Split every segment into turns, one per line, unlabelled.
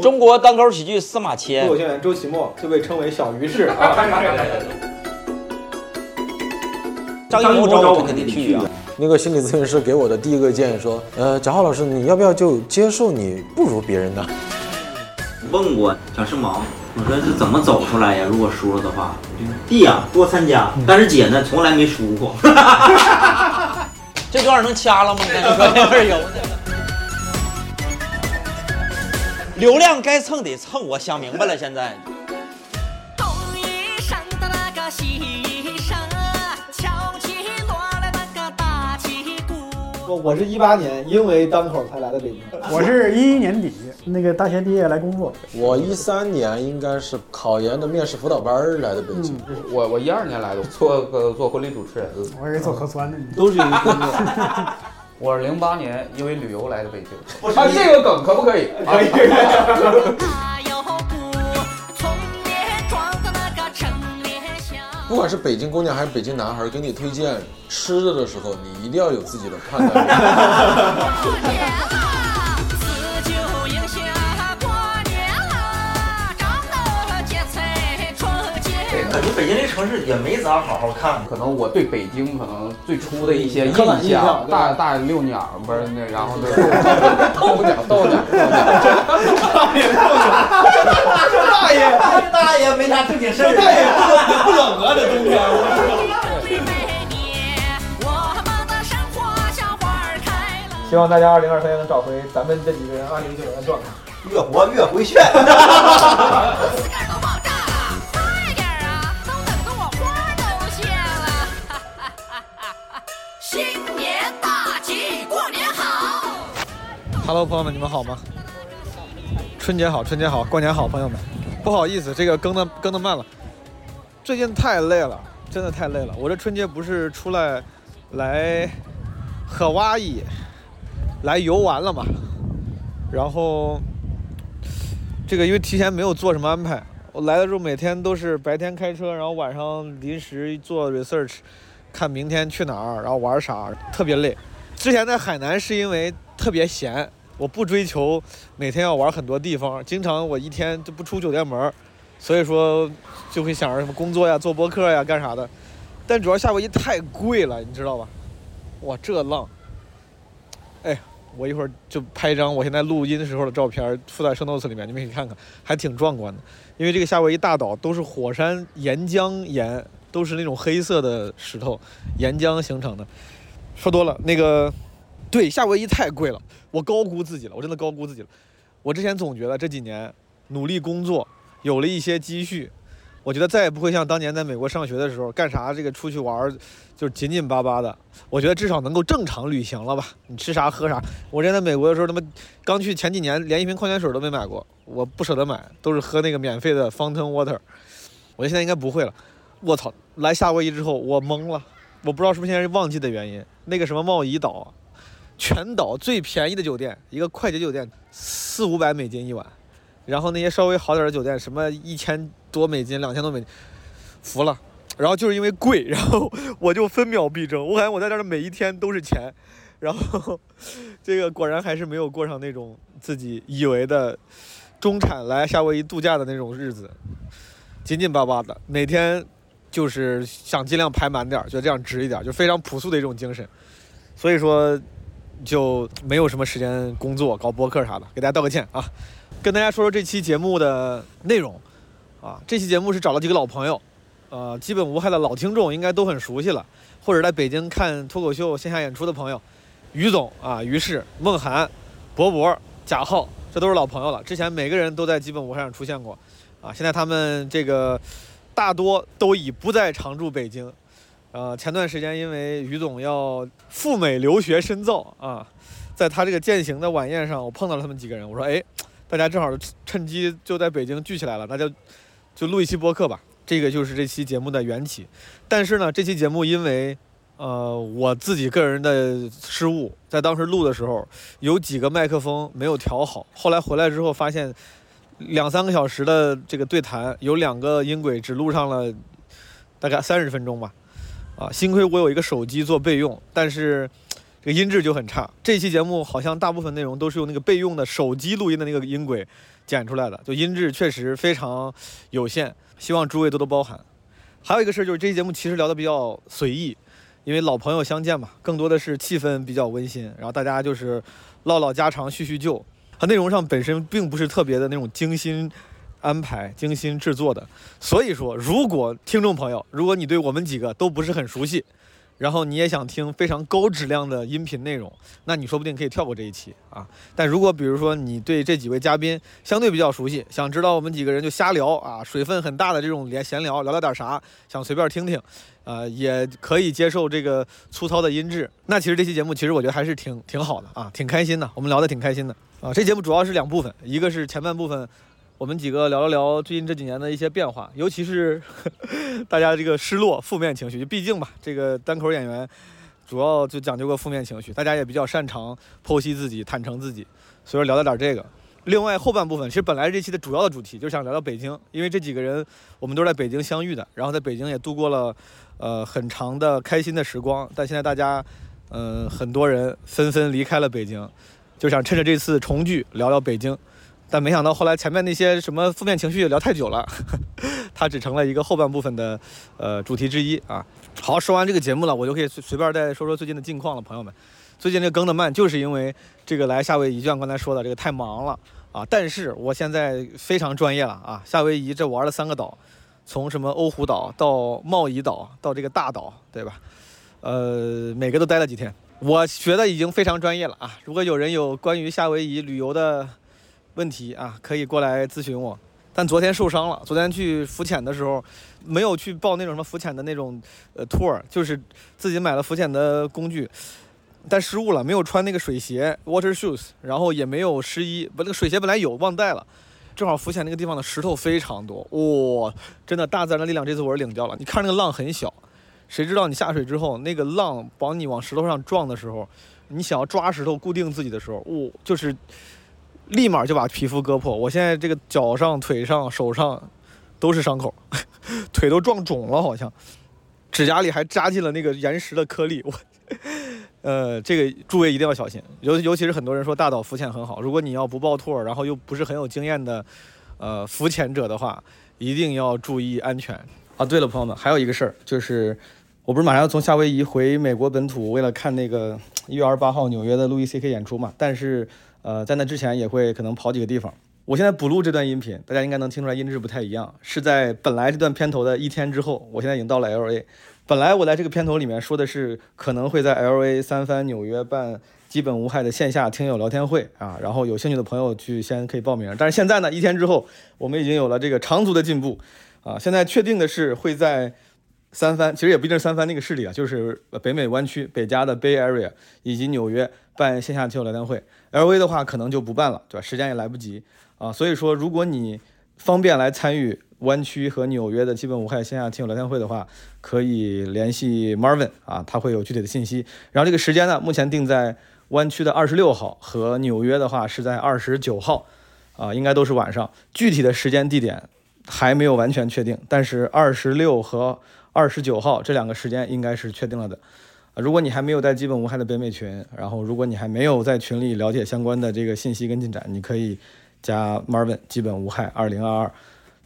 中国单口喜剧司马迁
脱口，秀演员周奇墨就被称为小于是啊。
张艺谋找我肯定去啊。
那个心理咨询师给我的第一个建议说，呃，贾浩老师，你要不要就接受你不如别人呢？
问过蒋世毛，我说是怎么走出来呀？如果输了的话，弟呀、多参加。但是姐呢，从来没输 过。
这段能掐了吗？你说这份油呢？ 流量该蹭得蹭，我想明白了，现在
东一上的那个西一上，敲起锣来那个打起鼓。
我我是一八年因为单口才来的北京，
我是一一年底那个大学毕业来工作，
我一三年应该是考研的面试辅导班儿来的北京，
我我一二年来的，做个做婚礼主持人。
我是做核酸的。
都是因为工作。
我是零八年因为旅游来的北京。啊，这个梗可不可以？啊可以。
他有股从脸撞的那个成脸笑。
不管是北京姑娘还是北京男孩儿，给你推荐吃的的时候，你一定要有自己的判 断力。
过年啦，辞旧迎新啊，过年啦，张罗节菜春节。
感觉北京这城市也没咋好好看。
可能我对北京可能最初的一些印
刻板印象
象，
对
大大六鸟不是那，然 后就是豆角豆角豆角。
大爷，
大爷没啥正经事儿。
大爷不冷啊，这冬天。
每年我们的生活像花儿开了。
希望大家二零二三年能找回咱们这几个人二零一九年的状态。
越活越回 旋。
自个儿都爆炸了，快点儿啊，都等得我花儿都谢了。 新年大吉，过年好。
Hello，朋友们，你们好吗？春节好，春节好，过年好，朋友们。不好意思，这个更的更的慢了，最近太累了，真的太累了。我这春节不是出来来夏威夷来游玩了嘛，然后这个因为提前没有做什么安排，我来的时候每天都是白天开车，然后晚上临时做 research，看明天去哪儿，然后玩啥，特别累。之前在海南是因为特别闲，我不追求每天要玩很多地方，经常我一天就不出酒店门儿，所以说就会想着什么工作呀、做播客呀、干啥的。但主要夏威夷太贵了，你知道吧？哇，这浪！哎，我一会儿就拍一张我现在录音时候的照片儿附在 show notes 里面，你们可以看看，还挺壮观的。因为这个夏威夷大岛都是火山岩浆岩，都是那种黑色的石头岩浆形成的。说多了，那个对，夏威夷太贵了，我高估自己了，我真的高估自己了。我之前总觉得这几年努力工作，有了一些积蓄，我觉得再也不会像当年在美国上学的时候，干啥这个出去玩儿就是紧紧巴巴的。我觉得至少能够正常旅行了吧，你吃啥喝啥。我之前在美国的时候，他妈刚去前几年连一瓶矿泉水都没买过，我不舍得买，都是喝那个免费的 fountain water。我觉得现在应该不会了。我操，来夏威夷之后我懵了，我不知道是不是现在是旺季的原因，那个什么贸易岛啊，全岛最便宜的酒店，一个快捷酒店四五百美金一晚，然后那些稍微好点的酒店，什么一千多美金、两千多美金，服了。然后就是因为贵， 然后我就分秒必争，我感觉我在这儿的每一天都是钱。然后这个果然还是没有过上那种自己以为的中产来夏威夷度假的那种日子，紧紧巴巴的，每天就是想尽量排满点儿，觉得这样值一点儿，就非常朴素的一种精神。所以说就没有什么时间工作、搞播客啥的，给大家道个歉啊。跟大家说说这期节目的内容啊，这期节目是找了几个老朋友，呃，基本无害的老听众应该都很熟悉了，或者在北京看脱口秀线下演出的朋友，于总啊、于适、梦涵、博博、贾浩，这都是老朋友了，之前每个人都在基本无害上出现过啊，现在他们这个大多都已不再常驻北京。呃，前段时间因为于总要赴美留学深造啊，在他这个践行的晚宴上，我碰到了他们几个人，我说，哎，大家正好趁机就在北京聚起来了，那就就录一期播客吧。这个就是这期节目的缘起。但是呢，这期节目因为呃我自己个人的失误，在当时录的时候有几个麦克风没有调好，后来回来之后发现两三个小时的这个对谈，有两个音轨只录上了大概三十分钟吧。啊，幸亏我有一个手机做备用，但是这个音质就很差。这期节目好像大部分内容都是用那个备用的手机录音的那个音轨剪出来的，就音质确实非常有限，希望诸位多多包涵。还有一个事儿就是这期节目其实聊得比较随意，因为老朋友相见嘛，更多的是气氛比较温馨，然后大家就是唠唠家常、叙叙旧。它内容上本身并不是特别的那种精心安排、精心制作的，所以说，如果听众朋友，如果你对我们几个都不是很熟悉，然后你也想听非常高质量的音频内容，那你说不定可以跳过这一期啊。但如果比如说你对这几位嘉宾相对比较熟悉，想知道我们几个人就瞎聊啊，水分很大的这种连闲聊，聊聊点啥，想随便听听，呃，也可以接受这个粗糙的音质。那其实这期节目其实我觉得还是挺挺好的啊，挺开心的，我们聊得挺开心的啊。这节目主要是两部分，一个是前半部分。我们几个聊了聊最近这几年的一些变化，尤其是 大家这个失落、负面情绪。就毕竟吧，这个单口演员主要就讲究个负面情绪，大家也比较擅长剖析自己、坦诚自己，所以说聊了点这个。另外后半部分，其实本来这期的主要的主题就是想聊聊北京，因为这几个人我们都是在北京相遇的，然后在北京也度过了呃很长的开心的时光。但现在大家，嗯、很多人纷纷离开了北京，就想趁着这次重聚聊聊北京。但没想到后来前面那些什么负面情绪聊太久了， 它只成了一个后半部分的呃主题之一啊。好，说完这个节目了，我就可以随随便再说说最近的近况了，朋友们。最近这更的慢，就是因为这个来夏威夷，就像刚才说的，这个太忙了啊。但是我现在非常专业了啊，夏威夷这玩了三个岛，从什么欧胡岛到贸易岛到这个大岛，对吧？呃，每个都待了几天。我学的已经非常专业了啊！如果有人有关于夏威夷旅游的问题啊，可以过来咨询我。但昨天受伤了，昨天去浮潜的时候，没有去报那种什么浮潜的那种呃 tour，就是自己买了浮潜的工具，但失误了，没有穿那个水鞋 water shoes，然后也没有湿衣，不，那个水鞋本来有忘带了。正好浮潜那个地方的石头非常多，哇、真的大自然的力量，这次我是领教了。你看那个浪很小，谁知道你下水之后，那个浪往你往石头上撞的时候，你想要抓石头固定自己的时候，哇、就是立马就把皮肤割破。我现在这个脚上、腿上、手上都是伤口， 腿都撞肿了，好像指甲里还扎进了那个岩石的颗粒。 我，呃，这个诸位一定要小心，尤尤其是很多人说大岛浮潜很好，如果你要不报拓，然后又不是很有经验的呃浮潜者的话，一定要注意安全啊。对了，朋友们，还有一个事儿就是。我不是马上要从夏威夷回美国本土，为了看那个一月二十八号纽约的路易 C K 演出嘛。但是呃，在那之前也会可能跑几个地方。我现在补录这段音频，大家应该能听出来音质不太一样，是在本来这段片头的一天之后，我现在已经到了 L A。本来我在这个片头里面说的是可能会在 L A 三番纽约办基本无害的线下听友聊天会啊，然后有兴趣的朋友去先可以报名。但是现在呢，一天之后我们已经有了这个长足的进步啊，现在确定的是会在。三藩其实也不一定是三藩那个市里啊，就是呃北美湾区北加的 Bay Area 以及纽约办线下听友聊天会。L A 的话可能就不办了，对吧？时间也来不及啊。所以说，如果你方便来参与湾区和纽约的基本无害线下听友聊天会的话，可以联系 Marvin 啊，他会有具体的信息。然后这个时间呢，目前定在湾区的二十六号和纽约的话是在二十九号，啊，应该都是晚上。具体的时间地点还没有完全确定，但是二十六和二十九号这两个时间应该是确定了的。啊如果你还没有在基本无害的北美群，然后如果你还没有在群里了解相关的这个信息跟进展，你可以加 Marvin 基本无害二零二二。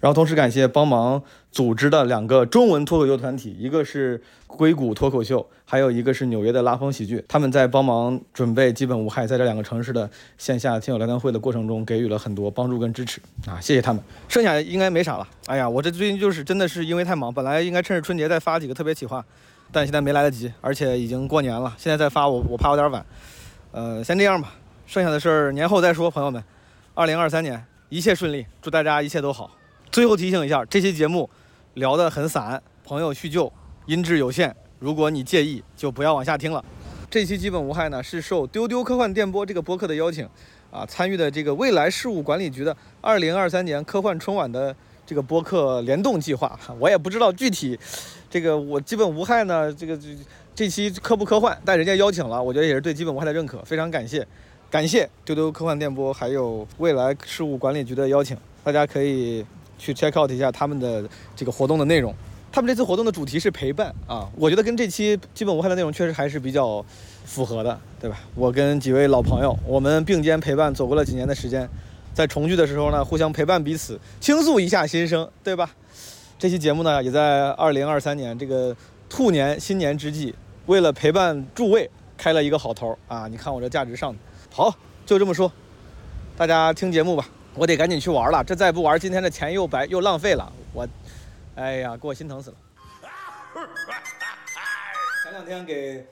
然后同时感谢帮忙组织的两个中文脱口秀团体，一个是硅谷脱口秀，还有一个是纽约的拉风喜剧。他们在帮忙准备基本无害在这两个城市的线下听友聊天会的过程中，给予了很多帮助跟支持啊，谢谢他们。剩下应该没啥了。哎呀，我这最近就是真的是因为太忙，本来应该趁着春节再发几个特别企划，但现在没来得及，而且已经过年了，现在再发我我怕有点晚。呃，先这样吧，剩下的事儿年后再说，朋友们。二零二三年一切顺利，祝大家一切都好。最后提醒一下，这期节目聊得很散，朋友叙旧，音质有限，如果你介意就不要往下听了。这期基本无害呢，是受丢丢科幻电波这个播客的邀请，啊，参与的这个未来事务管理局的二零二三年科幻春晚的这个播客联动计划。我也不知道具体，这个我基本无害呢，这个这这期科不科幻，但人家邀请了，我觉得也是对基本无害的认可，非常感谢。感谢丢丢科幻电波还有未来事务管理局的邀请，大家可以去 check out 一下他们的这个活动的内容。他们这次活动的主题是陪伴啊，我觉得跟这期基本无害的内容确实还是比较符合的，对吧？我跟几位老朋友，我们并肩陪伴走过了几年的时间，在重聚的时候呢，互相陪伴彼此，倾诉一下心声，对吧？这期节目呢，也在二零二三年这个兔年新年之际，为了陪伴诸位，开了一个好头儿啊！你看我这价值上的，好，就这么说，大家听节目吧。我得赶紧去玩了，这再不玩，今天的钱又白又浪费了。我，哎呀，给我心疼死了。前两天给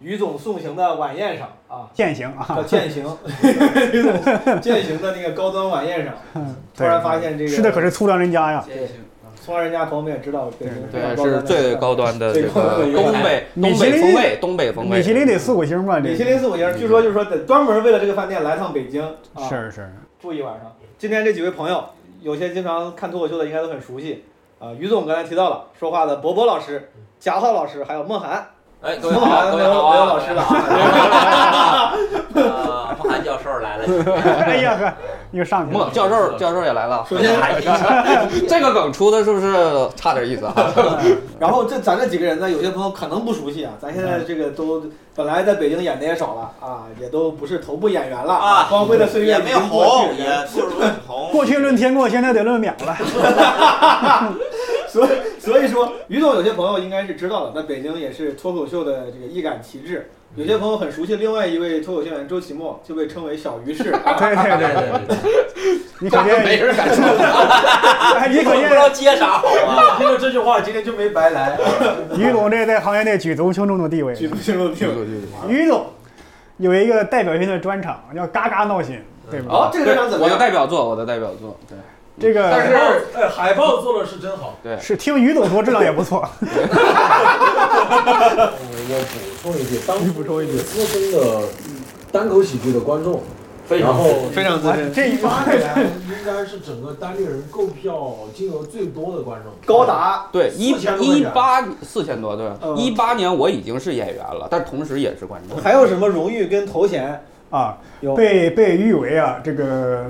于总送行的晚宴上啊，
践行
叫
啊，
践行， 于总践行的那个高端晚宴上，突然发现这个
嗯吃的可是粗粮人家呀，
从人家朋友们也知道北京是
对，
高端
是
的
最高端的这
最高端的
个
一个
东北
米
东
其林
北风味，东北风味。
米其林得四五星吧？这
米其林四五星，据说就是说得专门为了这个饭店来趟北京，啊、
是是，
住一晚上。今天这几位朋友，有些经常看脱口秀的应该都很熟悉，啊、于总刚才提到了说话的博博老师、贾浩老师，还有孟涵，
哎，各位
孟
好，
涵
各
没
位
有
好
没
啊，
有老师了啊。
呃，孟涵教授来了，
哎呀呵，又上去
孟
了。
教授教授也来了，
哎
首先，
这个梗出的是不是差点意思啊？
然后这咱这几个人呢，有些朋友可能不熟悉啊，咱现在这个都本来在北京演的也少了啊，也都不是头部演员了
啊
光辉的岁月
也
已
没有
经过
红，
去
也就是红。
过去论天过，现在得论秒了。
所以所以说，于总有些朋友应该是知道的，在北京也是脱口秀的这个一杆旗帜。有些朋友很熟悉，另外一位脱口秀演员周奇墨就被称为小于是。啊
对对对，
对对
你可见
没人敢说。
哎你可
不知道
见
接 啥好啊。
听了这句话，今天就没白来。
于总这在行业内举足轻重的地位。
举足轻重地位。
于总有一个代表性的专场叫《嘎嘎闹心》，对吧？
好，这个专场怎么
我的
样？
代表作，我的代表作，对，
这个
但是
哎，海报做的是真好。
是听于总说质量也不错。
我补充一句，当补充一句，资深的单口喜剧的观众，
非
然
常
后
非常资深，
这一
八年应该是整个单立人购票金额最多的观众，
高达
对一
4000多块钱
一八四千多，对
嗯，
一八年我已经是演员了，但同时也是观众。
还有什么荣誉跟头衔？
啊
有，
被被誉为啊这个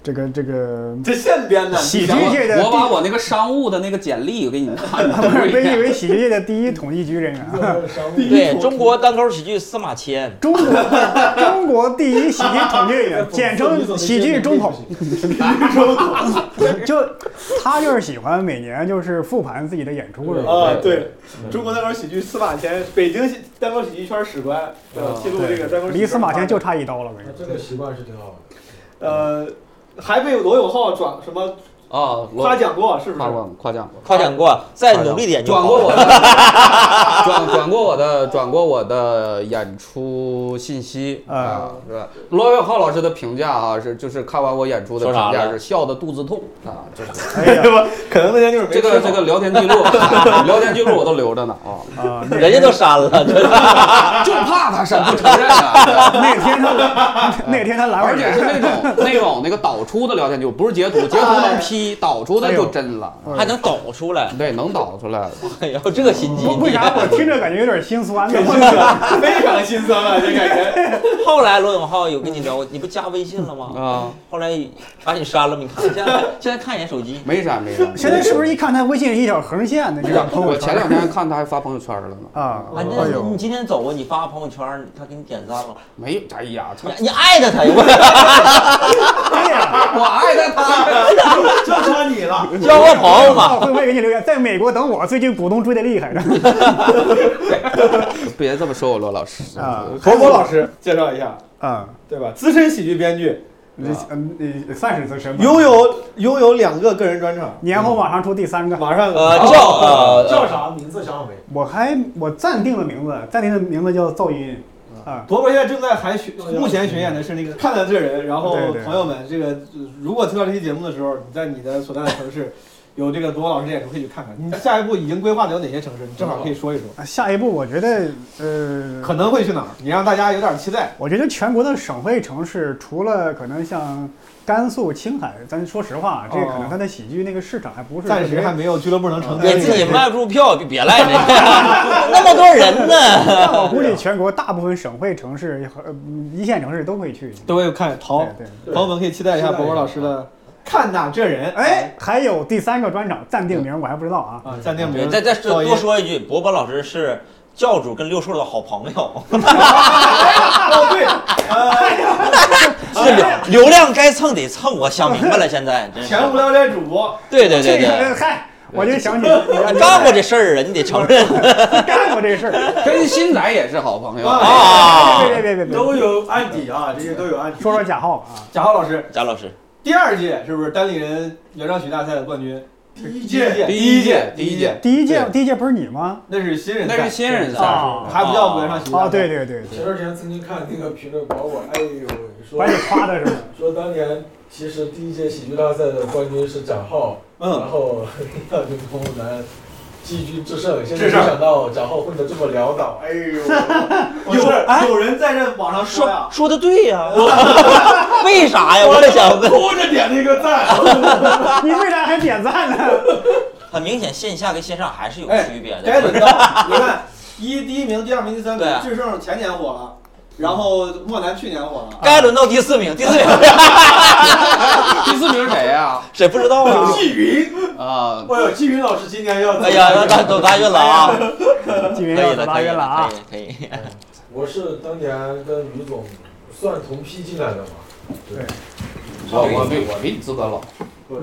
这个这个
这现编的。
喜剧界的
我把
第
我那个商务的那个简 历我给你拿，你
不
读
是
一
被誉
遍。
为喜剧界的第一统计局人员，
商务
对中国单口喜剧司马迁，
中国中国第一喜剧统计人员，简称喜剧中统。就他就是喜欢每年就是复盘自己的演出是吧？
啊，对，中国单口喜剧司马迁，北京单口喜剧圈史观，对吧
啊
记录这个单口喜剧。
离司马迁就差一刀了，我跟你说
这个习惯是挺好的。
呃，还被罗永浩转什么
啊， 罗
夸奖过，是不
夸
是？
过夸奖过，
夸奖过，再努力点就
转
好
过
了。
我的，转转过我的，转过我的演出信息
啊
啊，是吧？罗永浩老师的评价啊，是就是看完我演出的
说啥
评价
了
是笑的肚子痛啊，就是
哎呀
对吧？可能那天就是没
这
吃
个
好
这个聊天记录，啊聊天记录我都留着呢啊，
啊，那
人家都删了，真的
就怕他删不承认啊。
那天他那天他来
而
我
且
家
是那种那种那个导出的聊天记录，不是截图，截图能 P，导出的就真了。
还能抖出来，
对，能导出来。
哎呦，这个心机！
为啥我听着感觉有点心酸呢？
非常心酸啊，这感觉。
后来罗永浩有跟你聊过，你不加微信了吗？
啊，
后来把你删了吗？你看现在现在看一眼手机，
没删没删。
现在是不是一看他微信一条横线呢？这个朋
我
友
前
圈
两天看他还发朋友圈了呢。
啊，
啊，
哎
那你
呦
你，今天走啊，你发朋友圈，他给你点赞了，
没有，哎呀， 操
你你艾特他，我
哎呀，
我爱的他。
就差你了，
交个朋友嘛。
会不会给你留言？在美国等我，最近股东追得厉 害的
别这么说我罗老师
啊
博博老师介绍一下，
啊，
对吧？资深喜剧编剧，
你嗯，你算是资深吧。
拥有拥有两个个人专场，
年后马上出第三个，
马上哦
呃，叫呃
叫啥名字想好没？
我还我暂定的名字，暂定的名字叫噪音啊，
博博现在正在还巡，目前巡演的是那个看看这人。然后
对对
朋友们，这个呃如果听到这期节目的时候，你在你的所在的城市 有这个博博老师的演出，可以去看看。你下一步已经规划的有哪些城市？你正好可以说一说，
啊下一步我觉得呃，
可能会去哪儿？你让大家有点期待。
我觉得全国的省会城市，除了可能像甘肃、青海，咱说实话，这可能它的喜剧那个市哦场还不是
暂
特
时
别
还没有俱乐部能承接
你自己卖不出票，别别赖人家，那么多人呢。
但我估计全国大部分省会城市和、呃、一线城市都可以去。
都会看好
对，对，
朋友们可以期待一下博博老师的。看哪这人，
哎，还有第三个专场暂定名我还不知道啊，
啊，暂定
对，
名，
再再
噪
说
音
多，说一句，伯伯老师是教主跟六叔的好朋友，
哦 对，哎
这流流量该蹭得蹭，我想明白了，现在真是。
前无聊斋主播，
对对对
这
对
个，嗨，我就想起你
你干过这事儿啊，你得承认
干过这事儿，
跟新仔也是好朋友。
啊
啊。
别别别别别，
都有案底啊，这些都有案底。
说说贾浩吧啊，
贾浩老师，
贾老师，
第二届是不是单立人原唱曲大赛的冠军？第一届，
第
第
一
一
届
届，
第一届
一届，
第一届
对
第一届不是你吗？
那是新人赛，
那是新人赛，
啊
还不叫原唱曲大
啊，
赛。
对，对对对，
前段时间曾经看那个评论把我，哎呦，说
把你夸的是吗？
说当年其实第一届喜剧大赛的冠军是贾浩，然
嗯，
后 一票就空难。继续制胜，现在
制
没
胜
想到贾浩混得这么潦倒，哎呦，
有哎人有人在这网上说呀
说，说的对呀， 我为啥呀？我也想问。
哭着点了一个赞。
你为啥还点赞呢？
很明显，线下跟线上还是有
哎
区别 的。
该轮到 你看，一第一名、第二名、第三
对啊
名，智胜前年火了，然后莫南去年火了，
该轮到第四名，第四名
第四名是谁呀？
谁不知道啊？
季云，
啊，
哎呦，季云老师今年要
哎呀，那咱走大运了啊！可
纪云
以
要
的，
走
可
大
以
运了
的
啊！，
可以可以。
我是当年跟于总算同批进来的嘛，
我我没我比你资格老，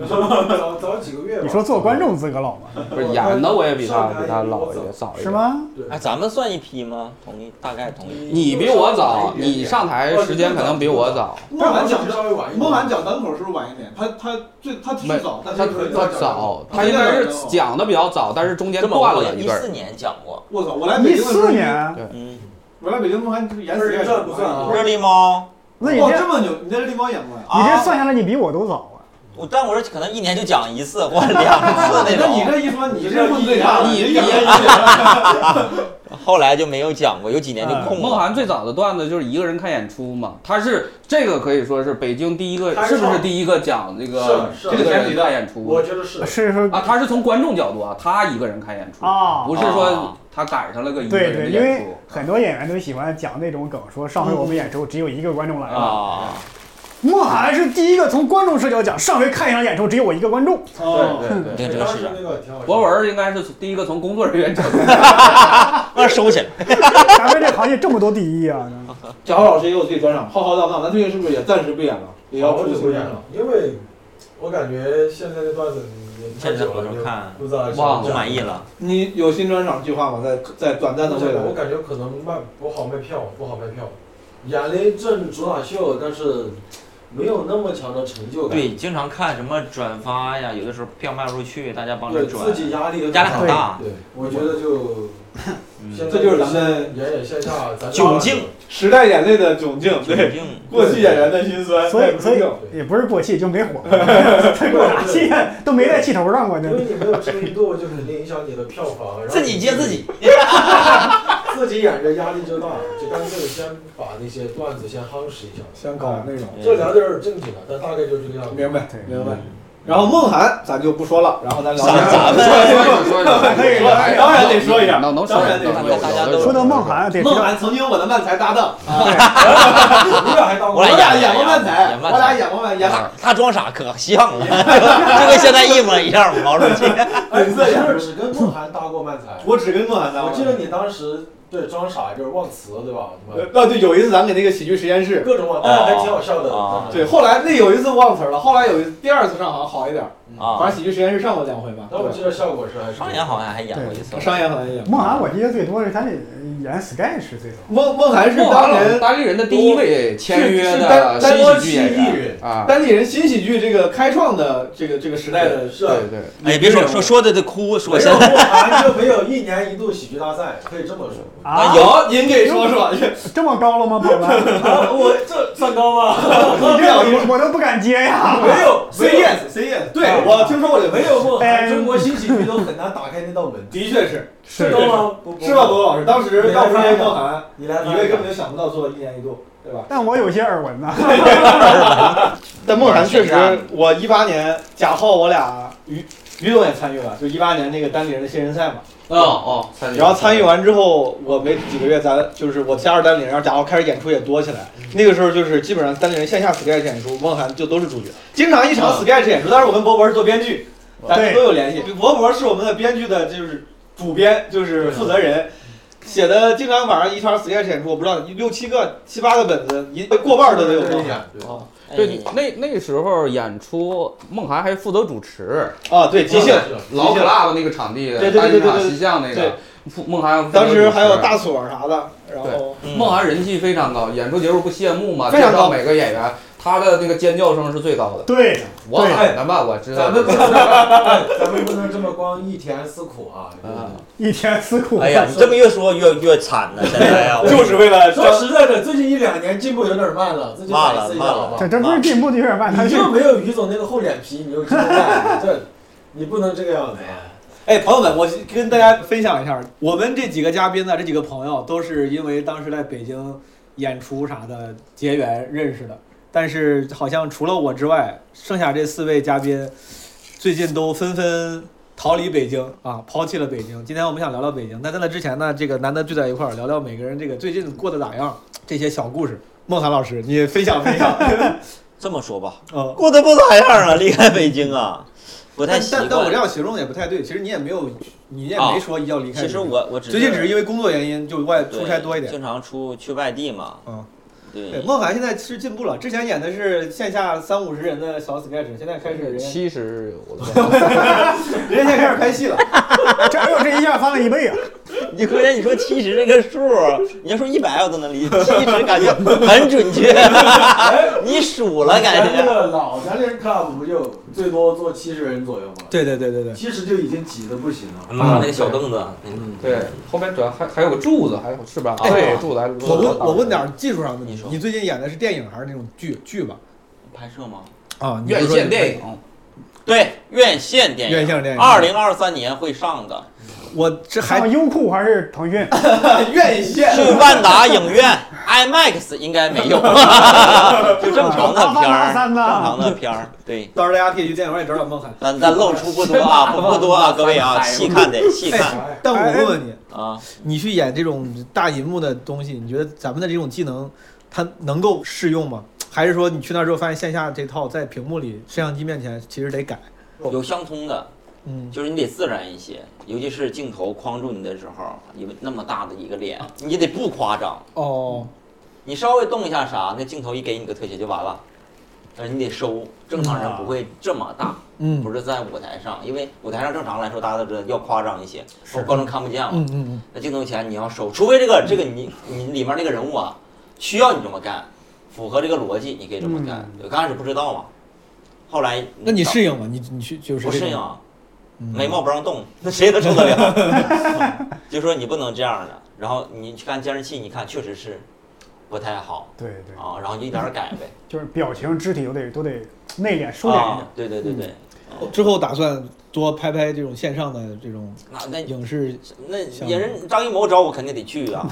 早 早几个月吧。
你说做观众资格老吗？
不是演的我也比他比他老一点早一点。
是？吗？
哎，咱们算一批吗？同意，大概同意。
你比我
哎
早，你上台时间可能比我早。
莫南讲
稍微晚一点
莫南讲单口是不是晚一点？他他最他最早，但
他
是
他早，他应该是讲的比较早，但是中间
这么
断
我
了一
一
段
四。年讲过，
我操！我来北
一
京的时候
四，年，
嗯，
我来北京莫涵就是演死也
这不算啊
热力猫，
那你
哇，
这
这么牛！你在这地方演过 呀？
你这
嗯啊
算下来，你比我都早啊！
我但我是可能一年就讲一次或者两 次那
那你
种，
这一说，你这混最差了，
你
你
你
演了
后来就没有讲过，有几年
嗯
就空
孟
了。
涵最早的段子就是一个人看演出嘛，他是这个可以说是北京第一个，是不是第一个讲这个
是
这
是
个人看演出
我觉得是
是说
啊？他是从观众角度啊，他一个人看演出，
啊
不是说他赶上了个一个
对
人的
对，因
演
为
出
很多演员都喜欢讲那种梗，说上回我们演出只有一个观众来了。
啊，
莫涵是第一个从观众视角讲，上回看一场演出只有我一个观众。
哦
对对
对，
对。
这个
当时
是，啊
那个挺好笑的。
博文应该是第一个从工作人员角度，
那收起来。
咱们这行业这么多第一啊！
贾浩老师也有自己专场，浩浩荡荡，咱最近是不是也暂时不演了？也要
好
出
久
新
不演
专场
了？，因为我感觉现在这段子也太久了，就不知道
忘
不满意了，
你有新专场计划吗？在在短暂的未来
我，感觉可能卖不好卖票，不好卖票。演了一阵主打秀，但是没有那么强的成就感。
对，经常看什么转发呀，有的时候票卖不出去，大家帮着
对，
转
自，己压力
压力很。大。
对，我觉得就
嗯
现在
这就是咱们
演演线下，咱
窘境，
时代眼泪的窘境，
毕
对
竟
过去演员的辛酸，
所以所以
对
也不是过气就没火，过啥气啊都没在气头上过
因
呢。
为你没有知名度，就肯定影响你的票房。然后
自己接自己。
自己演着压力就大，就干脆先把那些段子先夯实一下。
香港那种，
这聊点儿正经的，但大概就这个样子。
嗯明白
对
明白。然后梦涵咱就不说了，然后咱聊
咱咱
说
们
说说说，
当然得说一下
能能
当然得
能
说一
有
下
大家
有的
都
有
说到
有
梦涵，得知
梦
道
涵曾经我的漫才搭档，
你俩还当
我
我
来
俩
演
演过漫才，
演
我
漫
俩
才
演过漫演
他他装傻可像
啊
了，就跟现在一模一样，毛主 席。
本色演出，
只跟梦涵搭过漫才。
我只跟梦涵搭
嗯
我
过。
记得你当时对装傻就是忘词，对吧？
呃哦对，有一次咱给那个喜剧实验室，
各种忘，
哦
还挺好笑的。
哦
对，后来那有一次忘词儿了，后来有一第二次上好像好一点儿，
啊
反正喜剧实验室上过两回吧。
但我记得效果是还是
上演好像还演过一次
对，商演好像也演过。
梦涵，我记得最多是他演 sketch 最多。
孟孟涵是
孟
当
涵老师
年
大立人的第一位签约的新喜剧演员啊，
单立人新喜剧这个开创的这个这个时代的
是啊。
对对，
哎，别说说说的得哭，说
没
现
有
在
梦涵就没有一年一度喜剧大赛，可以这 么说。
啊，
有您给说 说，
这么高了吗，宝宝？
啊，我这算高吗？
你
这
这样
我我都不敢接呀。
没有 say yes say yes，对 E 我听说过这个，
没有梦
哎
涵，中国新喜剧都很难打开那道门。
的确是
是
高吗？不
是吧，博？老师？当时要不是因为孟涵，
不你来
你
翻
会
一个
根本就想不到做一年一度，对吧？
但我有些耳闻呐。
但梦涵确实，我一八年贾浩我俩于于总也参与了，就一八年那个单立人的新人赛嘛。
哦哦，参与
然后参与完之后，我没几个月，咱就是我加入单立人，然后家伙开始演出也多起来。那个时候就是基本上单立人线下 sketch 演出，汪涵就都是主角，经常一场 sketch 演出。但是我跟博博是做编剧，大家都有联系。博博是我们的编剧的，就是主编，就是负责人。 写的经常晚上一场 sketch 演出，我不知道六七个、七八个本子，一过半儿都得有汪涵啊
哎
对，那那时候演出，梦涵还负责主持，
啊！对，即兴，
老 club 那个场地，
对对
大
对对
剧场
对对
西巷那
对
个，负梦涵负责
当时还有
主持
大锁啥的，然后
嗯
梦涵人气非常高，演出结束不谢幕嘛，
非常
见到
高
每个演员，他的那个尖叫声是最高的。
对，
我喊的吧，我知道。
咱们不能，哎咱们不能这么光一甜思苦啊！
嗯，
一天四苦。
哎呀，你这么越说越越惨呢，现在呀，
就是为了
说实在的，最近一两年进步有点慢了，这就
慢
反
了
思一下
慢了
好不好
这？这不是进步的有点慢，他
你
是
就没有于总那个厚脸皮，你就进步慢，这你不能这个样子啊！
哎，朋友们，我跟大家分享一下，我们这几个嘉宾呢，这几个朋友都是因为当时在北京演出啥的结缘认识的。但是好像除了我之外，剩下这四位嘉宾最近都纷纷逃离北京啊，抛弃了北京。今天我们想聊聊北京，但在那之前呢，这个难得聚在一块儿，聊聊每个人这个最近过得咋样，这些小故事。孟涵老师，你分享分享。
这么说吧，
嗯，
过得不咋样啊，离开北京啊，不太
但
习
但但我这
惯。
样形容也不太对，其实你也没有，你也
啊
没说要离开。
其实我我只
最近只是因为工作原因，就外出差多一点。
经常出去外地嘛。
嗯，对，
对，
孟涵现在是进步了，之前演的是线下三五十人的小 sketch，现在开始人家
七十 有了，
人家现在开始拍戏了。
这哎呦这一下翻了一倍啊！
你关键你说七十这个数，你要说一百我都能理解，七十感觉很准确，你数了感
咱这
觉。
个老咱这个 club 不就最多坐七十人左右吗？
对对对对对，
七十就已经挤得不行了。
拉那个小凳子，
嗯，
对，后面主要还还有个柱子，还有是吧？
哎
对，柱子还是
我问我问点儿技术上的问
你
题，
说
你最近演的是电影还是那种剧剧吧？
拍摄吗？
啊，
院线电
影。
影，
对，院线电影。
院线电影
二零二三年会上的，
我这还
上优酷还是腾讯？
哦院线
去万达影院 IMAX 应该没有，就正常的片儿，
阿凡
正
达
常的片儿。对，
到时候大家可以去电影院找找孟涵。
咱咱露出不多啊，不不多啊，各位啊，细看得细 看
哎，但我问问你，
啊。
你去演这种大银幕的东西，你觉得咱们的这种技能，它能够适用吗？还是说你去那之后发现线下这套在屏幕里、摄像机面前其实得改？
有相通的，
嗯，
就是你得自然一些，尤其是镜头框住你的时候，你那么大的一个脸，你得不夸张，
哦，
你稍微动一下啥，那镜头一给你个特写就完了。但是你得收，正常人不会这么大，
嗯
不是在舞台上，因为舞台上正常来说大家都知道要夸张一些，我观众看不见嘛。
嗯嗯
那镜头前你要收，除非这个这个你你里面那个人物啊，需要你这么干，符合这个逻辑，你可以这么干。我刚开始不知道嘛，后来
嗯，那你
找
适应吗？你你去就是
不
这
适
种
应啊？
嗯
眉毛不让动，那谁能受得了？ 就说你不能这样的。然后你去看监视器，你看确实是不太好
对对，
啊，
嗯
然后你就一点点改呗。
就是表情、肢体都得都得内敛收敛一
啊
点。，
对对对对，
嗯之后打算多拍拍这种线上的这种
那那
影视，
那
行
也人张艺谋找我肯定得去 啊，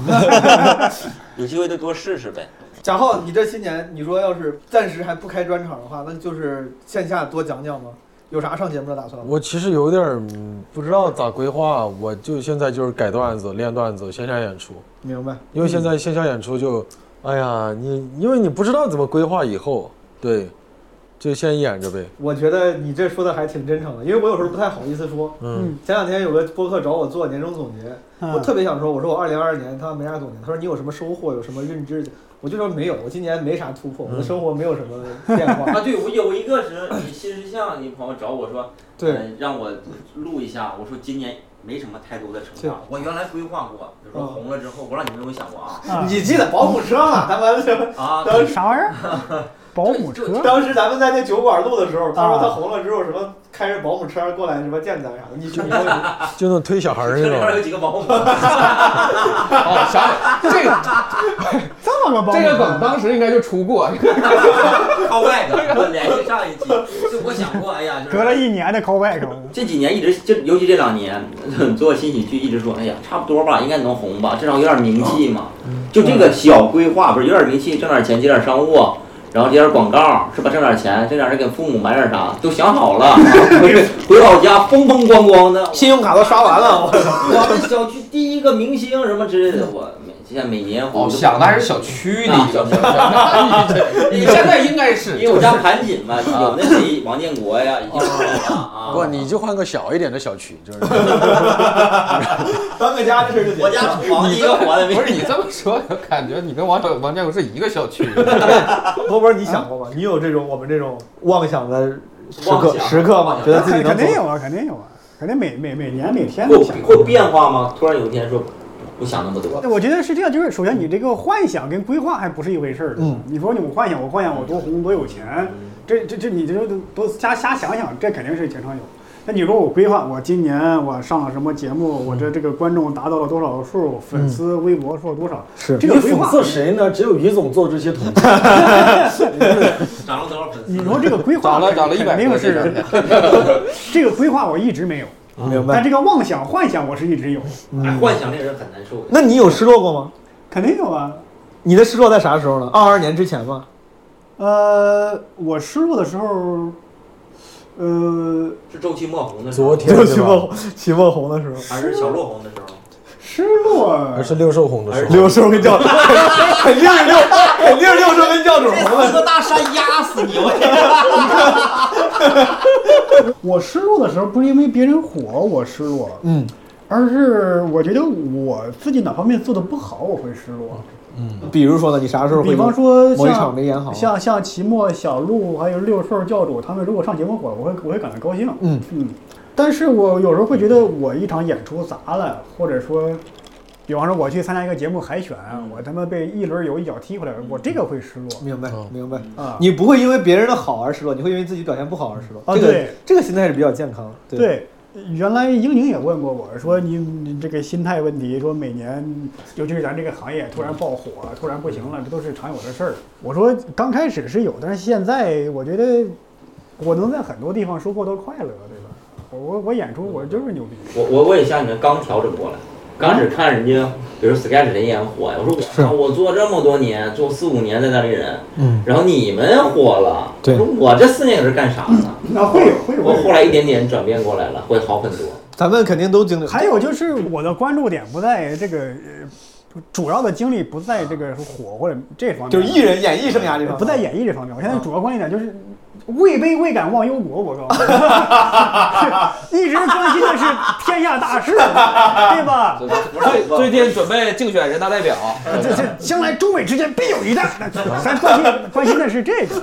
有机会就多试试呗。
贾浩，你这新年你说要是暂时还不开专场的话，那就是线下多讲讲吗？有啥上节目的打算吗？
我其实有点儿嗯不知道咋规划，我就现在就是改段子、练段子、线下演出，
明白。
因为现在线下演出就，哎呀，你因为你不知道怎么规划以后，对，就先演着呗。
我觉得你这说的还挺真诚的，因为我有时候不太好意思说。
嗯，
前两天有个播客找我做年终总结，我
嗯
特别想说，我说我二零二二年他没啥总结，他说你有什么收获，有什么认知？我就说没有，我今年没啥突破，我的生活没有什么变 化。
啊，对，我有一个是你新事项，你朋友找我说，
对，
呃让我录一下，我说今年没什么太多的成
对
长，我原来规划过，比如说
嗯
红了之后，我不知道你们有没有想过 啊
啊
你记得保姆车嘛？咱们
啊，
啥玩意儿？保姆车
当时咱们在那酒馆录的时候，他说
啊
他红了之后，什么开着保姆车过来，什么见咱啥的，你 去你说你
就那推小孩儿
这
那
里边有
种。
几个保姆，
哦，想想这个
这么个保姆
这
车
个梗当时应该就出过，
靠外的，我联系上一期，就我想过，哎呀，就是
隔了一年的 callback，
这几年一直就，尤其这两 年做新喜剧，一直说，哎呀，差不多吧，应该能红吧，至少有点名气嘛。就这个小规划，不是有点名气，挣点钱，接点商务，
然后接点广告，是吧？挣点钱，挣点儿给父母买点啥，都想好了，回回老家风风光光的。
信用卡都刷完了，我
我们小区第一个明星什么之类的，我每现在每年
哦，
我
想的还是小区里
啊，小区
你现在应该是
因为我家盘锦
啊
嘛，有那谁王建国呀，已经出来了啊。
哦
不，你就换个小一点的小区，就是
搬个家这事儿就
我
解决
家
了。
土房第一个活的没
不是你这么说，感觉你跟王小王建国是一个小 区。
波波，你想过吗？你有这种我们这种妄想的时
妄
刻
想
时刻吗？觉得自己
肯
能
肯
走
定有啊，肯定有啊，肯定每每每年每天
会
都想。
会变化吗？突然有一天说不想那么多，
我觉得是这样，就是首先你这个幻想跟规划还不是一回事儿的。
嗯
你说你我幻想，我幻想我多红多有钱，这这这你这都都瞎瞎想想，这肯定是经常有。那你说我规划，我今年我上了什么节目，我这这个观众达到了多少数，粉丝微博数多少，
是
这个规划，
谁呢？只有于总做这些统计。
涨了多少粉
你说这个规划
涨了涨了一百
肯定
多，这
是
两天
这个规划我一直没有，
嗯明白
但这个妄想幻想我是一直有，
嗯
哎，幻想令人很难受的。
那你有失落过吗？
肯定有啊。
你的失落在啥时候呢？二二年之前吗？
呃，我失落的时候，呃，
是周期莫红的时候，
昨天
就
对
徐
吧？
梦徐梦红的时候，
还是小落红的时候？
失落
还是六兽红的时候，
六叔跟 教主，肯定是六，肯定是六叔跟教主红了。
个大山压死你！我
我失落的时候，不是因为别人火我失落，
嗯，
而是我觉得我自己哪方面做的不好，我会失落。
比如说呢，你啥时候会？
嗯比方说
某一场没演好
像像像齐墨、小鹿还有六兽教主，他们如果上节目火了，我会我会感到高兴。
嗯
嗯，但是我有时候会觉得我一场演出砸了，或者说，比方说我去参加一个节目海选，我他妈被一轮游一脚踢回来，我这个会失落。
明白明白。
啊，
你不会因为别人的好而失落，你会因为自己表现不好而失落。
啊
这个
对
这个心态是比较健康的。对，
对，原来英宁也问过我说你你这个心态问题，说每年尤其是咱这个行业突然爆火，突然不行了，这都是常有的事儿。我说刚开始是有，但是现在我觉得我能在很多地方收获到快乐，对吧？我我我演出我就是牛逼，
我我我也像你们刚调整过来，刚开始看人家，比如 sketch 人演火呀，我说我操，我做这么多年，做四五年在那里人，
嗯，
然后你们火了，
对
我说我这四年也是干啥呢？
那会有会有
我
会
后
有。
来一点点转变过来了，会好很多。
咱们肯定都经历。
还有就是我的关注点不在这个，呃主要的精力不在这个火或者这方 面，
就是艺人演艺生涯这种，
不在演绎这方面，我
嗯
现在主要关注点就是位卑未敢忘忧国，我告诉你， 一直关心的是天下大事，对吧？
最近准备竞选人大代表，
哎
这这将来中美之间必有一战，那咱关心关心的是这个，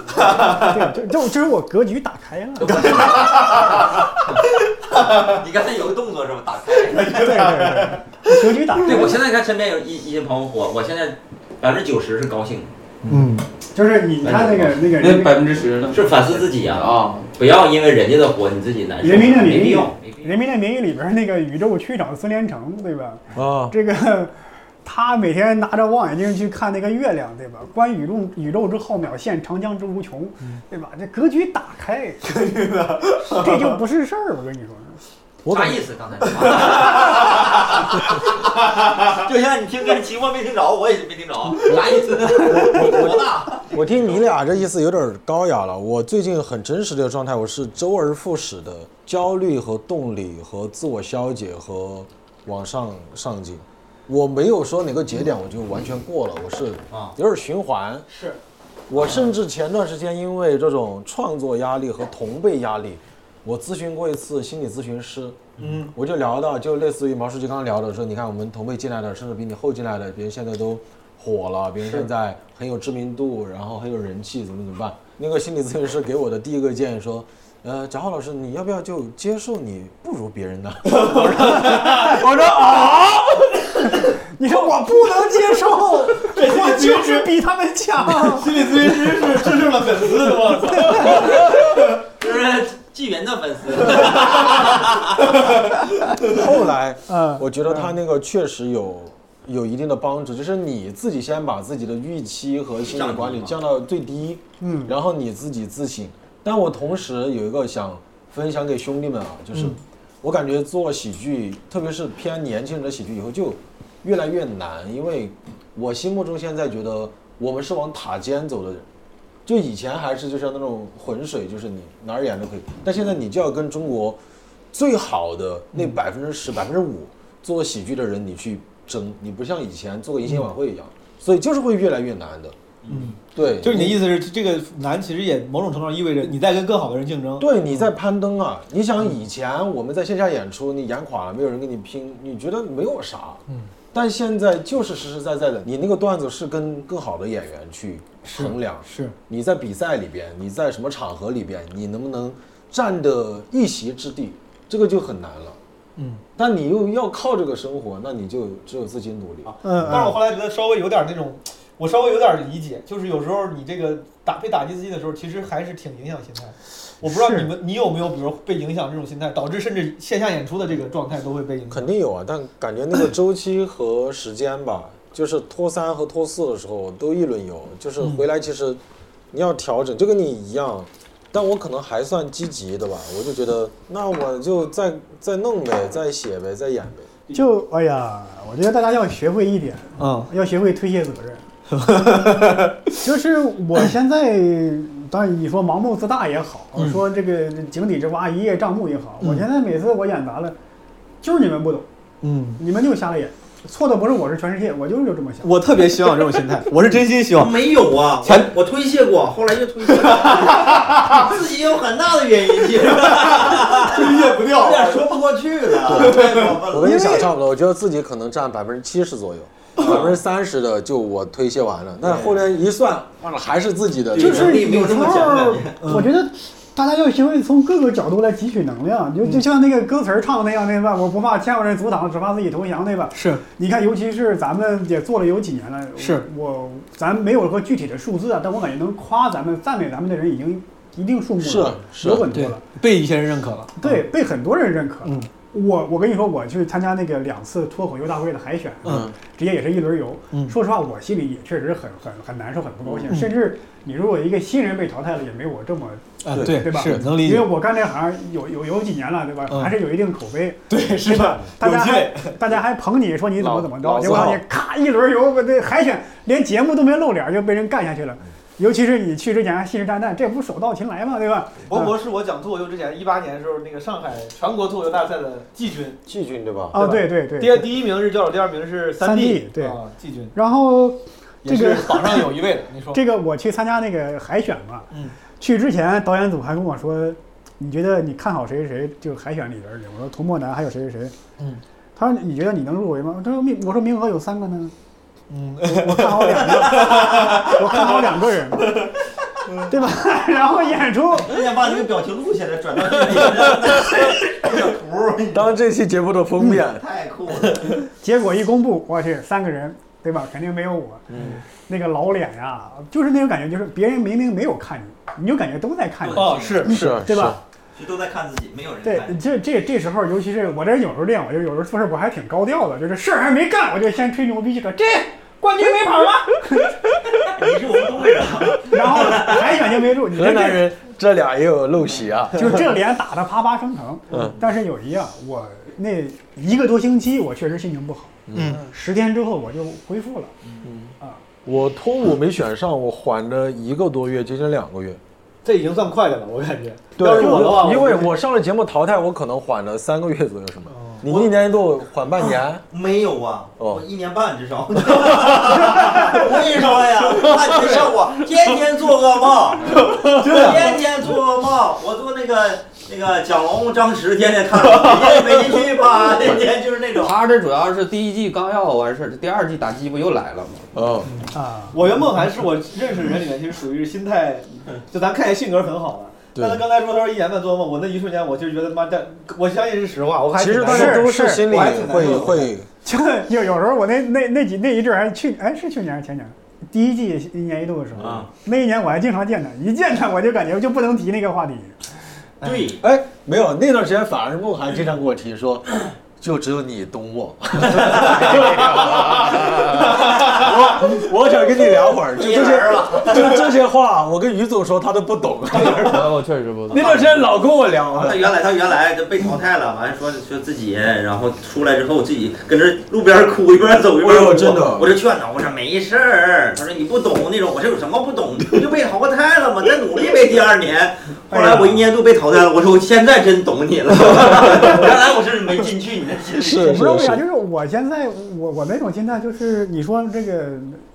对吧？就就就是我格局打开 了，对对
你刚才有个动作是吧？打开。
对对，格局打开
对，我
了，
现在看身边有一一些朋友火，我现在百分之九十是高兴的，
嗯，
就是你看那个那个
那
人
百分之十呢？
是反思自己呀、
啊，
不要因为人家的火你自己难受，
人民的
没
名
必
义
要，没必要。
人民的名义里边那个宇宙区长孙连成，对吧？
啊，
这个他每天拿着望远镜去看那个月亮，对吧？观宇宙宇宙之浩渺现，长江之无穷，
嗯
对吧？这格局打开，这就不是事儿。我跟你说，
我
啥
感
意思？刚才 说，就像你听歌，期末没听着，我也没听着，啥意思？多大？
我听你俩这意思有点高雅了。我最近很真实的状态，我是周而复始的焦虑和动力和自我消解和往上上进。我没有说哪个节点我就完全过了，我是
啊
有点循环。是，我甚至前段时间因为这种创作压力和同辈压力，我咨询过一次心理咨询师。嗯，我就聊到，就类似于毛书记刚刚聊的，说你看我们同辈进来的，甚至比你后进来的，别人现在都火了，别人现在很有知名度，然后很有人气，怎么怎么办？那个心理咨询师给我的第一个建议说，呃，贾浩老师，你要不要就接受你不如别 人呢？
我说啊，
你说我不能接受， 我就是比他们强。
心理咨询师是支持了粉丝，我操！
就是纪元的粉丝，
后来，
嗯
我觉得他那个确实有有一定的帮助，就是你自己先把自己的预期和心理管理降到最低，嗯，然后你自己自省。但我同时有一个想分享给兄弟们啊，就是我感觉做喜剧，特别是偏年轻人的喜剧以后就越来越难，因为我心目中现在觉得我们是往塔尖走的人。就以前还是就是那种浑水，就是你哪儿演都可以，但现在你就要跟中国最好的那百分之十、百分之五做喜剧的人你去争，你不像以前做个迎新晚会一样，所以就是会越来越难的。
嗯，
对，
就是你的意思是，这个难其实也某种程度上意味着你在跟更好的人竞争。
对，你在攀登啊！
嗯
你想以前我们在线下演出，你演垮了，没有人跟你拼，你觉得没有啥。嗯。但现在就是实实在在的，你那个段子是跟更好的演员去衡量。
是
你在比赛里边，你在什么场合里边，你能不能占得一席之地，这个就很难了。
嗯。
但你又要靠这个生活，那你就只有自己努力。
嗯
但是我
嗯，
后来觉得稍微有点那种，我稍微有点理解，就是有时候你这个打被打击自己的时候，其实还是挺影响心态。我不知道
是
你们你有没有，比如被影响这种心态，导致甚至线下演出的这个状态都会被影响。
肯定有啊，但感觉那个周期和时间 吧，就是拖三和拖四的时候都一轮游，就是回来其实你要调整，就跟你一样，但我可能还算积极的吧，我就觉得那我就再再弄呗，再写呗，再演呗。
就哎呀，我觉得大家要学会一点，
嗯
要学会推卸责 任。就是我现在，当然你说盲目自大也好，
嗯
说这个井底之蛙一叶障目也好，我现在每次我演砸了，就是你们不懂，
嗯，
你们就瞎了眼，错的不是我是全世界，我就是就这么想。
我特别希望有这种心态，我是真心希望。
没有啊，
前
我推卸过，后来又推卸了，自己有很大的原因，其实推卸不掉，有点说不过去了。
我跟你想差不多，我觉得自己可能占百分之七十左右，百分之三十的就我推卸完了，但后面一算，完了还是自己的。
对
就是
能力没有这么
时
强
候
感觉
我觉得大家要学会从各个角度来汲取能量，
嗯
就就像那个歌词儿唱的那样，对吧？我不怕千万人阻挡，只怕自己投降，对吧？
是
你看，尤其是咱们也做了有几年了，
是
我咱没有个具体的数字啊，但我感觉能夸咱们、赞美咱们的人已经一定数目了，
是是
有很
对
多了，
被一些人认可了。
对，被很多人认可。
嗯
我我跟你说，我去参加那个两次脱口秀大会的海选，啊
嗯，
直接也是一轮游。
嗯
说实话，我心里也确实很很很难受，很不高兴。
嗯
甚至你如果一个新人被淘汰了，也没我这么
啊
对
对
对吧
是能理
因为
解。
我干这行有有有几年了，对吧？
嗯
还是有一定口碑，
对，
是
是
吧
吧？？
大家
有积
还
累
大家还捧你说你怎么
老
怎么
老
着，结果
字号
你咔一轮游，我这海选连节目都没露脸就被人干下去了。尤其是你去之前还信誓旦旦，这不手到擒来嘛，对吧？
博博是我讲脱口秀之前，一八年的时候那个上海全国脱口秀大赛的季军，
季军对吧？
啊，
对
对对对。
第二第一名是教授，第二名是三
三弟对
啊，季军
然后
也
这
是
个
榜上有一位的。你说
这个我去参加那个海选嘛，
哦嗯
去之前导演组还跟我说，你觉得你看好谁谁谁就海选里边儿的？我说童漠南还有谁谁谁，
嗯，
他说你觉得你能入围吗？他说名我说名额有三个呢，
嗯，
我看好 两个，我看好两个人，对吧？ 然后演出
我想把那个表情录下来，转到这里，这个图
当这期节目的封面，
太酷了。
结果一公布，我去三个人，对吧？肯定没有我，嗯，那个老脸呀、就是那种感觉，就是别人明明没有看你，你就感觉都在看你，
哦是
是啊
对吧？？
其实都在看自己，没有人
对
看，。
这这这时候，尤其是我这人有时候这样，我就有时候做事我还挺高调的，就是事儿还没干，我就先吹牛逼，说这冠军没跑了，
你是我们东北人啊，
然后海选就没住。你
是河
这
南
这
人这俩也有陋习啊。
就这脸打得啪啪生疼。
嗯
但是有一样，我那一个多星期我确实心情不好，
嗯，
十天之后我就恢复了。
我脱舞没选上，我缓了一个多月，接近两个月。
这已经算快的了，我感觉。
对
要是我的话，
因为
我
我上了节目淘汰，我可能缓了三个月左右，什么
哦？
你一年一度缓半年，
没有啊，
哦
我一年半至少。 我跟你说呀，那你像我天天做噩 梦，
啊
天天做噩梦。我做那个那个蒋龙、张弛，天天看，天天没进去吧，天天就是那种。
他这主要是第一季刚要完事儿，这第二季打击不又来了吗？
哦
嗯，
啊，
我袁梦涵是我认识的人里面，其实属于是心态，就咱看起来性格很好的。
对
但他刚才说他说一年半做梦，我那一瞬间我就觉得他妈的，我相信是实话，我还
其实
挺难
大
受
家
的
都是心里
我还挺难
会
受的
会，
就有有时候我那那那几那一阵儿还去哎是去年还是前年。第一季一年一度的时候，
啊
那一年我还经常见他，一见他我就感觉就不能提那个话题。
哎
对，
哎，没有那段时间反而是梦涵经常跟我提说， 就只有你懂我。 我我想跟你聊会儿，就这些，就这些话，我跟于总说他都不懂。
哎
哦
我我确实不懂
那。段时间老跟我聊，啊
他原来他原来就被淘汰了，完说说自己，然后出来之后自己跟这路边哭一边走一边
哎
哭，
呦真的
我就劝他，我说没事儿，他说你不懂那种，我说有什么不懂，不就被淘汰了吗？再努力呗，第二年。后来我一年度被淘汰了，我说我现在真懂你了， 原来我是没进去你的 心里。
我不知道为啥，就是我现在我我那种心态，就是你说这个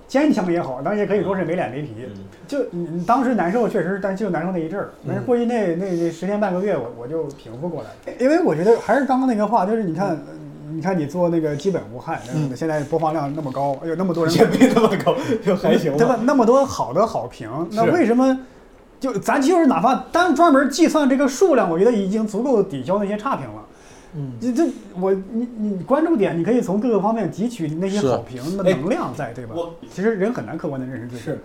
坚强也好，当然也可以说是没脸没皮。
嗯
就你你当时难受，确实，但就难受那一阵儿。但是过去那那那十天半个月，我我就平复过来了，因为我觉得还是刚刚那个话，就是你看。
嗯
你看你做那个基本无害，现在播放量那么高，有那么多人
也没那么高，就还行
对
吧。
吧？那么多好的好评，那为什么就咱就是哪怕单专门计算这个数量，我觉得已经足够抵消那些差评了。
嗯，
这这我你你关注点，你可以从各个方面汲取那些
是
好评的
哎
能量在，对吧
我？
其实人很难客观的认识自己。
是，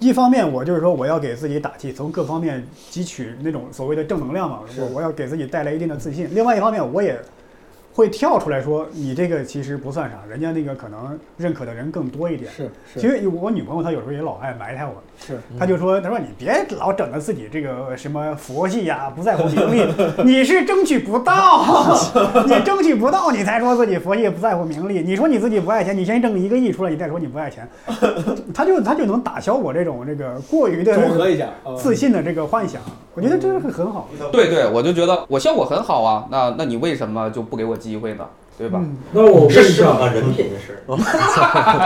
一方面我就是说我要给自己打气，从各方面汲取那种所谓的正能量嘛，
是
我我要给自己带来一定的自信。另外一方面，我也会跳出来说，你这个其实不算啥，人家那个可能认可的人更多一点。
是是
其实我女朋友她有时候也老爱埋汰我，
是，嗯
她就说：“她说你别老整的自己这个什么佛系呀、不在乎名利， 你是争取不 到，你争取不到，你才说自己佛系不在乎名利。你说你自己不爱钱，你先挣一个亿出来，你再说你不 爱钱，她就她就能打消我这种这个过于
中和
的
一下，嗯
自信的这个幻想。我觉得这是很好的，
对对，我就觉得我效果很好啊，那那你为什么就不给我机会呢？对吧？
嗯
那我问
这
一
是什么
下，
人品的事？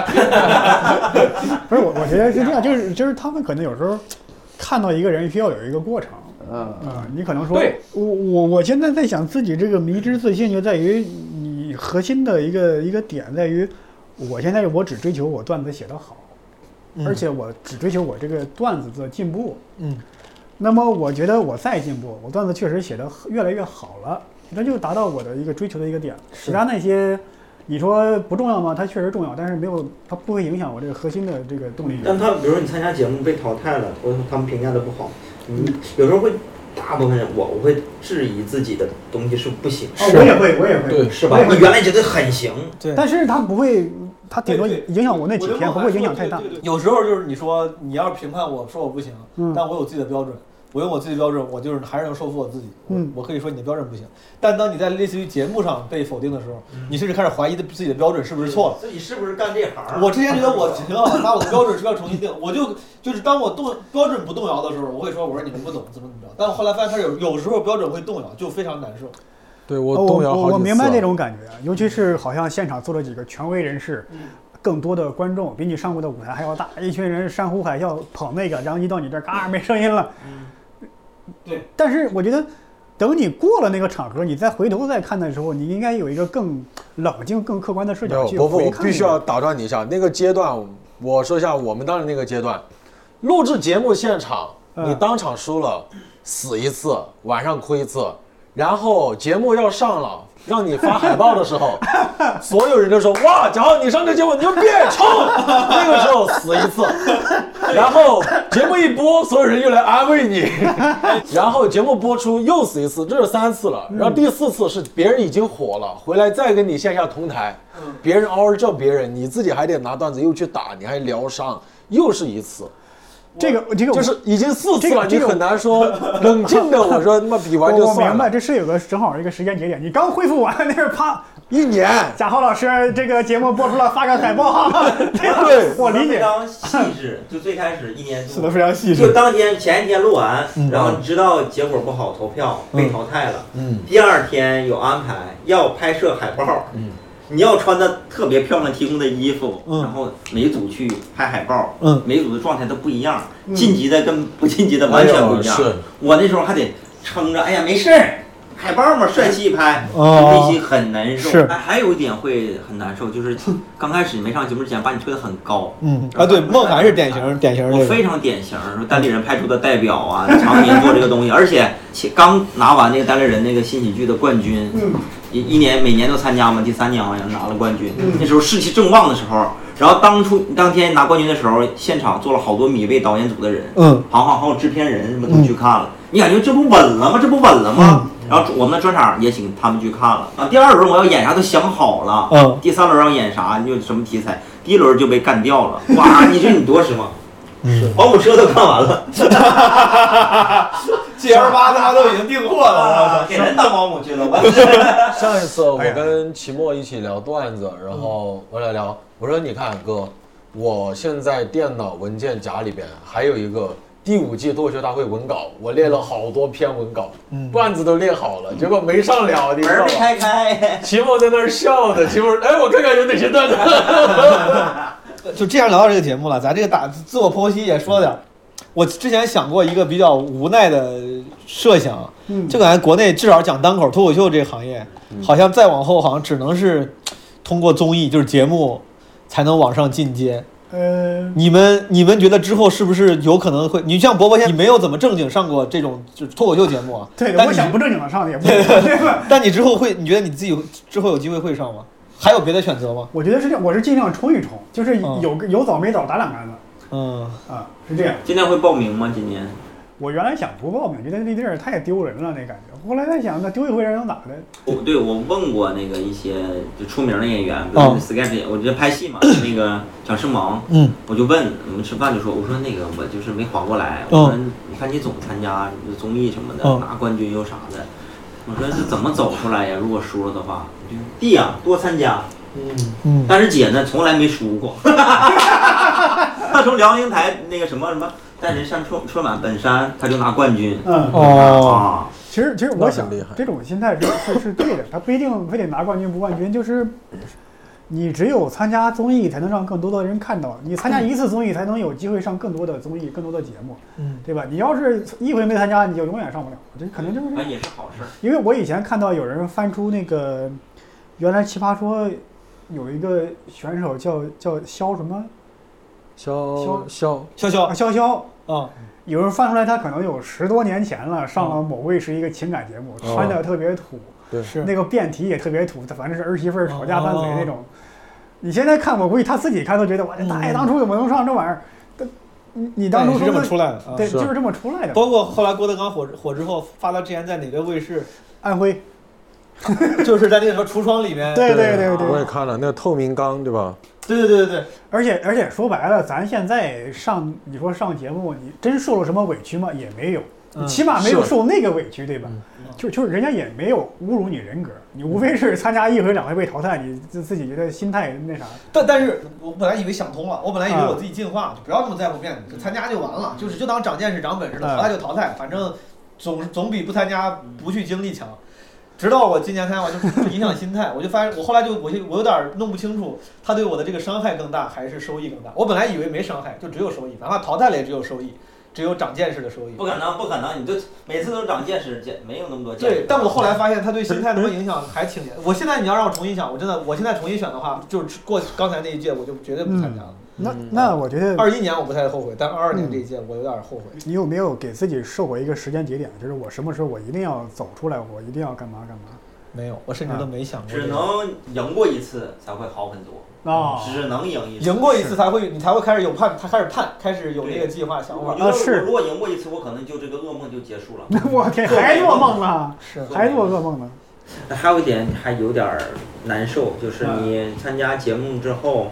嗯
不是我，我觉得是这样，就是就是他们可能有时候看到一个人需要有一个过程。”
嗯，
啊、你可能说
对，
我我我现在在想自己这个迷之自信，就在于你核心的一个一个点在于，我现在我只追求我段子写得好，而且我只追求我这个段子的进步。
嗯，
那么我觉得我再进步，我段子确实写得越来越好了，那就达到我的一个追求的一个点。其他那些。你说不重要吗？它确实重要，但是没有它不会影响我这个核心的这个动力源。
但他比如说你参加节目被淘汰了，或者他们评价的不好，你有时候会，大部分人我我会质疑自己的东西是不行，
哦我也会，我也会。
对
是吧？你原来觉得很行，
对。
但是它不会，它顶多
对对
影响我那几
我就
天，
问
不会影响太大。
对对对有时候就是你说你要是评判我说我不行，
嗯
但我有自己的标准，我用我自己的标准，我就是还是能说服我自己。我
嗯
我可以说你的标准不行，但当你在类似于节目上被否定的时候，你甚至开始怀疑的自己的标准是不是错了。
自己是不是干这行？
我之前觉得我挺好，把我的标准是不是要重新定？我就就是当我动标准不动摇的时候，我会说我说你们不懂怎么怎么着。但我后来发现它有有时候标准会动摇，就非常难受。
对我
哦
动摇好
我
几次。啊
我明白那种感觉，尤其是好像现场坐了几个权威人士，更多的观众比你上过的舞台还要大，一群人山呼海啸捧那个，然后一到你这儿嘎没声音了。
对。
但是我觉得，等你过了那个场合，你再回头再看的时候，你应该有一个更冷静、更客观的视
没
角
有，
去
伯父，
回
我
看。
必须要。打断你一下。那个阶段，我说一下我们当时那个阶段，录制节目现场，
嗯
你当场输了，死一次，晚上哭一次，然后节目要上了。让你发海报的时 候，所有人都说哇，蒋浩你上这节目你就变 冲，那个时候死一次，然后节目一播，所有人又来安慰你，然后节目播出又死一次，这是三次了。
嗯
然后第四次是别人已经火了，回来再跟你线下同台，
嗯
别人嗷嗷叫别人，你自己还得拿段子又去打，你还疗伤，又是一 次，
这个这个我
就是已经四次
这
了，
个
你
这个
很难 说冷静的我说那么比完就
我我
算
明白，
了，
这是有个正好一个时间节点，你刚恢复完，那是啪。
一年。
贾浩老师，这个节目播出了，发个海报。啊
对
我理解
非，常细致，就最开始一年度
死的非嗯常细
就
致。
当天前一天录完，然后你知道结果不好，投票被淘汰了。
嗯，
第二天有安排要拍摄海报，
嗯，
你要穿的特别漂亮提供的衣服，
嗯
然后每组去拍海报，
嗯，
每组的状态都不一样，晋级的跟不晋级的完全不一样。
嗯
哎呦是
我那时候还得撑着，哎呀没事儿。海报嘛，帅气一拍，
哦
内心很难受。
是
哎还有一点会很难受，就是刚开始你没上节目之前，把你推得很高，
嗯啊，对，梦涵是典型典型
我
这个。
非常典型，说单立人派出的代表啊，常年做这个东西，而且其刚拿完那个单立人那个新喜剧的冠军，一一年每年都参加嘛，第三年好像拿了冠军，那时候士气正旺的时候，然后当初当天拿冠军的时候，现场坐了好多米未导演组的人，
嗯
行行还有制片人什么都去看了，你感觉这不稳了吗？这不稳了吗？
嗯
然后我们的专场也请他们去看了啊。第二轮我要演啥都想好了，
嗯，
第三轮要演啥你就什么题材，第一轮就被干掉了。哇，你说你多失望！保姆车都看完了，
G L 八他妈都已经订货了，
给人当保姆去了， 我
上一次我跟齐墨一起聊段子，然后我俩聊，我说你看哥，我现在电脑文件夹里边还有一个第五季脱口秀大会文稿，我列了好多篇文稿，
嗯
段子都列好了，结果没上了，你知
门
道
没
吗？
开开。
齐墨在那儿笑的，齐墨说哎，我看看有哪些段子。
我操就这样聊到这个节目了，咱这个打自我剖析也说了
嗯
点儿。我之前想过一个比较无奈的设想，
嗯，
就感觉国内至少讲单口脱口秀这个行业，好像再往后好像只能是通过综艺就是节目才能往上进阶。
呃，
你们你们觉得之后是不是有可能会？你像伯伯现在你没有怎么正经上过这种就是脱口秀节目啊，
对的，
但
我
你
想不正经的上的也不对吧？
但你之后会，你觉得你自己之后有机会会上吗？还有别的选择吗？
我觉得是这样，我是尽量冲一冲，就是
嗯
有个有早没早打两竿子
嗯，
啊，是这样。
今年会报名吗？今年
我原来想不报名，觉得那地儿太丢人了，那感觉。后来在想，那丢一回人能咋的？
我对我问过那个一些就出名的演员，比
哦
如 sketch，、我觉得拍戏嘛，那个蒋诗萌，
嗯，
我就问我们吃饭就说，我说那个我就是没缓过来，
嗯
我说你看你总参加综艺什么的，
嗯
拿冠军又啥的，我说是怎么走出来呀？如果输了的话，我就弟呀、多参加，
嗯，
但是姐呢从来没输过， 她从辽宁台那个什么什么带人上春春晚本山，她就拿冠军，
嗯，
哦，
啊，
其实其实
那
我
很
想
厉害，
这种心态是是是对的，他不一定非得拿冠军不冠军，就是你只有参加综艺才能让更多的人看到，你参加一次综艺才能有机会上更多的综艺、更多的节目，
嗯，
对吧？你要是一回没参加，你就永远上不了，这可能就是这
哎
样。
也是好事儿。
因为我以前看到有人翻出那个原来奇葩说有一个选手叫叫肖什么
肖肖
潇潇
啊肖肖，
啊，
有人翻出来他可能有十多年前了，
哦
上了某卫视一个情感节目，
哦
穿的特别土，
对
是
那个辩题也特别土，反正是儿媳妇儿吵架拌嘴
哦
那种。你现在看，我估计他自己看都觉得，我这大爷当初怎么能上这玩意儿？但你你 当初
是
说
嗯这么
的
出来的啊。
对，
是
就是这么出来的。
包括后来郭德纲火火之后发到之前在哪个卫视，
安徽，
就是在那个什么橱窗里面，
对对对
我
对
也，看了那个透明钢对吧？
对对对对
而且而且说白了，咱现在上你说上节目，你真受了什么委屈吗？也没有，
嗯
你起码没有
是
受那个委屈，对吧
嗯？
就就是人家也没有侮辱你人格，你无非是参加一回两回被淘汰，你自自己觉得心态那啥。
但但是我本来以为想通了，我本来以为
啊嗯
我自己进化，就不要那么在乎面子，就参加就完了，就是就当长见识、长本事了，
啊
淘汰就淘汰，反正总总比不参加、不去经历强。直到我今年参加完，就就影响心 态，我就发现我后来就我就我有点弄不清楚，他对我的这个伤害更大还是收益更大。我本来以为没伤害，就只有收益，哪怕淘汰了也只有收益，只有长见识的收益。
不可能，不可能！你就每次都长见识，见没有那么多见识。
对，但我后来发现他对心态他妈影响还挺严。我现在你要让我重新想，我真的，我现在重新选的话，就是过刚才那一届，我就绝对不参加了。
那那我觉得
嗯二一年我不太后悔，但二二年这一届我有点后悔。
你有没有给自己设过一个时间节点？就是我什么时候我一定要走出来，我一定要干嘛干嘛
没有，我甚至都没想过这个。
只能赢过一次才会好很多，
哦
啊？
只能赢一次。
赢过一次才会，你才会开始有盼，他开始盼，开始有那个计划想
我
法。
觉得
啊是
我如果赢过一次，我可能就这个噩梦就结束了。
我天，还做梦呢，
是
还做噩梦呢。
那还有一点还有点儿难受，就是你参加节目之后，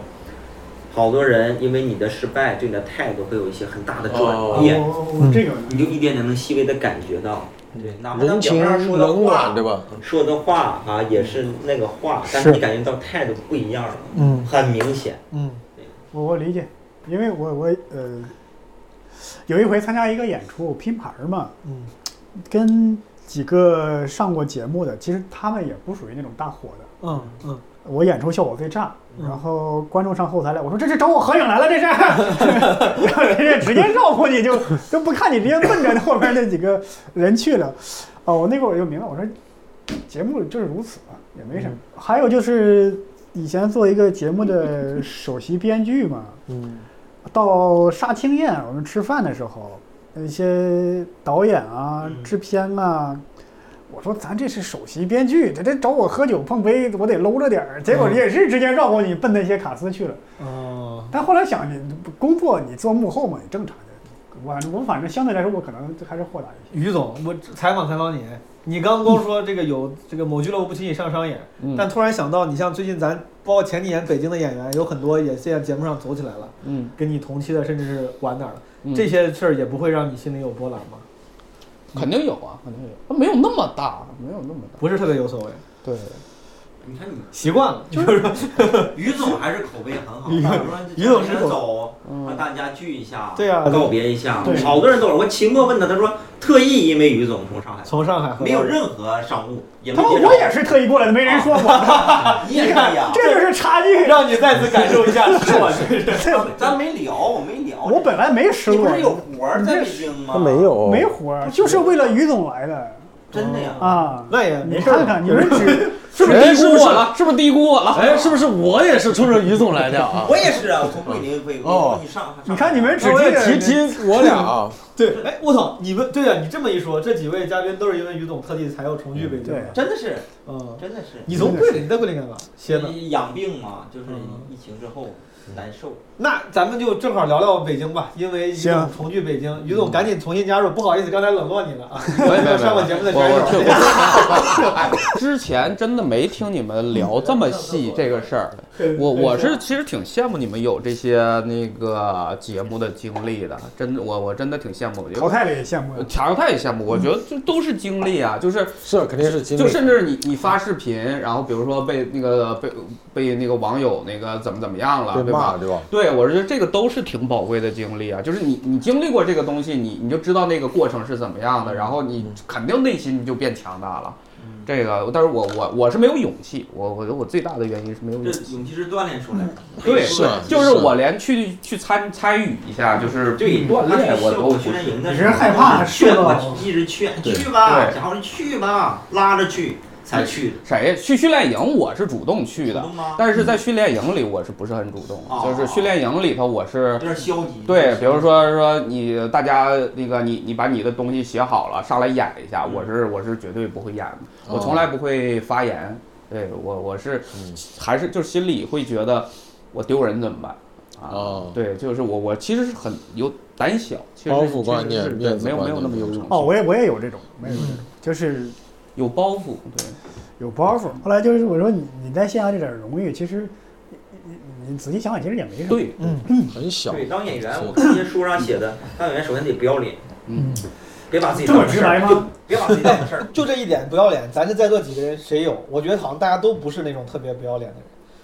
好多人因为你的失败，对你的态度会有一些很大的转变，
哦，这个
你就一点点能细微的感觉到。对，哪怕他
人
表
情
面上说的
冷暖
话
对，吧？
说的话啊也是那个话，但是你感觉到态度不一样了，
嗯
很明显。
嗯
我我理解，因为我我呃，有一回参加一个演出拼盘儿嘛，
嗯，
跟几个上过节目的，其实他们也不属于那种大火的。
嗯嗯，
我演出效果最差，然后观众上后台来，我说这是找我合影 来了，这是， 然后人家直接绕过你就都不看你，直接奔着后边那几个人去了。哦，我那会儿我就明白，我说节目就是如此嘛，也没什么。
嗯
还有就是以前做一个节目的首席编剧嘛，
嗯，
到杀青宴我们吃饭的时候，那些导演啊、制片啊，我说咱这是首席编剧，这这找我喝酒碰杯，我得搂着点儿。结果也是直接绕过你奔那些卡司去了。
哦，
但后来想，你工作你做幕后嘛，也正常的。我我反正相对来说，我可能还是豁达一些。
于总，我采访采访你，你刚光说这个有这个某俱乐部不轻易上商演，但突然想到，你像最近咱包括前几年北京的演员，有很多也现在节目上走起来了，
嗯，
跟你同期的甚至是晚点儿
嗯
的，这些事儿也不会让你心里有波澜吗？
肯定有啊，肯定有，它没有那么大，没有那么大，
不是特别有所谓，
对，
你看你
习惯了，就是说
于总还是口碑很好，说
于总是口
走，让
嗯，
大家聚一下，
对呀
告别一下
对，
好多人都有。我秦末问他，他说特意因为于总从上海，
从上海回来
没有任何商务，也没
他妈
介绍
我也是特意过来的，没人说我，
你也是这样，
这就是差距。
让你再次感受一下失落。
咱没聊，我没聊。
我本来没失
你不
落
是，有活儿在北京吗？
他没，
哦
有，
没活儿，就是为了于总来的
真的呀。
啊。
那也
你
没事儿
看，看，有人指
是不是
哎
低估我了？是不是低估我了？哎，是不是我也是冲着于总来 的啊？
我也是啊，我从桂林飞过
哦
去，你上，
你看你们只
我
记
也
得
提提我俩啊，
对，哎，我操，你们对呀、你这么一说，这几位嘉宾都是因为于总特地才要重聚北京
对
的。
真的是，
嗯，
真的是。
你从桂林，你在桂林干嘛？歇呢。
你养病嘛，就是
嗯
疫情之后难受。
那咱们就正好聊聊北京吧，因为于总
行
重聚北京，于总赶紧重新加入，不好意思，刚才冷落你了啊。
没没没
上过节目的
我我
选手
听过。哎之前真的没听你们聊这么细这个事儿，我我是其实挺羡慕你们有这些那个节目的经历的，真的我我真的挺羡慕，我觉
淘
得。
汰了也羡
呃
慕。
强太羡慕，我觉得这都是经历啊，就是
是肯定是经历
就，甚至你你发视频，然后比如说被那个被被那个网友那个怎么怎么样了，
被
对吧
骂？对吧？
对，我是觉得这个都是挺宝贵的经历啊，就是你你经历过这个东西，你你就知道那个过程是怎么样的，然后你肯定内心就变强大了。这个，但是我我我是没有勇气，我我我最大的原因是没有
这
勇气。
勇气是锻炼出来的，
对，
是啊
就是我连去去参参与一下，就是嗯
就以
锻
嗯他
炼
去
我
效
都
果
不
训练营的
你
时
是
候，
害怕
我劝
受到
我一直劝去吧，
对
然后你去吧，拉着去才去的，
谁去训练营，我是主动去的
懂，吗？
但是在训练营里我是不是很主动？啊
哦
就是训练营里头我是
有点消极。
对，比如说说你大家那个你你把你的东西写好了上来演一下，我是我是绝对不会演的，
哦
我
哦
从来不会发言，对我我是
嗯
还是就是心里会觉得我丢人怎么办啊
哦？
对，就是我我其实是很有胆小，其实
包
是
袱
其实
观念
是对
面子
没有没
观
有那
念
么有勇气
哦，我也我也有这种，没有这
嗯
种，就是
有包袱，对，
有包袱。后来就是我说你你在线下这点荣誉，其实你你你仔细想想，其实也没什么。
对，
很小，
对，当演员，我看那些书上写的，当演员首先得不要脸，
嗯，
别把自己
这
当
么
回
直
事儿，
白吗？
别把自己当回事 儿。
就这一点不要脸，咱这在座几个人谁有？我觉得好像大家都不是那种特别不要脸的人，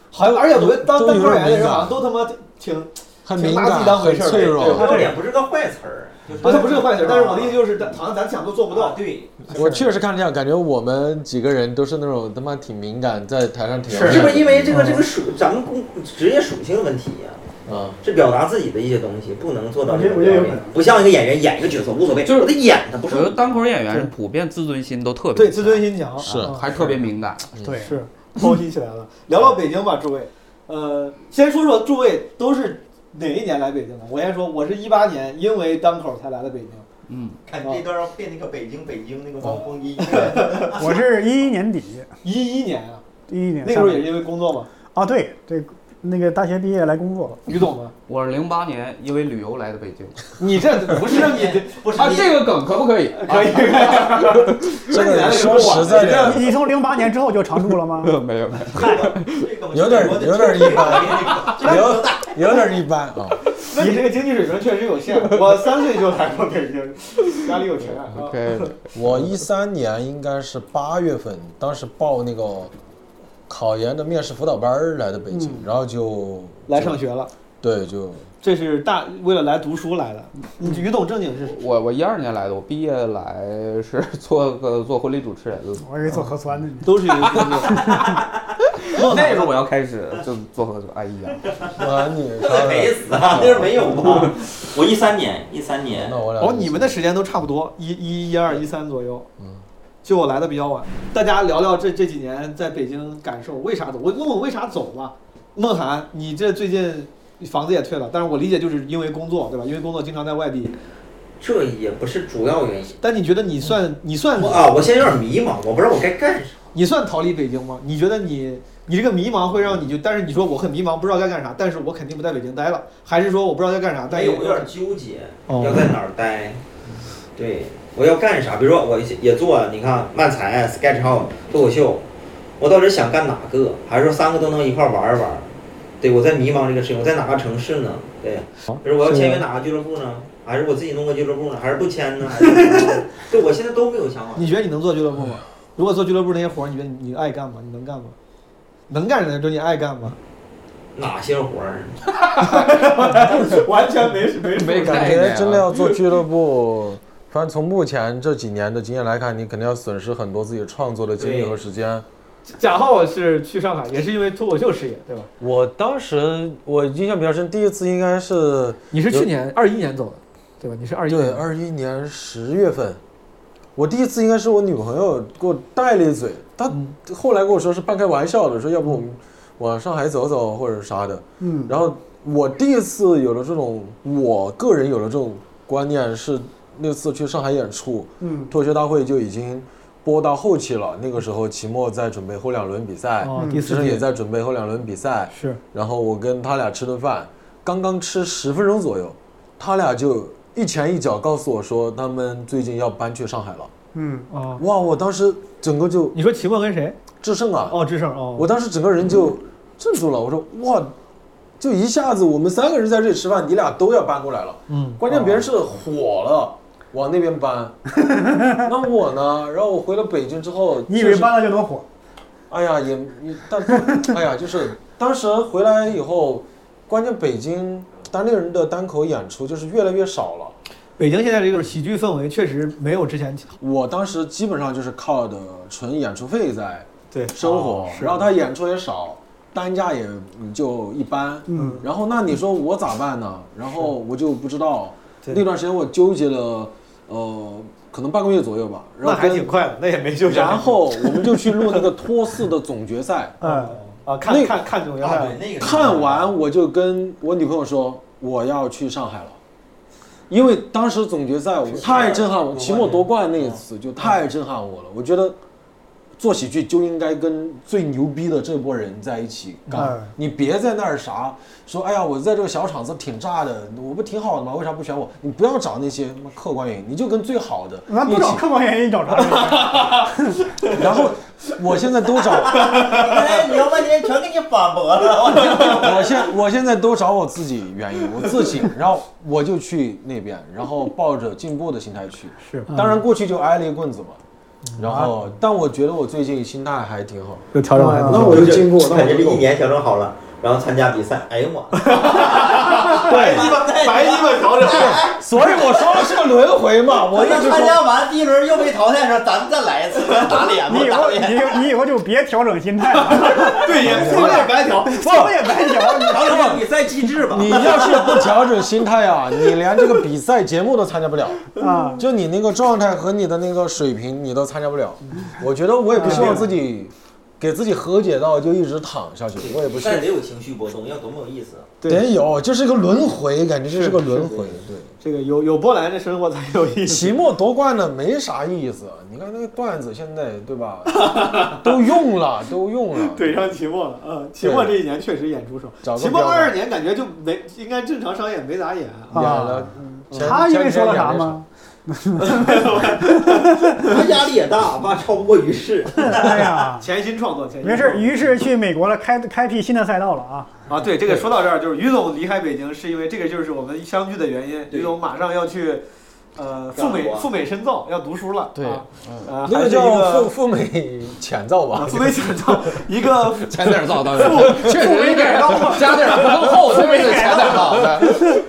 好像而且我觉得当
都
当
有点敏
演员的人
感
好像都他妈挺，
很敏
挺拿自
感，
己当回
很
事儿
脆
对
不
弱。
要脸不是个坏词儿，就是
啊
不，他不是个坏词，但是我的意思
思
就是，咱好像咱想都做不到。
对，
我确实看这样，感觉我们几个人都是那种他妈挺敏感，在台上挺
是
是不是因为
嗯
这个这个属咱们工职业属性的问题呀？
啊？
是表达自己的一些东西，不能做到
我
这
觉
种
得我觉得
表
有
演
可能
不像一个演员演一个角色无所谓，
就是
我得演他，
我
不是
觉得当口演员
对
普遍自尊心都特别
对，自尊
心
心强
是
嗯
还特别敏感，
对，
是剖析起来了。聊聊北京吧，诸位。呃，先说说诸位都是哪一年来北京的？我先说，我是一八年，因为单口才来的北京。
嗯，
看
这
段要配那个北京北京那个
汪
峰一，
我是一一年底，
一一年啊，
一一年
那个时候也
上
是因为工作嘛。
啊，对对，那个大学毕业来工作，
于总呢？
我是零八年因为旅游来的北京，
你这不是你
不是
啊，
你
这个梗可不可以？
可以可以，
这个说实在的，
你你从零八年之后就常驻了 吗？
没有没有。
这个
有点有点一般，
啊
有 有点一般啊。
那你这个经济水平确实有 限。我三岁就来过北京，家里有钱啊。
OK，
我一三年应该是八月份，当时报那个考研的面试辅导班儿来的北京，然后就
来上学了，
对就
这是大为了来读书来的。你于总正经是
我我一二年来的，我毕业来是 做个做婚礼主持人的。
我以为做核酸的呢。
都是有一个工作。
那时候我要开始就做核酸，哎呀，
啊你
那 没死啊，那是没有吧？ 我一三年，一三年
那，我俩
哦，你们的时间都差不多，一一一二一三左右。
嗯，
就我来的比较晚。大家聊聊这这几年在北京感受，为啥走？我问我为啥走吧。梦涵，你这最近房子也退了，但是我理解就是因为工作，对吧？因为工作经常在外地。
这也不是主要原因。
但你觉得你算你算
我啊，我现在有点迷茫，我不知道我该干啥。
你算逃离北京吗？你觉得你你这个迷茫会让你就，但是你说我很迷茫，不知道该干啥，但是我肯定不在北京待了，还是说我不知道该干啥？但
没
是
有，我有点纠结，
哦
嗯
要在哪儿待。对，我要干啥？比如说我也做，你看漫才、sketch 啊 out、脱口秀，我到底想干哪个？还是说三个都能一块儿玩一玩？对，我在迷茫这个事情，我在哪个城市呢？对，比如我要签约哪个俱乐部呢？还是我自己弄个俱乐部呢？还是不签 呢？还是怎么着对，我现在都没有想法。
你觉得你能做俱乐部吗？如果做俱乐部那些活儿，你觉得你你爱干吗？你能干吗？能干的就你爱干吗？
哪些活儿？
完全没没
没
感
概
觉
念
真的
啊
要做俱乐部， 反正从目前这几年的经验来看，你肯定要损失很多自己创作的精力和时间。
贾浩是去上海，也是因为脱口秀事业，对吧？
我当时我印象比较深，第一次应该是
你是
去
年二一年走的，对吧？你是二
对二一年十月份，我第一次应该是我女朋友给我带了一嘴，她
嗯
后来跟我说是半开玩笑的，说要不我们往上海走走或者啥的。
嗯，
然后我第一次有了这种，我个人有了这种观念是那次去上海演出，
嗯
脱学大会就已经播到后期了，那个时候期末在准备后两轮比赛，
哦
嗯，
第
其
四
实也
届
在准备后两轮比赛，
是
然后我跟他俩吃顿饭，刚刚吃十分钟左右，他俩就一前一脚告诉我说他们最近要搬去上海了。
嗯
哦，
哇，我当时整个就
你说期末跟谁？
制胜啊！
哦，志胜哦，
我当时整个人就镇住了，我说哇，就一下子我们三个人在这里吃饭，你俩都要搬过来了。
嗯，
关键别人是火了，往那边 搬，那我呢？然后我回了北京之后，
你以为
确实
搬了就能火？
哎呀，也也，但 哎呀，就是当时回来以后，关键北京单立人的单口演出就是越来越少了。
北京现在这个喜剧氛围确实没有之前
我当时基本上就是靠的纯演出费在
对哦
生活，
是
然后他演出也少，单价也嗯就一般。
嗯
然后那你说我咋办呢？然后我就不知道。
对
那段时间我纠结了，呃，可能半个月左右吧。然
那
后
还
跟
挺快的，那也没就
然后我们就去录那个托四的总决赛。
嗯，
啊，看
那
看看总决
啊，
赛
对，，那个是
看完我就跟我女朋友说我要去上海了，因为当时总决赛我太震撼我，期末夺冠那一次就太震撼我了。我觉得做喜剧就应该跟最牛逼的这波人在一起干
嗯，
你别在那儿啥说，哎呀，我在这个小厂子挺炸的，我不挺好的吗？为啥不选我？你不要找那些客观原因，你就跟最好的
咱
一
不找
起。
客观原因，找啥原因？
然后我现在都 找。
哎，聊半天全给你反驳了。
我现我现在都找我自己原因，我自己，然后我就去那边，然后抱着进步的心态去。
是
当然过去就挨了一棍子嘛。然后，但我觉得我最近心态还挺好。
就调整还
那我就进步，那
感 觉
我
这一
就
年调整好了，然后参加比赛，哎呦 我，
对，白鸡巴调整，
所以我说了是个轮回嘛，我一
那
直
参
说
加完第一轮又被淘汰的时候，咱们再来一次，咱打脸
你
不
以
打
后
脸？
你你以后就别调整心态了，
对也调整白调，
我也白调。
调整比赛机制吧。
你要是不调整心态啊，你连这个比赛节目都参加不了
嗯
啊！
就你那个状态和你的那个水平，你都参加不了。我觉得我也不希望自
嗯
己给自己和解到就一直躺下去，我也不希望
但。得有情绪波动，要多么有意思啊！
得有，这是一个轮回，感觉这是个轮回。对，
这个有有波澜的生活才有 意思。
期末夺冠呢没啥意思，你看那个段子现在对吧， 都用了，都用 了。
怼上期末了，嗯，期末这一年确实演出少，
找个
期末
标杆
二二年感觉就没应该正常商演没咋演啊，
演了。前
他因为说了啥吗？？
他压力也大，怕超不过于适。
哎呀，
潜心创作，潜心
没事，于是去美国了，开开辟新的赛道了 啊！
啊，对这个说到这儿，就是于总离开北京是因为这个就是我们相聚的原因，
对
于总马上要去。呃，
干
赴美
活
赴美深造，要读书了。
对
啊呃，
前前
还是一
两年是吧那个叫
个
赴赴美浅造
啊
吧，
赴美深造，一个
前点造当然，确实有点加点不够厚，真是前点造的。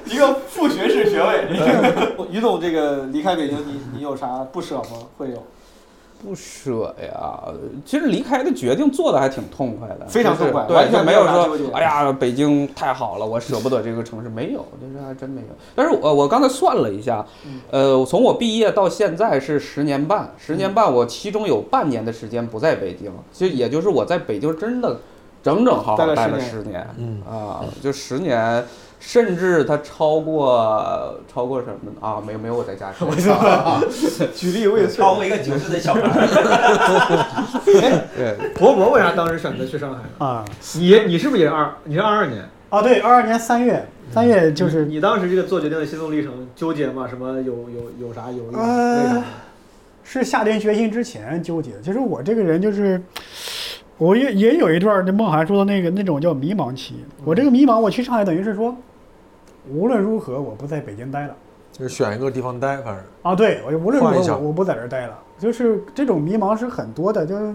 一个副学士学位。 于总，这个离开北京，你你有啥不舍吗？会有
不舍呀，其实离开的决定做的还挺痛快的，
非常痛快
就是
完
对，
全
就没
没
有
有啥纠结
说哎呀北京太好了，我舍不得这个城市，没有，这是还真没有。但是我我刚才算了一下，
嗯
呃，从我毕业到现在是十年半，十
嗯
年半我其中有半年的时间不在北京，其实也就是我在北京真的整整好
待了
好待
10
了
年
十年，
嗯
啊，就十年。甚至它超过超过什么呢啊？没有没有我在家 时间长啊，
举例未遂。
超过一个九十的小孩，
哎，
对，
博博为啥当时选择去上海呢？
啊，
你你是不是也二？你是二二年？
啊，对，二二年三月，三月就是
你当时这个做决定的心路历程纠结吗？什么有有有啥犹豫？为啥
呃？是下定决心之前纠结。其实我这个人就是，我也也有一段儿那梦涵说的那个那种叫迷茫期。我这个迷茫，我去上海等于是说，无论如何我不在北京待了。
就是选一个地方待，反正
啊，对，我就无论如
换一
何
下
我我不在这儿待了。就是这种迷茫是很多的，就是，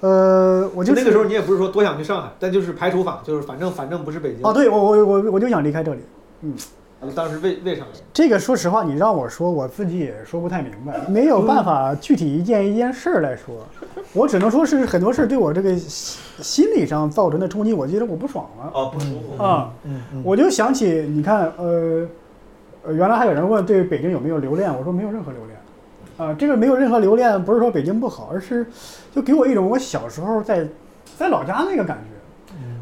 呃，我就
那个
是
时候你也不是说多想去上海，但就是排除法，就是反正反正不是北京。
啊，对我我我我就想离开这里。
当时为为啥？
这个说实话，你让我说，我自己也说不太明白，没有办法具体一件一件事儿来说，我只能说是很多事儿对我这个心心理上造成的冲击，我觉得我不爽了
哦，不舒服。
啊，
嗯
我就想起你看，呃，呃，原来还有人问对北京有没有留恋，我说没有任何留恋，啊，这个没有任何留恋，不是说北京不好，而是就给我一种我小时候在在老家那个感觉。
嗯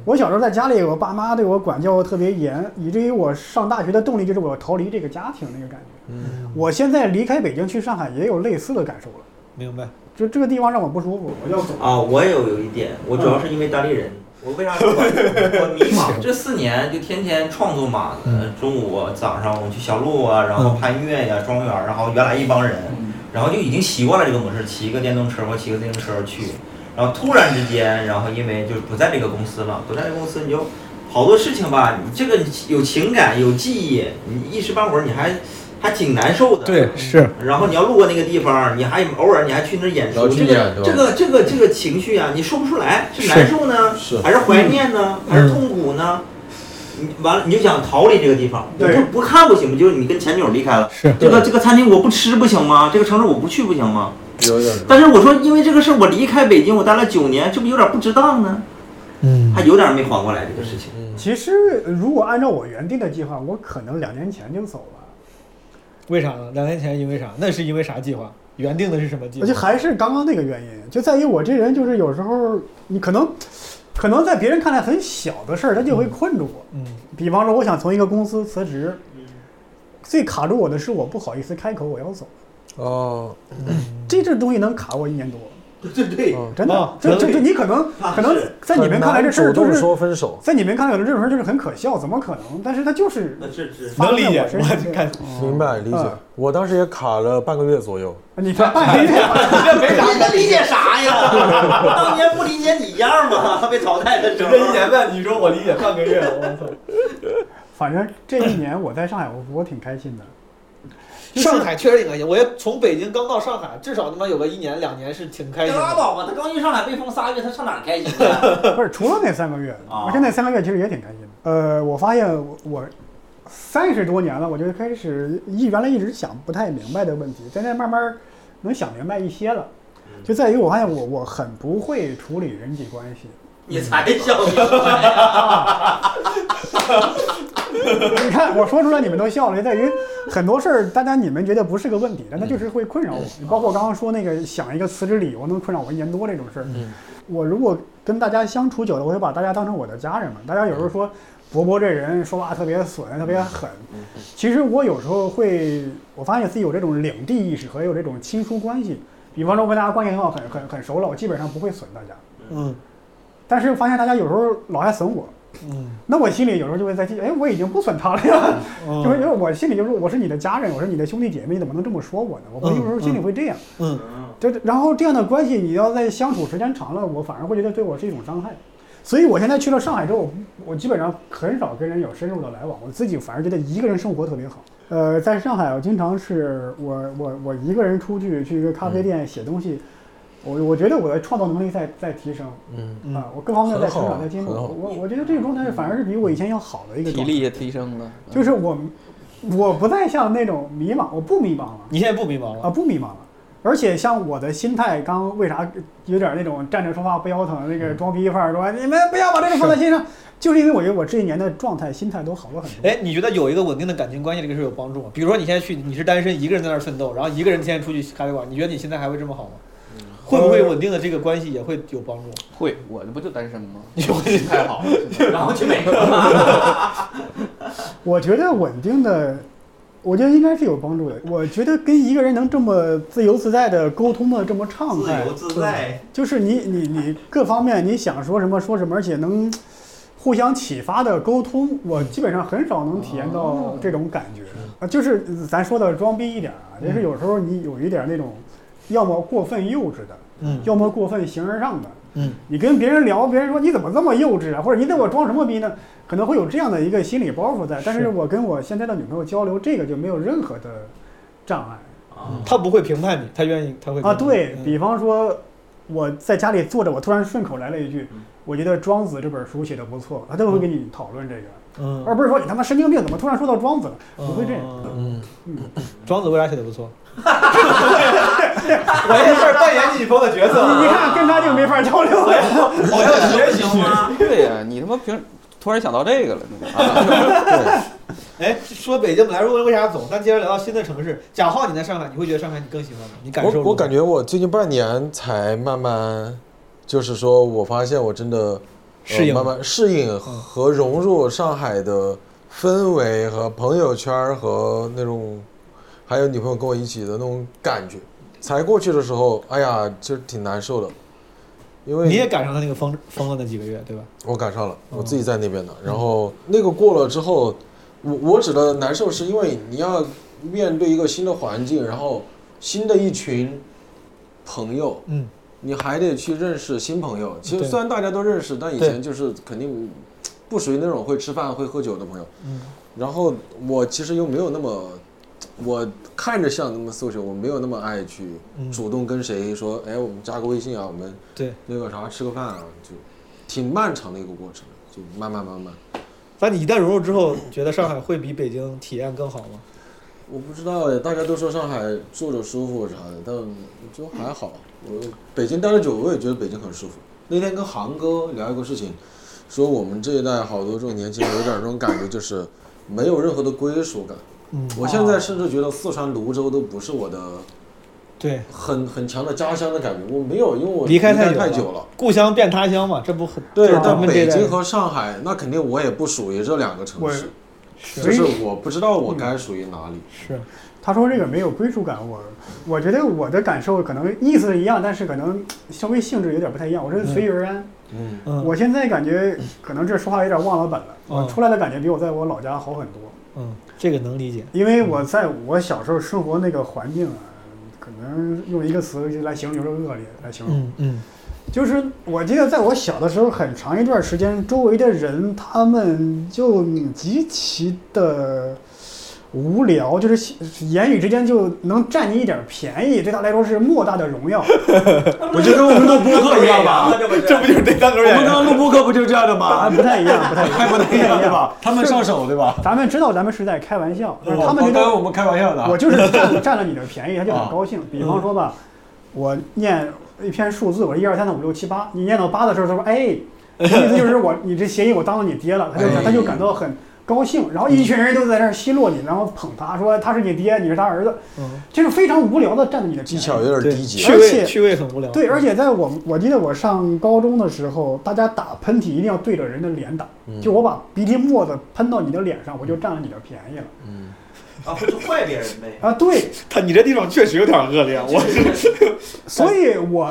我小时候在家里，我爸妈对我管教特别严，以至于我上大学的动力就是我要逃离这个家庭那个感觉。
嗯
我现在离开北京去上海也有类似的感受了，
明白。
就这个地方让我不舒服，我要走。
啊，我也有有一点，我主要是因为单立人。嗯我为啥说我我迷 茫？这四年就天天创作嘛，呃中午早上我去小路啊，然后攀越呀、庄园儿，然后原来一帮人，然后就已经习惯了这个模式，骑个电动车或骑个自行车去，然后突然之间，然后因为就是不在这个公司了，不在这个公司你就好多事情吧，你这个有情感有记忆，你一时半会儿你还还挺难受的。
对，是
然后你要路过那个地方，你还偶尔你还去那儿演
老
出，
去
这
演
个
对吧
这个这个这个情绪啊，你说不出来，是难受呢，
是
还是怀念呢，还是痛苦呢？你完了你就想逃离这个地方，
对
不不看不行吗？就是你跟前女友离开了，
是
这个这个餐厅我不吃不行吗？这个城市我不去不行吗？
有点儿
但是我说，因为这个事儿我离开北京，我待了九年，这不有点不值当呢？
嗯
还有点没缓过来这个事情。
其实呃如果按照我原定的计划，我可能两年前就走了。
为啥呢？两年前因为啥？那是因为啥计划？原定的是什么计
而且还是刚刚那个原因，就在于我这人就是有时候你可能，可能在别人看来很小的事儿，他就会困住我。
嗯，
比方说我想从一个公司辞职，最卡住我的是我不好意思开口我要走，
哦，
这这东西能卡我一年多，
对对
哦
真的，
嗯哦
这这
能
这你可能
啊
可能
是
在你们看来这事
很
儿
难主
就
动
是。
说分手，
在你们看来，可能这种事儿就是很可笑，怎么可能？但是他就是
那这这
发生在我身上
能理解我看
明白理解
嗯。
我当时也卡了半个月左右，
你 看哎半年，
这没啥
你能理解啥呀？当年不理解你一样吗？被淘汰的时候，
这一年半，你说我理解半个月，我操！
反正这一年我在上海，我我挺 开心的。
上海确实挺开心，我也从北京刚到上海，至少他妈有个一年两年是挺开心
拉
的。
倒吧，他刚去上海被封仨月，他上哪儿开心去？
不是，除了那三个月，
啊
而且那三个月其实也挺开心的。呃，我发现我我三十多年了，我就开始一原来一直想不太明白的问题，现在慢慢儿能想明白一些了。
嗯
就在于我发现我我很不会处理人际关系。
你才笑明白。
你看我说出来你们都笑了，就在于很多事儿，大家你们觉得不是个问题，但它就是会困扰我。包括我刚刚说那个想一个辞职理由能困扰我一年多这种事儿，我如果跟大家相处久了，我会把大家当成我的家人嘛。大家有时候说博博这人说话特别损，特别狠，其实我有时候会，我发现自己有这种领地意识和有这种亲疏关系。比方说我跟大家关系很好，很很很熟了，我基本上不会损大家。
嗯，
但是发现大家有时候老爱损我，
嗯，
那我心里有时候就会在记，哎，我已经不损他了呀，
嗯
就是因为我心里就是我是你的家人，我是你的兄弟姐妹，你怎么能这么说我呢？我有时候心里会这样，
嗯，
这然后这样的关系，你要在相处时间长了，我反而会觉得对我是一种伤害。所以我现在去了上海之后，我我基本上很少跟人有深入的来往，我自己反而觉得一个人生活特别好。呃，在上海，我经常是我我我一个人出去去一个咖啡店写东西，我我觉得我的创造能力在在提升。
嗯，
啊，我各方面在
很
成
好
长在进步，
很好
我我觉得这个状态反而是比我以前要好的一个
体
状态，
力也提升了，嗯
就是我我不再像那种迷茫，我不迷茫了
你现在不迷茫了
啊，不迷茫了，而且像我的心态，刚刚为啥有点那种站着说话不腰疼那个装逼范儿，说你们不要把这个放在心上，就是因为我觉得我这一年的状态、心态都好了很多。
哎，你觉得有一个稳定的感情关系这个事儿有帮助吗？比如说你现在去，你是单身一个人在那儿奋斗，然后一个人天天出去咖啡馆，你觉得你现在还会这么好吗？会不会稳定的这个关系也会有帮助？
会，我这不就单身 吗？太好了，真的
然后去美国，
我觉得稳定的，我觉得应该是有帮助的。我觉得跟一个人能这么自由自在的沟通的这么畅
自
快，
由自在。
就是你你你各方面你想说什么说什么，而且能互相启发的沟通，我基本上很少能体验到这种感觉。啊，就是咱说的装逼一点啊，就是有时候你有一点那种，要么过分幼稚的，
嗯
要么过分形而上的。
嗯，
你跟别人聊，别人说你怎么这么幼稚啊，或者你对我装什么逼呢？可能会有这样的一个心理包袱在。但是
是
我跟我现在的女朋友交流，这个就没有任何的障碍。
啊他不会评判你，他愿意，他会
啊，对
嗯
比方说，我在家里坐着，我突然顺口来了一
嗯
句，我觉得《庄子》这本书写的不错，他都会跟你讨论这个，
嗯，
而不是说你他妈神经病，怎么突然说到庄子了？不会这样。
嗯
嗯，
庄子为啥写的不错？ 我也是扮演女朋友的角
你你
色，
看，跟他就没法交流了。
我要学习。
行吗？
对呀、你他妈平突然想到这个了，那个啊
哎，说北京本来如果为啥总，但既然聊到新的城市，贾浩你在上海，你会觉得上海你更喜欢吗？你感受如
我
何
我感觉我最近半年才慢慢，就是说我发现我真的、呃
适应
慢慢适应和融入上海的氛围和朋友圈儿和那种，还有女朋友跟我一起的那种感觉。才过去的时候，哎呀，就挺难受的，因为
你也赶上他那个疯疯了那几个月，对吧？
我赶上了，
嗯
我自己在那边的。然后那个过了之后，我我指的难受是因为你要面对一个新的环境，然后新的一群朋友，
嗯，
你还得去认识新朋友。其实
对
虽然大家都认识，但以
对
前就是肯定不属于那种会吃饭会喝酒的朋友。
嗯，
然后我其实又没有那么，我看着像那么 social，我没有那么爱去
嗯
主动跟谁说，哎，我们加个微信啊，我们
对。
那个啥吃个饭啊，就挺漫长的一个过程，就慢慢慢慢。
但你一旦融入之后，觉得上海会比北京体验更好吗？
我不知道哎，大家都说上海住着舒服啥的，但就还好。我北京待了久，我也觉得北京很舒服。那天跟航哥聊一个事情，说我们这一代好多这种年轻人有点这种感觉，就是没有任何的归属感。
嗯
我现在甚至觉得四川泸州都不是我的
对，
很很强的家乡的感觉，我没有，因为我
离开
太
太久
久了
了。，故乡变他乡嘛，这不很
对，
就是咱
但
们这一
北
代
京
人
和上海，那肯定我也不属于这两个城
我
市，
所
就
以
是我不知道我该属于哪里。
是
他说这个没有归属感，我我觉得我的感受可能意思一样，但是可能稍微性质有点不太一样。我是随遇而安。
嗯，
嗯
我现在感觉可能这说话有点忘了本了，我
嗯
出来的感觉比我在我老家好很多。
嗯，这个能理解。
因为我在我小时候生活那个环境啊，可能用一个词就来形容就是恶劣来形容。
嗯嗯
就是我记得在我小的时候，很长一段时间，周围的人他们就极其的无聊，就是言语之间就能占你一点便宜，对他来说是莫大的荣耀。
我就跟我们录播客一样吧，这不就是这
当个
我们刚刚录播客不就是这样的 吗？
啊，不太一样，不太一样，不太一样，对吧？
他们上手对吧？
咱们知道咱们是在开玩笑，但是他们觉
刚
得
刚我们开玩笑的啊
我。就是占占了你的便宜，他就
啊
很高兴。比
嗯
方说吧，我念一篇数字，我说一二三四五六七八，你念到八的时候，他说 哎，我的意思就是我你这谐音我当了你爹了，他就
哎
他就感到很高兴。然后一群人都在那儿奚落你，然后捧他说他是你爹，你是他儿子，
嗯，
这是非常无聊的占了你的
技
技
巧有
对
点低，级。
趣
而且
味趣味很无聊。
对，而且在我我记得我上高中的时候，大家打喷嚏一定要对着人的脸打，
嗯
就我把鼻涕沫子喷到你的脸上，我就占了你的便宜了
嗯，
啊，会就坏别人呗。
啊！对，
他你这地方确实有点恶劣，我
所以我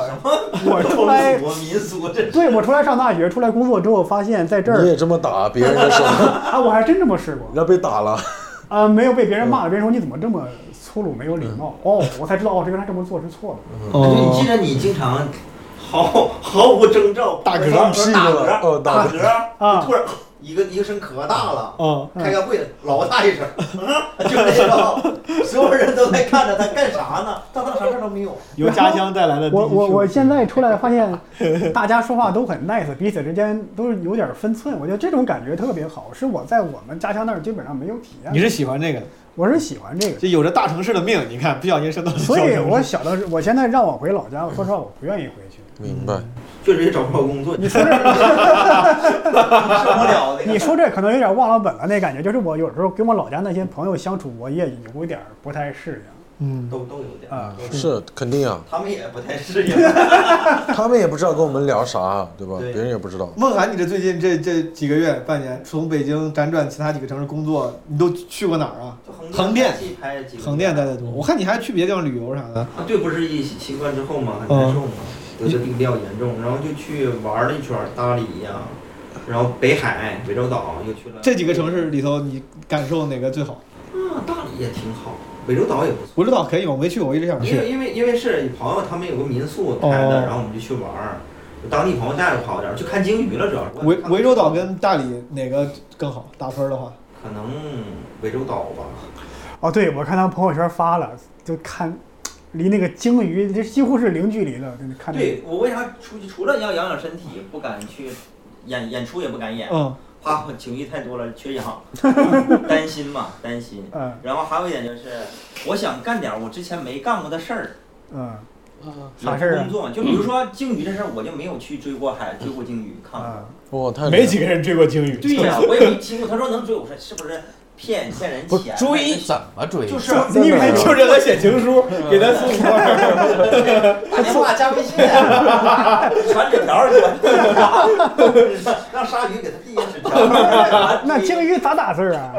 我出来
风俗啊民俗这
对我出来上大学，出来工作之后，发现在这
你
儿
也这么打别人的手，
啊，我还真这么试过
人家被打了。
啊、没有被别人
嗯
骂，别人说你怎么这么粗鲁，没有礼貌哦，我才知道哦，原来这么做是错的。
哦嗯
就哎你记得你经常毫毫无征兆
大嗝
打
屁
嗝，
股
打
了哦
嗝，
大
嗝，
啊
突然一个一个声可大了。
啊，
嗯
开个会，老大一声，嗯就那种，所有人都在看着他干啥呢？他当啥事儿都没有。
由家乡带来的
我我我
第一
现在出来发现，大家说话都很 nice，彼此之间都是有点分寸，我觉得这种感觉特别好，是我在我们家乡那儿基本上没有体
你
验。
是喜欢这个，
我是喜欢这个，
就有着大城市的命，你看不小心升到了
所
小
以
城市
我小的时候，我现在让我回老家，我说实话我不愿意回去。
明白。
确实也找不着工作，你
说
这受不了那
你
个。
说这可能有点忘了本了，那感觉就是我有时候跟我老家那些朋友相处，我也有一点儿不太适
嗯，
都都有点
应啊。
是肯定啊，
他们也不太适应。
他们也不知道跟我们聊啥，对吧？
对
别人也不知道。
梦涵，你这最近这这几个月半年，从北京辗转其他几个城市工作，你都去过哪儿啊？横店
拍几个
横店待的多，我看你还去别地方旅游啥的。
啊
对，不是疫情新冠之后嘛，很难受嘛，得的病比较严重，然后就去玩了一圈儿，大理呀、
然后北海、涠洲岛又去了。
这几个城市里头，你感受哪个最好？
嗯，大理也挺好，涠洲岛也不错。
涠洲岛可以吗？我没去过，我一直想
因
去。
为因为因为是朋友他们有个民宿开的，
哦
然后我们就去玩儿，当地朋友带着跑点儿，去看鲸鱼了，主要是。
涠涠洲岛跟大理哪个更好？打分的话，
可能涠洲岛吧，
哦，对，我看他朋友圈发了，就看离那个鲸鱼这几乎是零距离了，就是看那
对我为啥出去除了要养养身体，不敢去演演出也不敢演，
哦
嗯，
怕我情绪太多了缺 氧，担心嘛担心。
嗯
然后还有一点就是，我想干点我之前没干过的事儿，
嗯啥
也
事儿
是
啊
工作嘛，就比如说鲸鱼这事儿，我就没有去追过海，追过鲸鱼，看过。
啊，
哇，太
没几个人追过鲸鱼。
对呀、我也没听过。他说能追，我说是不是 骗骗人钱？啊
追怎么追？
就是
你以为就
让他写情书，
嗯
给他送花。
打电话加微信，啊 传纸条是吧？让鲨鱼给他递一纸 条。
那鲸鱼咋打字儿啊？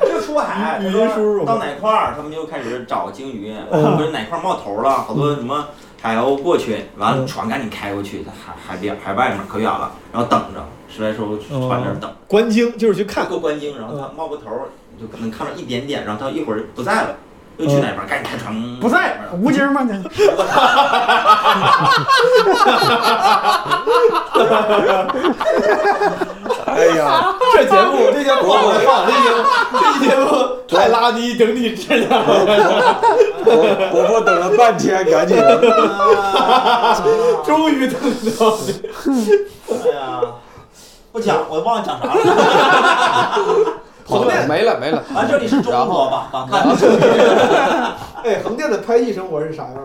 就出海，
语音输入
到哪块儿，他们就开始找
嗯
鲸鱼，或者哪块儿冒头了，好多什么海鸥过去，完
嗯
了船赶紧开过去，在海海边海外面可远了，然后等着十来艘船在那儿
嗯
等，
观鲸就是去看，
过观鲸，然后它冒个头儿，你就可能看到一点点，然后它一会儿不在了，又去哪边儿，赶紧开船，
嗯不在，吴京吗？那
哎 呀，这节目这节目我放这节目
太拉低整体质量。
我伯伯等了半天，赶紧
终于等到
哎呀，不讲，我忘了讲啥了。
好了，没了没了。
啊，这里是中
然
国
后
吧？啊，看
哎，横店的拍艺生活是啥样的？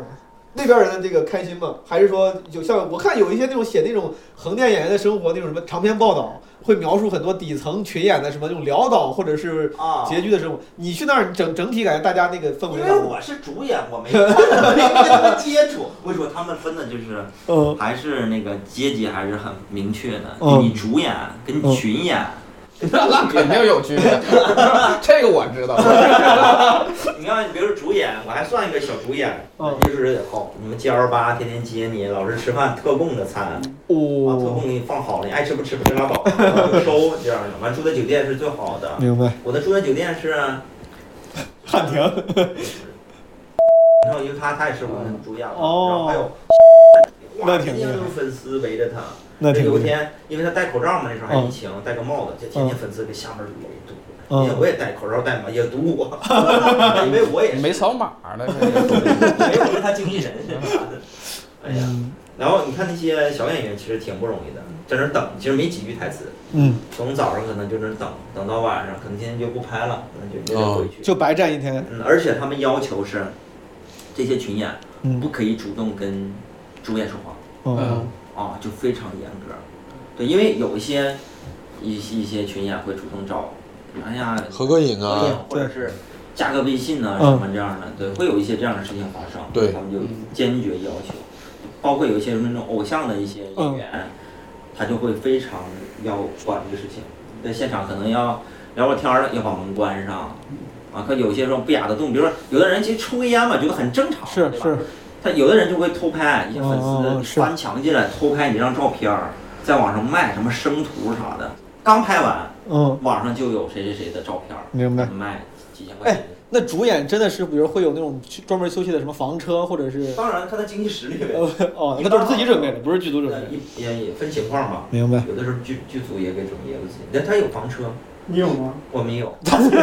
那边人的这个开心吗？还是说有像我看有一些那种写那种横店演员的生活那种什么长篇报道，会描述很多底层群演的什么那种潦倒或者是
啊，
拮据的生活。你去那儿，你整整体感觉大家那个氛围
因
咋
为
样？
我是主演，我没没跟他们接 触。我跟你说，他们分的就是
嗯，
还是那个阶级还是很明确的，
嗯
你主演跟
嗯
群演。
那那肯定有 区别，这个我知道。
你看，比如主演，我还算一个小主演，
嗯
技术也好。什么 G L 八天天接你，老是吃饭特供的餐，啊，特供
哦，
给你放好了，你爱吃不吃不吃拉倒，然后就收这样的。完住的酒店是最好的，
明白。
我的住的酒店是，啊
汉庭，
然后因为他他也是我们主演嘛，
哦
然后还有，
那
哇，
挺
天
厉害
天有粉丝围着他。
那挺
有一
厉害。
天，因为他戴口罩嘛，那时候还
嗯
疫情，戴个帽子，就天天粉丝给下面堵堵。
嗯
因为我也戴口罩戴嘛，也堵我，因为我 也
你
是
没扫码呢，
没有跟他经纪人啥的。哎呀，
嗯
然后你看那些小演员其实挺不容易的，在那儿等，其实没几句台词，
嗯，
从早上可能就在那儿等，等到晚上，可能今天就不拍了，可能就就得回去。
哦
就白站一天。
嗯，而且他们要求是，这些群演
嗯
不可以主动跟主演说话。
嗯，
啊，就非常严格。对，因为有一些一些一些群演会主动找，哎呀，
合个影
合影
啊，
或者是加个微信呐、
嗯
什么这样的，对，会有一些这样的事情发生，
对
他们就坚决要求，包括有一些那种偶像的一些
嗯
演员，他就会非常要管这个事情，在现场可能要聊会儿天儿，要把门关上。
嗯
啊，可有些时候不雅的动作，比如说有的人其实抽个烟嘛，觉得很正常，
是
对吧
是，
他有的人就会偷拍，一些粉
哦
丝
是
翻墙进来偷拍你一张照片儿，在网上卖什么生图啥的。刚拍完，
嗯，
网上就有谁谁谁的照片儿
明白。
卖几千块
哎
钱。
哎那主演真的是，比如会有那种去专门休息的什么房车，或者是
当然看他经济实力呗，
嗯
哦，那都是自己准备的，不是剧组准备
那
的。
一也也分情况吧。
明白。
有的时候剧剧组也给准备，也给自己，但他有房车，
你有吗？
我没有。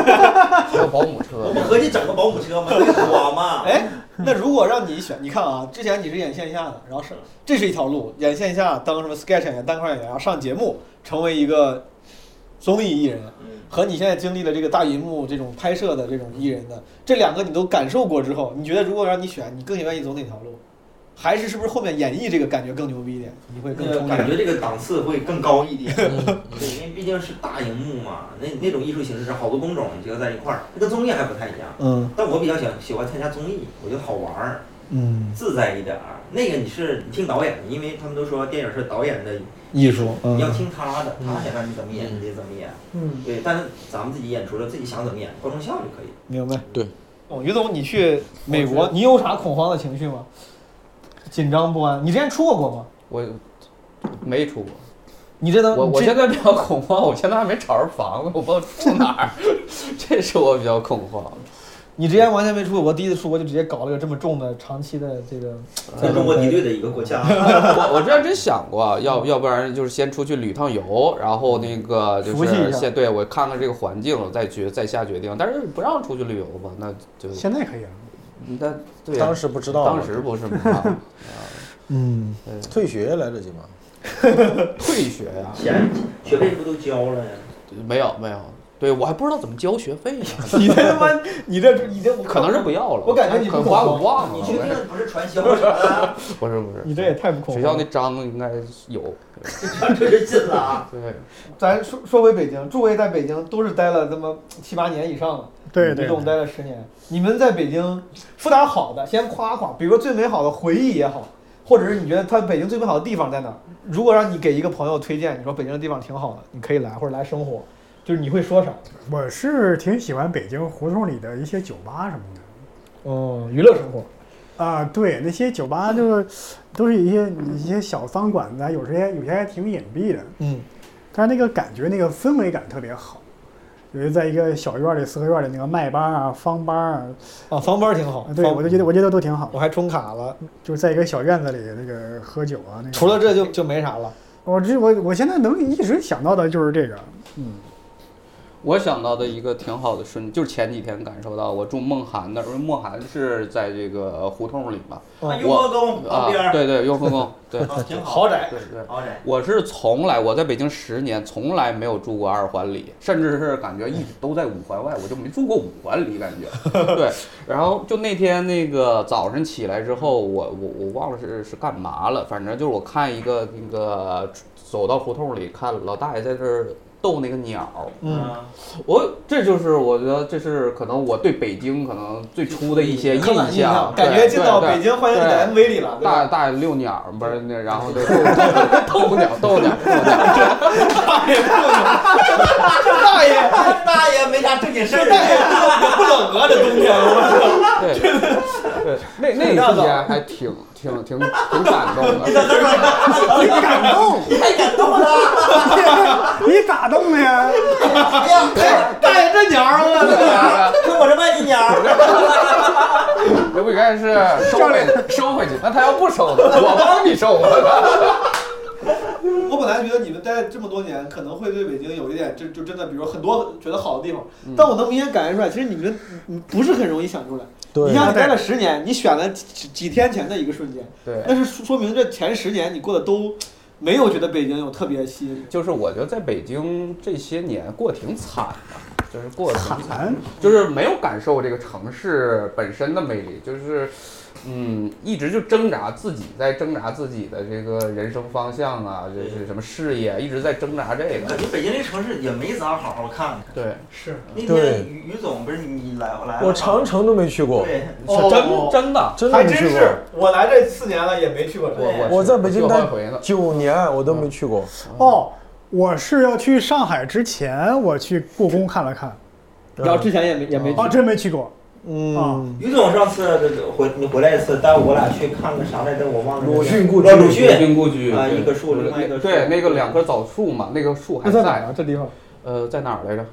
还有保姆车
我们合计整个保姆 车嘛，那个火嘛。
哎，那如果让你选，你看啊，之前你是演线下的，然后是这是一条路，演线下当什么 sketch 演员、单口演员，然后上节目成为一个综艺艺人，
嗯
和你现在经历了这个大银幕这种拍摄的这种艺人的这两个你都感受过之后，你觉得如果让你选，你更愿意走哪条路？还是是不是后面演绎这个感觉更牛逼一点？你会
那
更
个
冲
感
动？
觉这个档次会更高一 点，对，因为毕竟是大荧幕嘛，那那种艺术形式好多工种结合在一块儿，这跟综艺还不太一样。
嗯
但我比较喜欢喜欢参加综艺，我觉得好玩儿，
嗯，
自在一点儿。那个你是你听导演的，因为他们都说电影是导演的，
艺术。嗯
你要听他的，他想让你怎么演你就怎么演。嗯，对。但是咱们自己演出了，自己想怎么演，观众笑就可
嗯
以。
明白。
哦，于总，你去美国，你有啥恐慌的情绪吗？紧张不安？你之前出过国吗？
我没出过，
你
嗯
这当
我我
这
现在比较恐慌，我现在还没找着房子，我不知道住哪儿， 这是我比较恐慌。
你之前完全没出过，我第一次出国就直接搞了个这么重的长期的这个，
跟中国敌对的一个国家，
我我之前真想过，啊要要不然就是先出去旅趟游，然后那个就
熟悉一
是
下
先对我看看这个环境，我再决再下决定。但是不让出去旅游嘛，那就
现在可以了。
那对呀、
当时不知道，
当时不是吗？
嗯
对，
退学来得及吗？
退学呀、
钱学费不都交了呀？
没有没有，对我还不知道怎么交学费呢，
你这他妈，你这你这
可能是不要了。
我感觉你
可
不
能
恐
花
慌
我忘
你
了，
确定不是传销什么 的？
不是不是，
你这也太不恐
学
慌。
校
了。
那章应该有。
这是信了啊！
对，
咱说说回北京，诸位在北京都是待了他妈七八年以上了，
对
一
对，
共待了十年。你们在北京说点好的，先夸夸，比如说最美好的回忆也好，或者是你觉得它北京最美好的地方在哪儿？如果让你给一个朋友推荐，你说北京的地方挺好的，你可以来或者来生活，就是你会说啥？
我是挺喜欢北京胡同里的一些酒吧什么的。
嗯，
哦
娱乐生活。
啊，对，那些酒吧就是都是一些一些小脏馆子啊，有些有些还挺隐蔽的，
嗯，
但是那个感觉，那个氛围感特别好。尤其在一个小院里、四合院里，那个麦班啊、方班啊，
啊，房班儿挺好
啊。对我就觉嗯得我觉得都挺好
我。还充卡了，
就是在一个小院子里那个喝酒啊，那个。
除了这就就没啥了。
我这我我现在能一直想到的就是这个，
我想到的一个挺好的瞬，就是前几天感受到，我住梦涵那儿，因为梦涵是在这个胡同里嘛，
哦
啊，雍和宫
啊
旁边，儿，
对对，雍和宫， 对
啊挺好，
豪宅，
对对。
豪宅。
我是从来我在北京十年，从来没有住过二环里，甚至是感觉一直都在五环外，我就没住过五环里，感觉。 对，然后就那天那个早晨起来之后，我我我忘了是是干嘛了，反正就是我看一个那个走到胡同里看老大爷在这儿逗那个鸟儿，
嗯，
啊，
我这就是我觉得这是可能我对北京可能最初的一些
刻板
印
印
象，
感觉
对
进到
对对
北京欢迎你的 MV 里了，对啊
大
吧？
大遛鸟儿不是那，然 后就逗鸟逗鸟逗鸟，
大爷，
大爷没啥正经事儿
大爷也不冷啊，这冬天我
对 对，那那一瞬间还挺挺挺挺感动 的。
你感动，
你太感动了！
你咋动 的呀？
哎呀，
操！大爷这鸟儿啊
这
我
个鸟，跟我这外地鸟儿，
刘比干是收回收回去，那他要不收呢，我帮你收回来。
我本来觉得你们待这么多年，可能会对北京有一点，就就真的，比如很多觉得好的地方，但我能明显感觉出来，其实你们你你不是很容易想出来。
对
你像你待了十年，你选了几几天前的一个瞬间，
对，
那是说说明这前十年你过得都没有觉得北京有特别吸引你。
就是我觉得在北京这些年过得挺惨的，就是过得挺惨
惨，
就是没有感受这个城市本身的魅力，就是，嗯，一直就挣扎自己在挣扎自己的这个人生方向啊，这是什么事业，一直在挣扎这
感
个。
觉北京这城市也没咋好好看。
对，
是，
那
对
天于于总不是你来来了吗，
我长城都没去过，
对，哦
真真的，
真的没去过。，
哦我来这四年了也没去过
对
我
我在北京
我
待
换回呢，
九年，我都没去过。
哦，我是要去上海之前，我去故宫看了看，
然后之前也没也没
啊，真没去过。啊
嗯，
于总上次回你回来一次，带我俩去看个啥来着？我忘了。
鲁迅故
故
居
鲁
鲁
迅
迅故居
啊
对
一棵树另外一棵树
对，那个两棵枣树嘛，那个树还在。
啊？这地方
呃，在哪儿来着？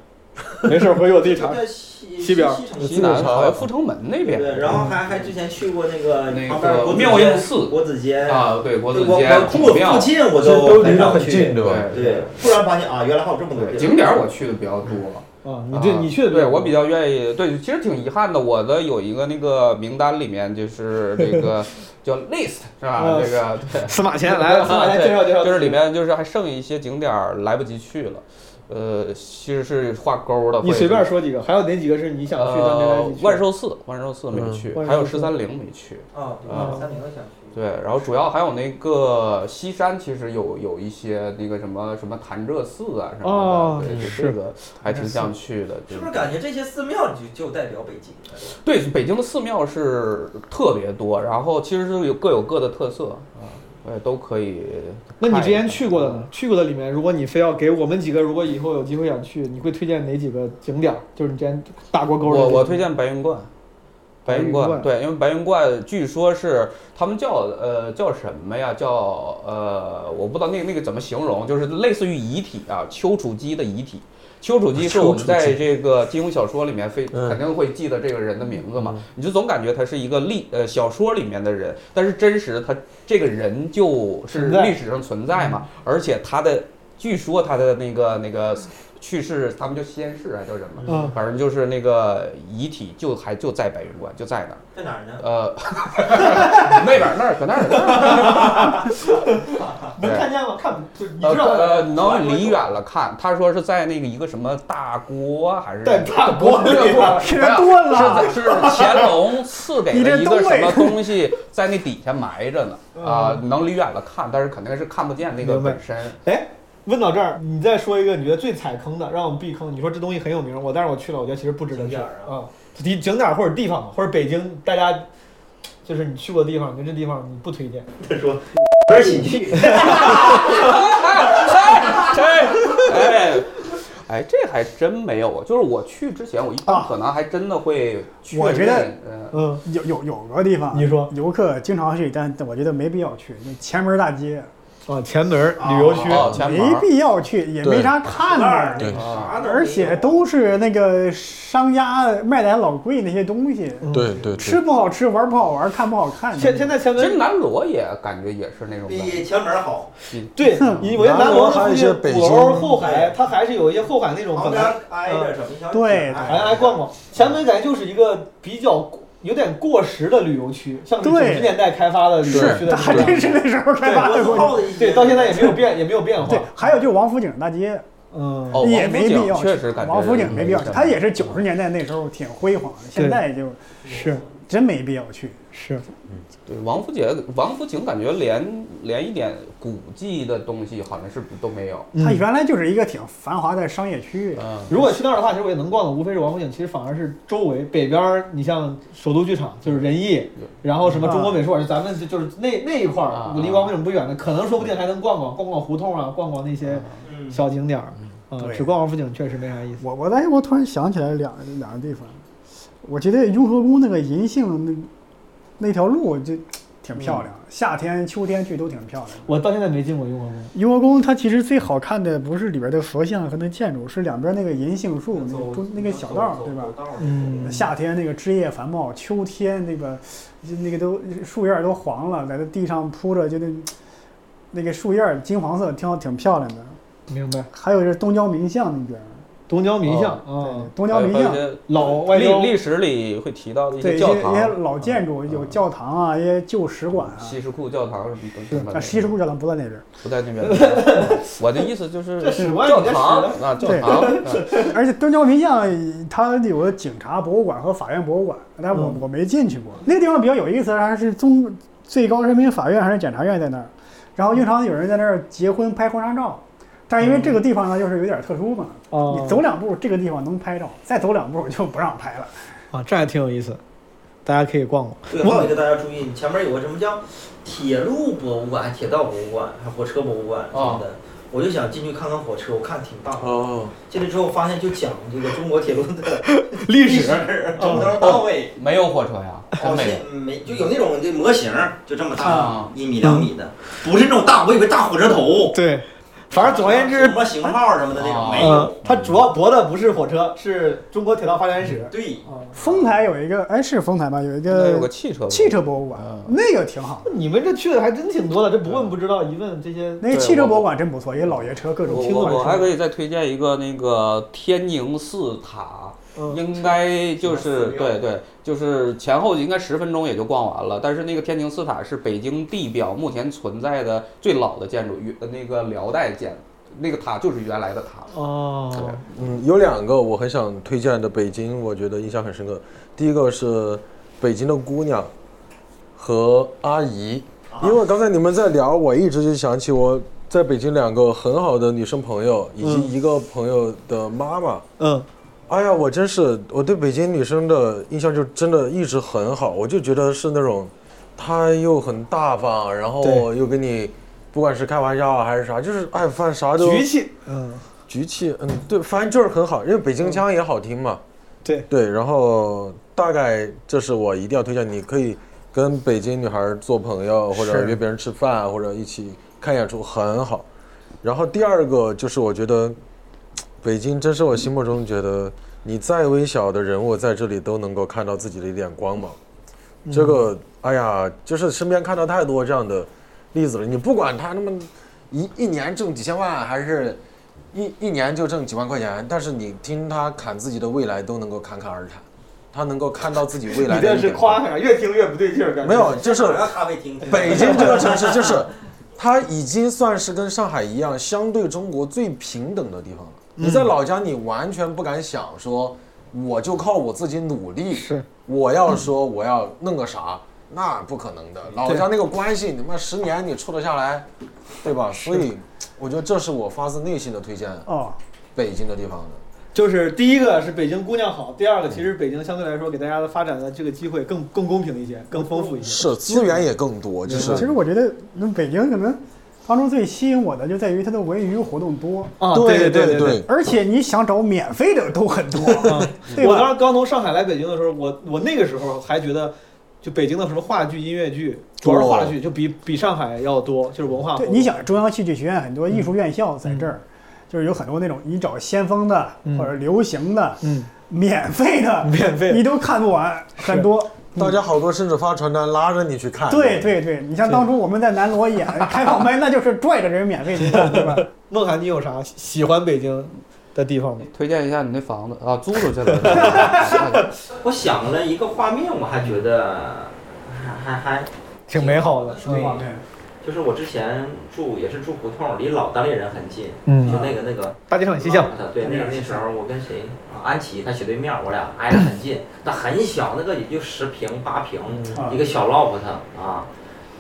没事，回去我自己 查。
在西
西边儿
西城区
西南
啊
好像阜成门那边。
对，然后还还之前去过那个
那
旁边
个
国子
妙
监
应寺
国子监
啊，对，国
我
子
我
监、
住
孔
我
庙
附，近我
这都离
很
得
少
很
去
近，对吧？
对，突然发现啊，原来还有这么多
对，
地儿
景点儿我去的比较多。
啊，你这你去的
对我比较愿意，对，其实挺遗憾的。我的有一个那个名单里面就是 这个叫 list 是吧？
啊
这个对，
司马迁来了，司马迁介绍介绍，
就是里面就是还剩一些景点儿来不及去了，呃，其实是画勾的。
你
或者
随便
是
说几个，还有哪几个是你想去但没来
呃
得及，去？
万寿寺，万寿寺没去，
嗯
还有
万
十
寿寺
三陵没去。
啊，
啊
对，三零的小区。
对，然后主要还有那个西山，其实有有一些那个什么什么潭柘寺啊什么的，
哦
对，就是这个还挺想去的。
嗯是
对
不是感觉这些寺庙就就代表北京？
对，北京的寺庙是特别多，然后其实是有各有各的特色啊，对，都可以看一
那
看。
你之前去过的呢？去过的里面，如果你非要给我们几个，如果以后有机会想去，你会推荐哪几个景点儿？就是你之前打过勾的。
我我推荐白云观，白云
白
观
云观
对，因为白云观据说是他们叫呃叫什么呀？叫呃，我不知道那个那个怎么形容，就是类似于遗体啊，丘处机的遗体。丘处机是我们在这个金庸小说里面非
嗯
肯定会记得这个人的名字嘛，你就总感觉他是一个历呃小说里面的人，但是真实他这个人就是
存在嗯
历史上存在嘛，而且他的据说他的那个那个去世，他们叫仙逝还叫什么？
嗯
反正就是那个遗体就还就在白云观，就在那儿。
在哪儿呢？
呃，那边儿那儿搁那儿搁那儿，
能看见吗？看不，就是你
呃
知道
呃能离远了看。他说是在那个一个什么大锅还是
在大锅里啊
不是 不
给
是
人炖了，
是在是乾隆赐给
你
了
这嗯
一
东
个
北
什么东西在那底下埋着呢啊，能离远了看，但是肯定是看不见那个
明白
本身。
哎，问到这儿，你再说一个你觉得最踩坑的，让我们避坑。你说这东西很有名，我但是我去了，我觉得其实不值得
景
去
点
啊
儿。啊
嗯地景点儿或者地方吧，或者北京大家就是你去过的地方，跟这地方你不推荐。
他 说玩喜剧，
哎哎哎，这还真没有啊！就是我去之前，我一般可能还真的会确认。
啊我觉得
嗯
嗯，
有有有个地方，
你说
游客经常去，但但我觉得没必要去。那前门大街
啊，前门儿旅游区，
啊
哦，前门
没
儿
必要去，也没啥看
儿
的，
对
啥都没有
而且都是那个商家卖的还老贵那些东西，
嗯
对对
吃
对，
不好吃，玩不好玩，看不好看。
现 现在前
其实
门
南锣也感觉也是那种感觉。
比前门好，
对，你我觉得
南
南锣
锣还有
附
一
近
些北
鼓
京
楼后海，它还是有一些后海那种
旁
本
边
来
挨着什么一小
对
还挨逛逛。前门感觉就是一个比较有点过时的旅游区，像是九
对
十年代开发的旅游
是
区的那种
还真是那时候开发
我
的
所
过
靠
去。
的一些
对，到现在也没有变，也没有变化
对。，还有就王府井大街
嗯，
哦，
也
王府
没
井
必要去，
确实感觉嗯
王府井没必要去
去，，
它也是九十年代那时候挺辉煌的，现在就是真没必要去。
是
对王府井，王府井感觉连连一点古迹的东西好像是不都没有。
它原来就是一个挺繁华的商业区域，
嗯，
嗯如果去那儿的话，其实我也能逛的，无非是王府井，其实反而是周围北边儿，你像首都剧场就是仁义，然后什
啊
么中国美术馆，就咱们就就是那那一块
啊
儿，离王府井不远的，可能说不定还能逛逛逛逛胡同啊，逛逛那些
嗯
小景点儿。啊
对，
只逛王府井确实没啥意思。
我我哎，我突然想起来两两个地方，我觉得雍和宫那个银杏那那条路就嗯挺漂亮，夏天秋天去都挺漂亮。
我到现在没进过雍和宫。
雍和宫它其实最好看的不是里边的佛像和那建筑，是两边那个银杏树那个中那个小道儿，对吧？
嗯
夏天那个枝叶繁茂，秋天那个就那个都树叶儿都黄了，在那地上铺着，就那那个树叶儿金黄色，挺好挺漂亮的。
明白。
还有就是东郊民巷那边儿，
东郊民巷
对
啊，
东郊民
还有
巷
一些
老外交
历历史里会提到的一
对
些
一
教
些一
堂，
些老建筑，有教堂啊，一些旧使馆啊。
西什库教堂什么东西
是
吧
啊，西什库教堂不在那边儿，
不在那 边。嗯我的意思就是
这史观
教
你这史
堂啊，教
对
堂。嗯
而且东郊民巷它有个警察博物馆和法院博物馆，但我
嗯
我没进去过。那个地方比较有意思，还是中最高人民法院还是检察院在那儿，然后经常有人在那儿结婚拍婚纱照，但是因为这个地方呢，就是有点特殊嘛，
哦
你走两步这个地方能拍照，再走两步就不让拍了。
啊，这还挺有意思，大家可以逛逛。
对，还有一个大家注意，前面有个什么叫铁路博物馆、铁道博物馆、还火车博物馆什么的，我就想进去看看火车，我看挺大。
哦，
进去之后发现就讲这个中国铁路的
历
历
史
史，从头到尾。
没有火车呀，真
哦，
没有
现。没就有那种这模型，就这么大
啊，
一米两米的，不是那种大，我以为大火车头。
对，反正总而言之
什，么型号什么的那种
啊
没
呃
有。，
它主要博的不是火车，是中国铁道发展史。
对，
啊，
丰台有一个，哎，是丰台吧？有一
那有个
个
汽车吧，
汽车博物馆
嗯，
那个挺好的。
你们这去的还真挺多的，这不问不知道，一问这些。
那个汽车博物馆真不错，一个老爷车各种
我
青
我
铜
我还
车。
可以再推荐一个那个天宁寺塔，
哦
嗯，
应该
什么
就是
寺庙
对对，就是前后应该十分钟也就逛完了。但是那个天宁寺塔是北京地表目前存在的最老的建筑，原呃那个辽代建，那个塔就是原来的塔。
哦，
嗯，有两个我很想推荐的北京，我觉得印象很深刻。第一个是北京的姑娘和阿姨，因为刚才你们在聊，我一直就想起我在北京两个很好的女生朋友，以及一个朋友的妈妈。
嗯，
哎呀，我真是我对北京女生的印象就真的一直很好，我就觉得是那种，她又很大方，然后
对
又跟你，不管是开玩笑啊还是啥，就是哎，反正啥都
局气，嗯，
局气，嗯，对，反正就是很好，因为北京腔也好听嘛。
对，
对，然后大概这是我一定要推荐，你可以跟北京女孩做朋友，或者
是
约别人吃饭，或者一起看演出，很好。然后第二个就是我觉得，北京真是我心目中觉得，你再微小的人物在这里都能够看到自己的一点光芒。这个，哎呀，就是身边看到太多这样的例子了。你不管他那么一一年挣几千万，还是一一年就挣几万块钱，但是你听他侃自己的未来都能够侃侃而谈，他能够看到自己未来
你
的
这
一
是
点。
夸哎呀，越听越不对劲儿，感觉
没有，就是
我让咖啡厅听。
北京这个城市，就是它已经算是跟上海一样，相对中国最平等的地方了。你在老家，你完全不敢想说，我就靠我自己努力，
是
我要说我要弄个啥，那不可能的。老家那个关系，你妈十年你处得下来，对吧？所以，我觉得这是我发自内心的推荐
哦，
北京的地方的。
就是第一个是北京姑娘好，第二个其实北京相对来说给大家的发展的这个机会更更公平一些，更丰富一些。
是资源也更多，就
其实
是
我觉得那北京可能当中最吸引我的就在于它的文娱活动多，
啊，对
对
对
对。
而且你想找免费的都很多，对
我当
吧？
时刚从上海来北京的时候，我我那个时候还觉得，就北京的什么话剧、音乐剧，主要是话剧，就比比上海要多，就是文化活
对，
动。
你想中央戏剧学院很多艺术院校在这儿，就是有很多那种你找先锋的
嗯
或者流行的、
嗯，
免费的，
免费
你都看不完，
是
很多。
嗯
大家好多甚至发传单拉着你去看。
对对对，你像当初我们在南锣演开放麦，那就是拽着人免费去看，对吧？
梦涵，你有啥喜喜欢北京的地方吗？
推荐一下你那房子啊，租出去了。
我想了一个画面，我还觉得还还还
挺美好的，
对就是我之前住也是住胡同，离老单立人很近，
嗯
就那个那个
大街上很西巷，
对，那那时候我跟谁，啊安琪，她斜对面，我俩挨得很近，但很小，那个也就十平八平，
啊
一个小 loft 啊，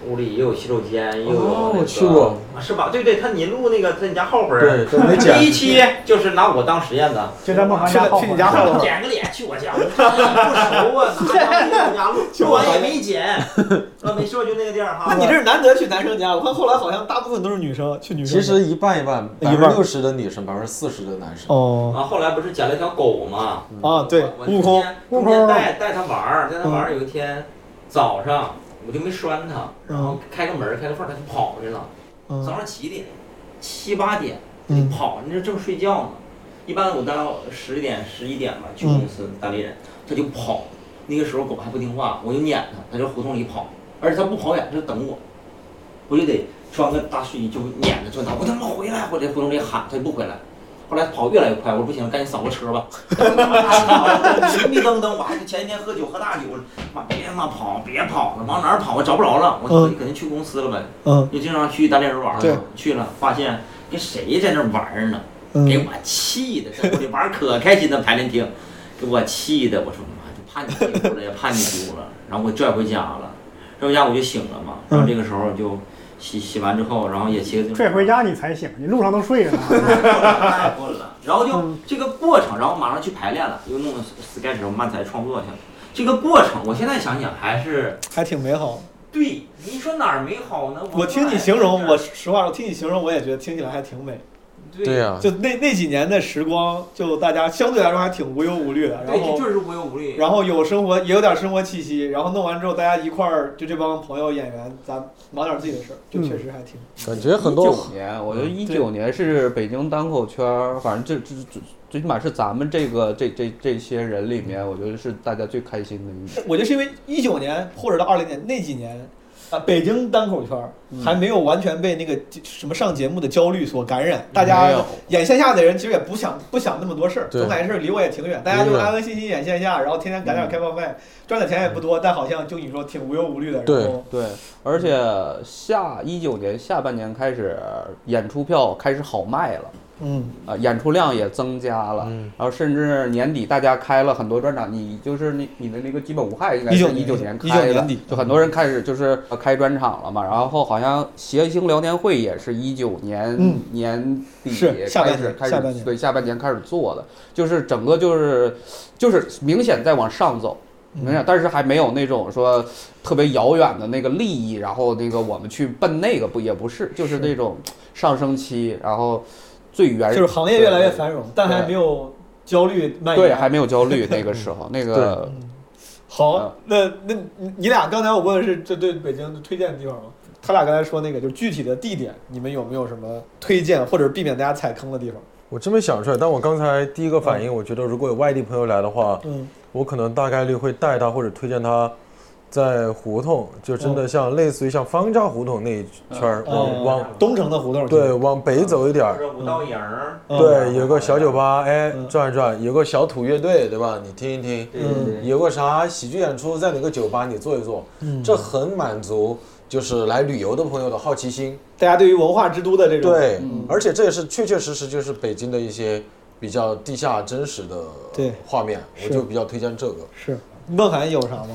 屋里也有洗手间，又有、那
哦
个
我去过
啊，是吧？对对，他你录那个在你家后边儿，
对，都没剪
第。一期就是拿我当实验的，
就在孟涵
去
家后
去你家后 头，
点个脸去我家，我不熟 啊，哪家录，录完也没剪，啊，没说就那个地儿哈。
那你这是难得去男生家，我看后来好像大部分都是女生去女生
其
家。
实一半一半，百
一
分之
半
六十的女生，百分之四十的男生。
哦
啊，后来不是捡了一条狗嘛？
啊，对
我，
悟空，，嗯
我中间带带它玩儿，带它玩儿。有一天早上我就没拴它，然后开个门儿开个缝儿，它就跑去了。早
嗯
上几点？七八点，
嗯
你跑，你这正睡觉呢。一般我到十点十一点吧去公司单立人，它就跑。那个时候狗还不听话，我就撵它，它就胡同里跑，而且它不跑远，它就等我，我就得穿个大睡衣就撵着转它，我他妈回来！我在胡同里喊，它就不回来。后来跑越来越快，我说不行，赶紧扫个车吧。 迷迷瞪瞪，我还前一天喝酒喝大酒，妈别他妈跑，别跑了，往哪儿跑？我找不着了，我
嗯
肯定去公司了呗。
嗯
就经常去单立人玩儿
对
嘛，去了发现跟谁在那玩儿呢？给
嗯，
我气的，在屋里玩儿可开心的排练厅，给我气的，我说妈，就怕你丢了，也怕你丢了，然后我拽回家了，拽回家我就醒了嘛，
嗯
然后这个时候就洗洗完之后，然后也骑个自行车
拽回家你才醒，你路上都睡 着呢。
太混了。然后就
嗯
这个过程，然后马上去排练了，又弄 sketch 我漫才创作去了。这个过程，我现在想想还是
还挺美好。
对你说哪儿美好呢？
我听你
本来
形容，
就
我
是
实话说，听你形容，我也觉得听起来还挺美。
对呀、
就那那几年的时光，就大家相对来说还挺无忧无虑的，然
对，
后
就就是无忧无虑。
然后有生活，也有点生活气息，然后弄完之后，大家一块儿就这帮朋友演员，咱忙点自己的事儿，
嗯
就确实还挺。
感觉很多
19年，我觉得一九年是北京单口圈儿，反正这这最最起码是咱们这个这这这些人里面，我觉得是大家最开心的一年。
我觉得是因为一九年或者到二零年那几年，啊，北京单口圈儿
嗯
还没有完全被那个什么上节目的焦虑所感染，大
没
家
有
演线下的人其实也不想不想那么多事儿，
对
总感觉事儿离我也挺远，大家就
离远
安安心心演线下，然后天天赶点开放麦，赚的钱也不多，但好像就你说挺无忧无虑的，
对
然后
对，而且下一九年下半年开始，演出票开始好卖了。
嗯，
啊、演出量也增加了，
嗯
然后甚至年底大家开了很多专场，你就是你你的那个基本无害应该是
19
一
年
九年开
19
的，
年底
就很多人开始就是呃开专场了嘛，然后好像谐星聊天会也是一九年、
嗯
年底
是下
开
半
始
年
开始
下半年
对下半年开始做的，就是整个就是就是明显在往上走。
嗯
明显，但是还没有那种说特别遥远的那个利益，然后那个我们去奔那个不也不是，就是那种上升期，然后最原
就是行业越来越繁荣，但还
对
没有焦虑蔓延。
对，还没有焦虑那个时候，那个
好
啊，
嗯
那那你你俩刚才我问的是这对北京的推荐的地方吗？他俩刚才说那个就是具体的地点，你们有没有什么推荐或者避免大家踩坑的地方？
我真没想出来，但我刚才第一个反应，我觉得如果有外地朋友来的话，
嗯，
我可能大概率会带他或者推荐他，在胡同，就真
嗯
的像类似于像方家胡同那一圈儿，往往
东城的胡同。
嗯对，往北走一点
或
儿，
者五道营儿，
嗯
对，有个小酒吧，哎
嗯，
转一转，有个小土乐队，对吧？你听一听，
对对对，
有个啥喜剧演出在哪个酒吧你坐一坐，这很满足就是来旅游的朋友的好奇心。
大家对于文化之都的这种
对，而且这也是确确实实就是北京的一些比较地下真实的
对
画面，我
是
就比较推荐这个。
是。梦涵有啥吗？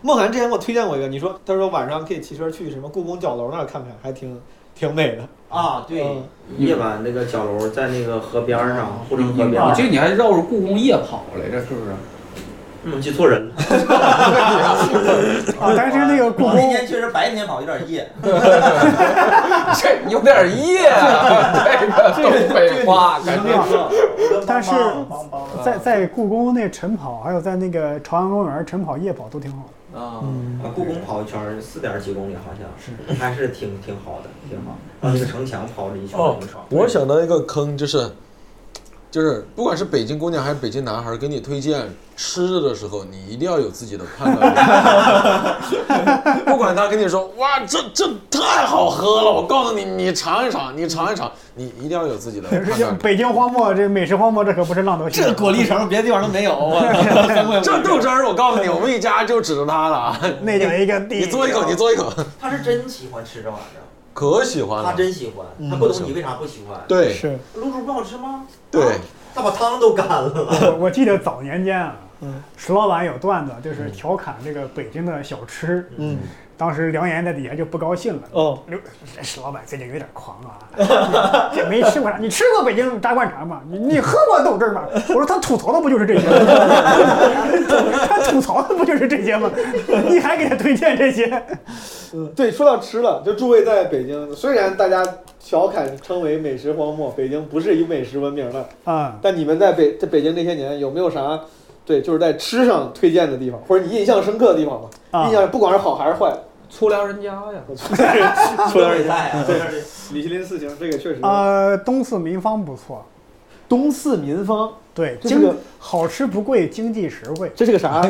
梦涵之前给我推荐过一个，你说他说晚上可以骑车去什么故宫角楼那儿看看，还挺挺美的。
啊，对
嗯，
夜晚那个角楼在那个河边儿
啊
上，护城河边
我
儿
记，得你还绕着故宫夜跑来着，是不是？
嗯，记错人 了。
啊，但是那个故
我那
宫，
天确实白天跑有点夜，
这有点夜啊， 这个东北话感觉。
但是
帮帮
在在故宫那晨跑，还有在那个朝阳公园晨跑、夜跑都挺好。
啊，啊故宫跑一圈儿四点几公里，好像是，还是挺挺好的，挺好的。
嗯
然后那个城墙跑了一圈儿，挺爽。
哦我想到一个坑，就是就是不管是北京姑娘还是北京男孩，给你推荐吃的的时候，你一定要有自己的判断力。不管他跟你说哇，这这太好喝了，我告诉你，你尝一尝，你尝一尝，你一定要有自己的判 断力。
北京荒漠这美食荒漠，这可不是浪得虚名。
这果粒橙别的地方都没有， 我三桂
这豆汁儿，我告诉你，我们一家就指着它 了。
那叫一个
你
地。
嘬一口，你嘬一口，
他是真喜欢吃这玩意儿，
可喜欢
他
了。
真喜欢，
嗯
他不懂你为啥不喜欢。
对
是
卤煮不好吃吗？
对，
他把汤都干了。
我我记得早年间啊
嗯，
石老板有段子，就是调侃这个北京的小吃。
嗯
当时梁岩在底下就不高兴了。
哦，
刘这石老板最近有点狂啊， 这没吃过啥？你吃过北京炸灌肠吗？你你喝过豆汁儿吗？我说他吐槽的不就是这些吗？ 他吐槽的不就是这些吗？你还给他推荐这些？
嗯，对，说到吃了，就诸位在北京，虽然大家调侃称为美食荒漠，北京不是以美食闻名的，
啊、
但你们在北在北京这些年有没有啥对，就是在吃上推荐的地方，或者你印象深刻的地方吗？
啊
印象不管是好还是坏，
粗粮人家呀，
说点
点菜啊，
米其林四星这个确实
呃，东四民坊不错，
东四民坊
对，
这是
经
个
好吃不贵，经济实惠。
这是个啥？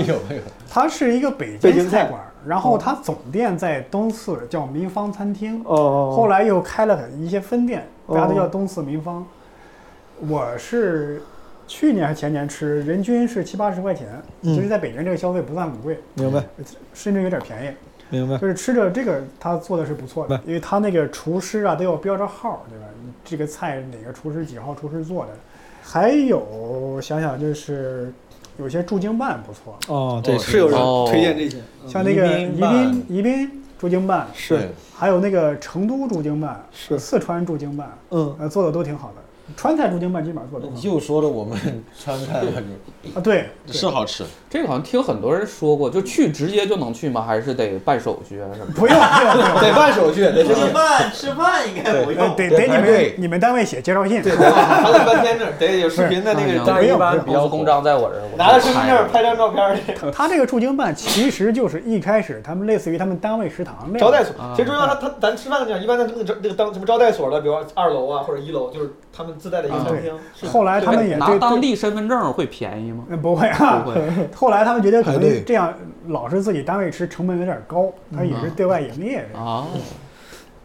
它是一个北
北京
京
菜
菜馆儿，然后它总店在东四，叫民坊餐厅。
哦哦，
后来又开了很一些分店，
哦
大家都叫东四民坊。我是去年还前年吃，人均是七八十块钱，
嗯
其实在北京这个消费不算很贵，
明白
甚至有点便宜。
明白，
就是吃着这个，他做的是不错的，因为他那个厨师啊都要标着号儿，对吧？你这个菜哪个厨师几号厨师做的？还有想想就是有些驻京办不错，
哦，对，是有人
哦
推荐这些，
像那个
宜
宜
宾办
宾宜宾驻京办，
是
对
还有那个成都驻京办、
是
四川驻京办，
嗯，
呃，做的都挺好的。川菜驻京办基本上做的都很好
又说了我们 川菜了，
啊，对，对
是好吃。
这个好像听很多人说过，就去直接就能去吗？还是得办手续啊什么的？
不用不用不 用，
得办手续，得先
吃饭吃饭应该不
呃
用。
得
得
得你
排队
们你们单位写介绍信，
对，还得搬签证，得有视频的那个，
但
不
是一
用不
般
用
比较公章在我这儿，我
拿着
就
身份
拍
证
着
拍张照片儿，
他这个驻京办其实就是一开始他们类似于他们单位食堂那
招
样
待所。其实中央他他咱吃饭的地方，一般在那个招那个当什么招待所的，比如说二楼啊或者一楼，就是他们自带的一个餐厅。是
后来他们也
拿
对
当
对，
地身份证会便宜吗？
呃不会啊
不会，
后来他们觉
哎
得可
排队
能这样老是自己单位吃成本有点高，他也
嗯
是对外营业的。
啊，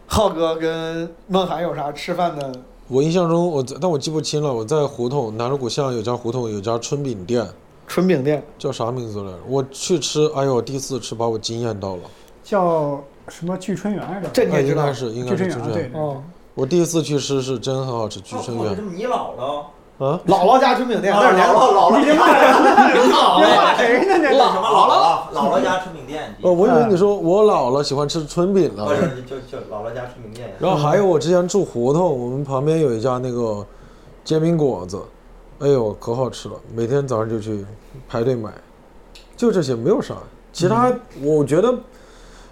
浩哥跟孟涵有啥吃饭的？
我印象中，我在但我记不清了。我在胡同南锣鼓巷有家胡同有家春饼店，
春饼店，
叫啥名字来着？我去吃，哎呦，第一次吃把我惊艳到了。
叫什么聚春园来着？
这你
哎
也知
应
道
该？是应该
聚
是
春
聚
园啊，
春
对
园。
对。
哦，
我第一次去吃是真很好吃，聚春
我
园
这。么你姥姥，
姥姥家春饼店，
姥
那是
姥
两个。
啊姥姥，你这
这骂
哎
谁呢？这
什么姥姥姥姥家春饼店？
哦，我以为你说我老了喜欢吃春饼
不
了。
是，就就姥姥家春饼店呀。
然后还有我之前住胡同，我们旁边有一家那个煎饼果子，哎呦可好吃了，每天早上
嗯
就去排队买，就这些没有啥，其他我觉得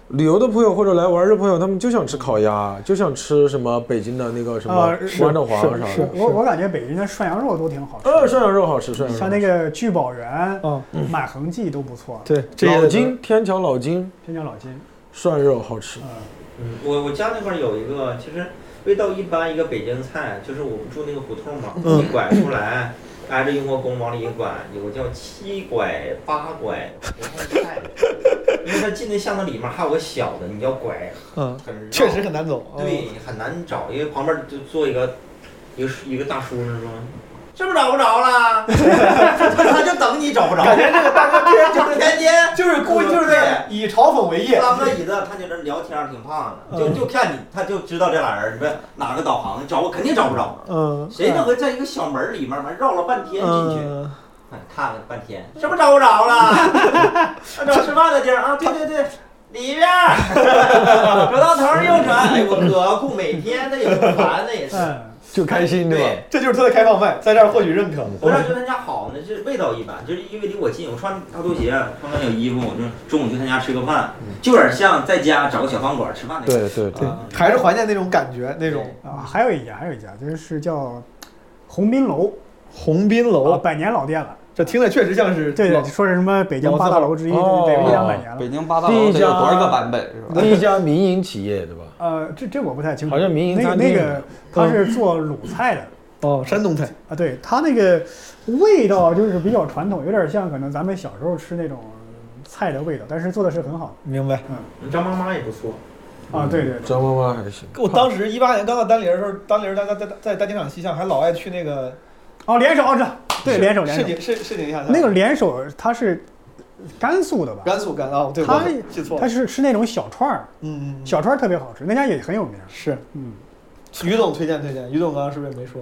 旅游的朋友或者来玩的朋友，他们就想吃烤鸭，就想吃什么北京的那个什么
啊是
豌豆黄啥
是
的。
我我感觉北京的涮羊肉都挺好吃
呃，
嗯
的，
涮羊肉好吃，涮羊肉好
像
吃。
那个聚宝园、
啊，
嗯
满恒记都不错，
对，这
老
些
金天桥老金
天津老金，
涮肉好吃，
嗯，
嗯，我我家那块儿有一个，其实味道一般，一个北京菜，就是我们住那个胡同嘛，一拐出来，挨着雍和宫往里一拐，有个叫七拐八 拐胡同菜，因为它进那巷子里面还有个小的，你要拐
嗯，
很绕，
确实很难走。
对，很难找，因为旁边就坐一个一个一个大叔是吗？是不是找不着了？
他就等你找不着。感觉这个大哥 就是天天
就是故意就是
对
嗯以嘲讽为业，
搬个椅子，他就这聊天儿挺胖的，就就看你，他就知道这俩人，你们哪个导航找我肯定找不着，
嗯，
谁能会在一个小门儿里面完绕了半天进去，
嗯，
哎看了半天，是不是找不着 了？找吃饭的地儿啊，对对对。里边儿，走到头儿右转，哎我可苦，每天那也不烦，那也是。
嗯，
就开心对吧？
对，
这就是他的开放麦，在这儿获取认可。
我
我
要
要
觉得他家好呢，就是味道一般，就是因为离我近，我穿大拖鞋，穿个小衣服，我就中午去他家吃个饭，
嗯
就有点像在家找个小饭馆吃饭那种。
对对对，
啊
还是怀念那种感觉，那种
啊，还有一家，还有一家就是叫鸿宾楼，
鸿宾
啊，
楼，
百年老店了，
这听着确实像是
对
老
对，说是什么北京八大楼之一，
哦
对，北京一两百年了
北，京八大楼得有多少个版本是吧？
那一家民营企业对吧？
呃，这这我不太清楚
好，像民营
那个
餐
那
厅。嗯
个他是做鲁菜的。
哦，
山东菜，
啊，对，它那个味道就是比较传统，有点像可能咱们小时候吃那种菜的味道，但是做的是很好
明白。
张妈妈也不错，
的
嗯
啊。对对对，
张妈妈还行，
我当时一八年刚到丹林的时候，丹林在在在在丹景厂西巷还老爱去那个
哦，联手，哦，这对联手联
市
手，
井市市井一下
那个联手它是甘肃的吧？
甘肃甘啊，对，
他
我记错
它
了，
是吃那种小串儿，
嗯，嗯嗯
小串儿特别好吃，那家也很有名。
是
嗯，
于总推荐推荐，于总刚刚是不是也没说？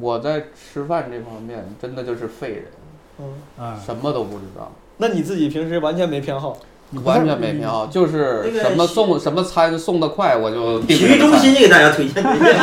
我在吃饭这方面真的就是废人，
嗯，
啊，
什么都不知道，
那你自己平时完全没偏好，
你不太
完全没必要。就是什么送什么餐送的快，我就订
体育中心给大家推 荐推荐。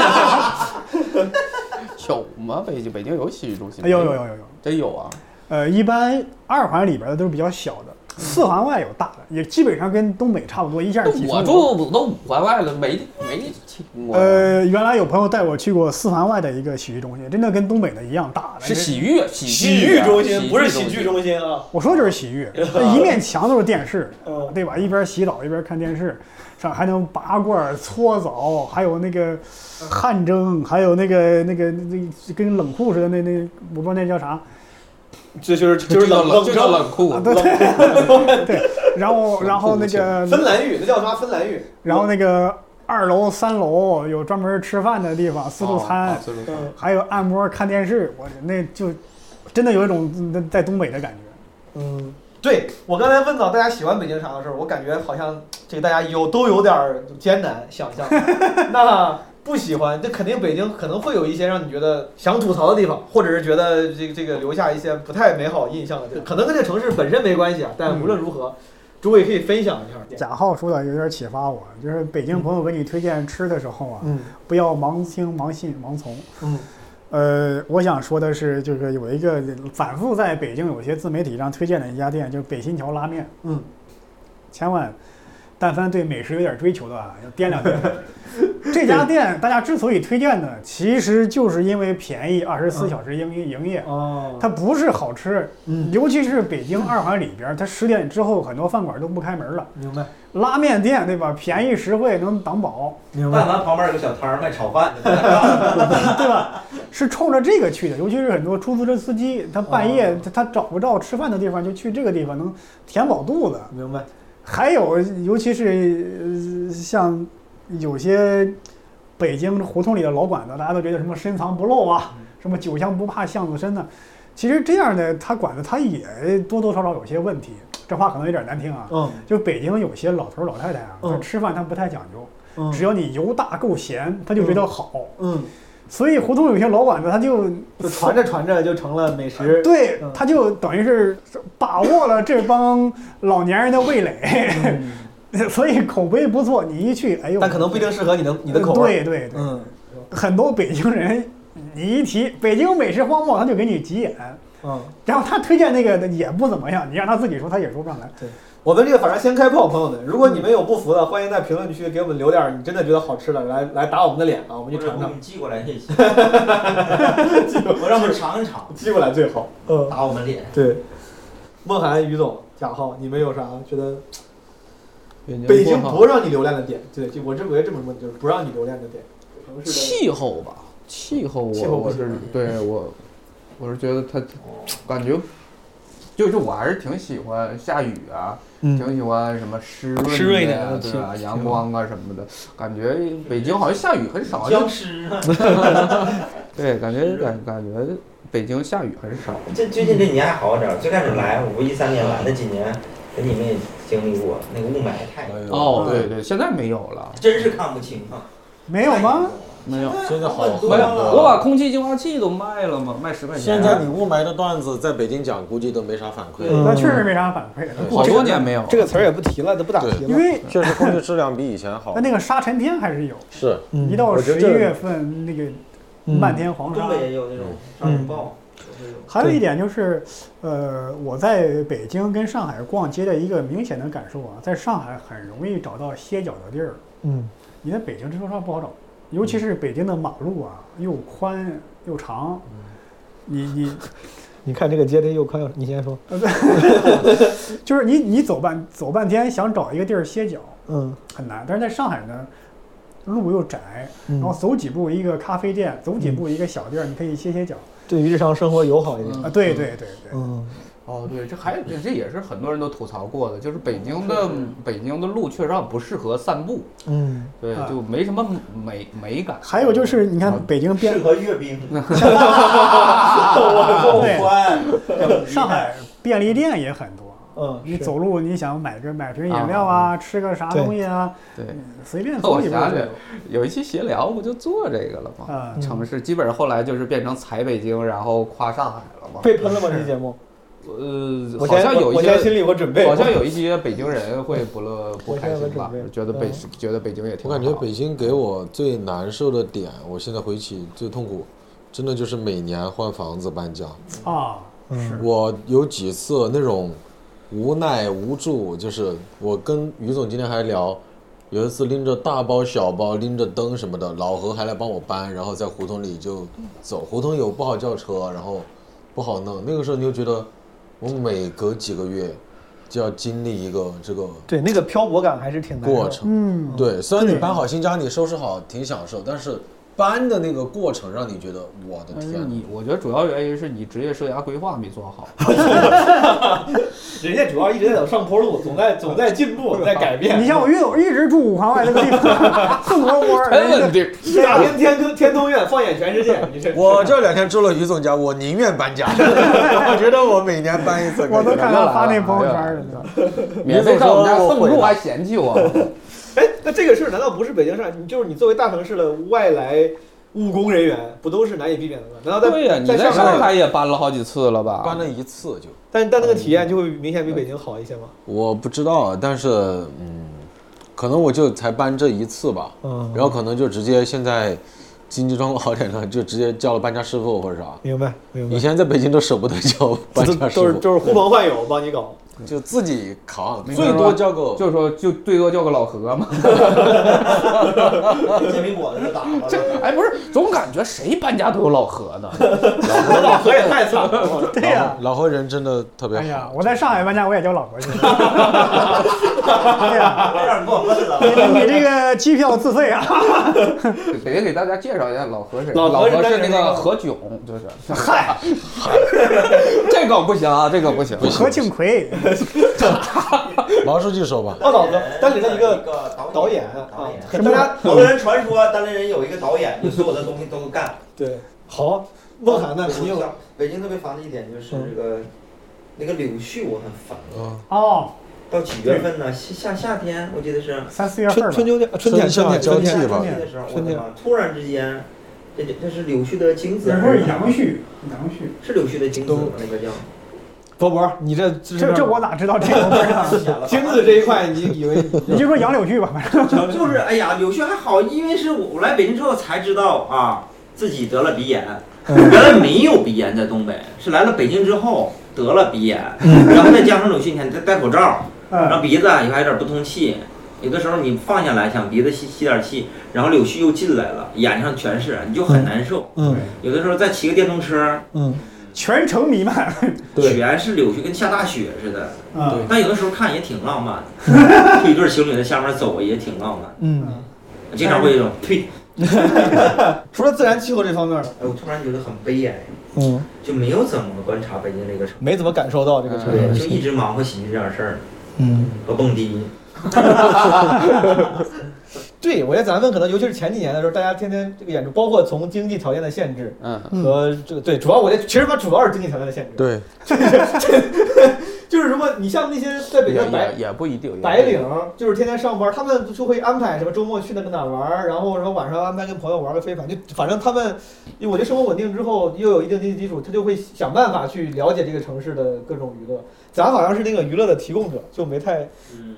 有吗？北京北京有洗浴中心
哎
吗？
有有有有有，
真有啊！
呃，一般二环里边的都是比较小的，
嗯
四环外有大的，也基本上跟东北差不多，一下
那
几
我
层楼。
住都五环外了，没没听过。
呃，原来有朋友带我去过四环外的一个洗浴中心，真的跟东北的一样大。
是洗浴洗
洗
浴
浴
啊
中心不是
洗
喜剧中心啊，
我说就是洗 浴，那一面墙都是电视，
嗯，
对吧？一边洗澡一边看电视，上还能拔罐、搓澡，还有那
嗯
个汗蒸，还有那个那个那那跟冷库似的那那，我不知道那叫啥。
这就是
就
就是
叫
冷
冷就叫
冷
冷库
啊，
冷冷
然后
冷
然后
库
那
行
芬
个
兰浴，那叫什么芬兰浴？
然后那个二楼三楼有专门吃饭的地方，自助餐，
自助餐
嗯
还有按摩、看电视，我那就真的有一种嗯在东北的感觉。
嗯，对我刚才问到大家喜欢北京啥的时候，我感觉好像这个大家有都有点儿艰难想 象。那不喜欢，这肯定北京可能会有一些让你觉得想吐槽的地方，或者是觉得这个这个留下一些不太美好印象的地方，可能跟这城市本身没关系啊。但无论如何，诸位可以分享一下。
贾浩说的有点启发我，就是北京朋友给你推荐吃的时候啊，
嗯
不要盲听、盲信、盲从。
嗯
呃，我想说的是，就是有一个反复在北京有些自媒体上推荐的一家店，就是北新桥拉面。
嗯，
千万，但凡对美食有点追求的啊，要掂量掂 量。这家店大家之所以推荐呢，其实就是因为便宜，二十
嗯
四小时营业营业。
哦
它不是好吃，
嗯
尤其是北京二环里边儿，它十点之后很多饭馆都不开门了。
明白
拉面店对吧？便宜实惠，能挡饱，
明
但。凡旁边有个小摊儿卖炒饭的，
对吧？是冲着这个去的，尤其是很多出租车司机，他半夜
哦
他他找不着吃饭的地方，就去这个地方能填饱肚子。
明白，
还有，尤其是、呃像有些北京胡同里的老馆子，大家都觉得什么深藏不露啊，什么酒香不怕巷子深呢、其实这样的他馆子，他也多多少少有些问题。这话可能有点难听啊，
嗯
就北京有些老头儿老太太啊，他
嗯
吃饭他不太讲究。
嗯
只要你油大够咸，他就觉得好。
嗯，
所以胡同有些老板呢，他就
就传着传着就成了美食，
对
嗯，
他就等于是把握了这帮老年人的味蕾，
嗯
所以口碑不错。你一去，哎呦，
但可能不一定适合你的你的口味。
对对对，
嗯，
很多北京人，你一提北京美食荒漠，他就给你急眼。
嗯，
然后他推荐那个也不怎么样，你让他自己说，他也说不上来。
对，我们这个反正先开炮，朋友们，如果
嗯
你们有不服的，欢迎在评论区给我们留点儿你真的觉得好吃的，来来打我们的脸啊，我
我
们去尝尝
给，你寄过来也 行，我让我们尝一尝，
寄过来最好。嗯，
打我们脸。
对。梦涵、于总、贾浩，你们有啥觉得北京不让你留恋的点？对，就我这我觉得这么说就是不让你留恋的点。
气候吧，气候我
气候不
我
行
是对我我是觉得它感觉就是我还是挺喜欢下雨啊，挺喜欢什么湿润
湿润一
的
点
呀
的
对
挺
啊，
挺
阳光啊什么的，感觉北京好像下雨很少，
僵尸啊！
对，感觉感感觉北京下雨很少。
这最近这年还好点儿，最开始来我不一三年来那几年，跟你们也经历过那个雾霾太，
哎
哦，对对，现在没有了。
真是看不清啊！
没有吗？
没有，
真的好
很多啊
没有，
了
我把空气净化器都卖了嘛，卖十块钱。
啊
现在你雾霾的段子在北京讲，估计都没啥反馈
嗯
了。
那确实没啥反馈了。
好多年没有
这个词儿也不提了，都不打提
因
了。
为
确实空气质量比以前好
那。那个沙尘天还是有，
是，
一到
嗯我
十
觉得
一
这嗯
月份那个漫天
嗯
黄沙
东。北也有那种沙尘暴，都会有
还有一点就是，呃，我在北京跟上海逛街的一个明显的感受啊，在上海很容易找到歇脚的地儿，
嗯，
你在北京这说实话不好找，尤其是北京的马路啊，又宽又长，
嗯
你你
你看这个街这又宽又，你先说。
就是你你走半走半天想找一个地儿歇脚
嗯
很难，但是在上海呢，路又窄，然后
嗯，
走几步一个咖啡店，走几步一个小地儿，你可以歇歇脚
对于日常生活友好一点。
啊，对对对对，
嗯，
哦，对，这还有这这也是很多人都吐槽过的，就是北京的北京的路确实很不适合散步，
嗯，
对
啊，
就没什么美美感。嗯
还有啊就是你看北京边
适合阅兵。
嗯
啊对
宽，
上海便利店也很多。
嗯
你走路，你想买个买瓶饮料啊，吃个啥东西啊，
对，
随便走
我
几步就
想起
有
来。有一期闲聊不就做这个了吗？
嗯
啊，
城市基本上后来就是变成踩北京，然后夸上海了嘛。
被喷了吗？这节目？
呃，
我
好
先
像有一
我先心
些，
里有个准备。
好像有一些北京人会不乐不开心吧
我现在有个准备，嗯
觉得北觉得北京也挺
我
好。
感觉北京给我最难受的点，我现在回起最痛苦，真的就是每年换房子搬家。
啊，
嗯
我有几次那种无奈无助，就是我跟于总今天还聊，有一次拎着大包小包，拎着灯什么的，老何还来帮我搬，然后在胡同里就走，胡同有不好叫车，然后不好弄。那个时候你就觉得，我每隔几个月就要经历一个这个
对，那个漂泊感还是挺难
过
的。
程。
嗯，
对，虽然你搬好新家，你收拾好，挺享受，但是搬的那个过程让你觉得，我的
但是
天哪，
你，我觉得主要原因是你职业生涯规划没做好。
人家主要一直在走上坡路，总在总在进步，在改变。
你像我岳总一直住五环外那个地 方，蹭火锅，
很稳定，
大天天通天通苑，放眼全世 界，你这
我这两天住了于总家，我宁愿搬家，我觉得我每年搬一次可以了。
我都看他发那朋友圈了。
免费上我们家蹭住还嫌弃我。
哎，那这个事儿难道不是北京上？你就是你作为大城市的外来务工人员，不都是难以避免的吗？难道在
对呀、你
在
在
上
上
海，
海也搬了好几次了吧？
搬了一次就。
但但那个体验就会明显比北京好一些吗？
我不知道，但是嗯，可能我就才搬这一次吧，
嗯，
然后可能就直接现在经济状况好点了，就直接叫了搬家师傅或者啥。
明白明
以
白。
前在北京都舍不得叫搬
都
家
都
师
是
傅，
都是
呼朋唤友帮你搞，
就自己扛，
明白
最
了
多
吧
叫个
就是说，就最多叫个老何嘛。
煎饼果子就打了。
这哎，不是，总感觉谁搬家都有老何呢。
老何也太惨了。
对呀，
老何人真的特别
哎
好
呀，。我在上海搬家，我也叫老 婆去。对呀，
有点过分了。
你这个机票自费啊？
给给给大家介绍一下老何是
老
老
何是
何是
那个
那个何炅，就是嗨， 这个不行啊，这个不行。
何庆魁，
毛书记说吧，
报道哥，
呃
单立的一个
个
导演
导
啊
演，。
很大家
好多人传说单立人有一个导演，就所有的东西都干。
对好。梦涵呢？
嗯
你有
北京特别烦的一点就是这个那个柳絮，我很烦。
嗯，
哦，
到几月份呢？夏夏夏天，我记得是
三四月份
春
吧。
春秋天春天
春天交
春
替
天
吧
春，天的时候，我
春
的
天
妈！突然之间，这这这是柳絮的精子
也
还
不是
是
杨絮，杨絮，
是柳絮的精子吗
都？
那个叫
博 博，你这
这这我哪知道这个？我不知道
精子这一块，你以为
你就说杨柳絮吧，反正
就是哎呀，柳絮还好，因为是我来北京之后才知道啊，自己得了鼻炎。
嗯
原来没有鼻
嗯
炎在东北，是来了北京之后得了鼻炎，然后再加上柳絮，你看戴戴口罩，
嗯
让鼻子啊也还有点不通气。有的时候你放下来想鼻子吸吸点气，然后柳絮又进来了，眼上全是，你就很难受。
嗯
有的时候再骑个电动车，
嗯，
全程 弥漫。
对
全是柳絮，跟下大雪似的。
嗯
啊，
但有的时候看也挺浪漫 的，就一对情侣在下面走也挺浪漫。
嗯，
我经常会有一种呸，
除了自然气候这方面的，
哎，我突然觉得很悲哀，
嗯，
就没有怎么观察北京这个城
没怎么感受到这个城
市，
市
就。一直忙活喜剧这点事儿
嗯，
和蹦迪。
对我也咱们可能，尤其是前几年的时候，大家天天这个演出，包括从经济条件的限制
嗯，
和这个对，主要我觉得其实它主要是经济条件的限制。
对，
就是如果你像那些在北
也
京的白
也也不一定。也不一定
白领，就是天天上班，他们就会安排什么周末去那个哪儿玩儿，然后什么晚上安排跟朋友玩个飞盘，就反正他们，因为我觉得生活稳定之后又有一定经济基础，他就会想办法去了解这个城市的各种娱乐。咱好像是那个娱乐的提供者，就没太
嗯，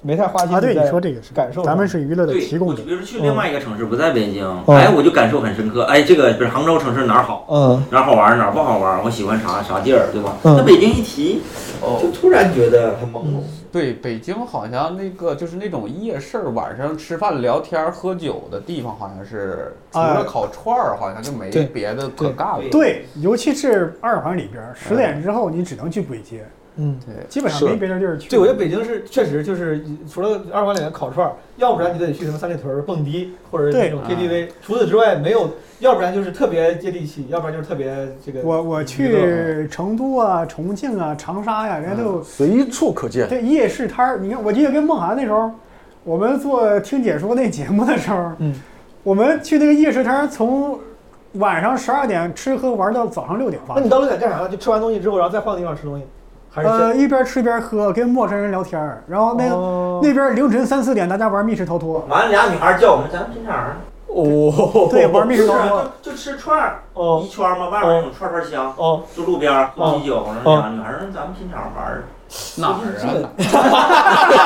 没太花心
啊，对，
思
你
在
说这个是
感受上。
咱们是娱乐的
对，
提供
我
者
比，如说去另外一个城市，不在北京，哎，我就感受很深刻。哎，这个比如杭州城市哪儿好，
嗯，
哪儿好玩，哪儿不好玩，我喜欢啥啥地儿，对吧？
嗯
那北京一提，哦，
就突然觉得很朦
嗯
胧。
对北京好像那个就是那种夜市儿，晚上吃饭、聊天儿、喝酒的地方，好像是除了烤串儿，好像就没
哎对
别的可干了。
对，尤其是二环里边，十
嗯
点之后你只能去簋街，
嗯，
对，
基本上
是
没别的地儿去。
对，我觉得北京是确实就是除了二环里面烤串儿，要不然你得去什么三里屯儿蹦迪或者那种
对
KTV，、除此之外没有，要不然就是特别接地气，要不然就是特别这个。
我我
娱乐
去成都啊、重庆啊、长沙呀、人家
嗯
都有
随处可见。
对夜市摊儿。你看，我记得跟梦涵那时候，我们做听解说那节目的时候，
嗯，
我们去那个夜市摊儿，从晚上十二点吃喝玩到早上六点发
啊那。你到六点干啥呢？就吃完东西之后，然后再换个地方吃东西，还是先、
呃，一边吃一边喝，跟陌生人聊天儿，然后那个、
哦
那边凌晨三四点，大家玩密室逃脱，
完了，俩女孩叫我们，咱们去哪儿？
哦，
对，玩密
是
室
不
逃
是
脱。
啊就就吃串儿，
哦
一圈儿嘛，外面那种串串香，
哦，
就路边儿喝啤酒，然后
哦
俩女孩儿，咱们去哪儿玩儿？
哪儿
这个
啊？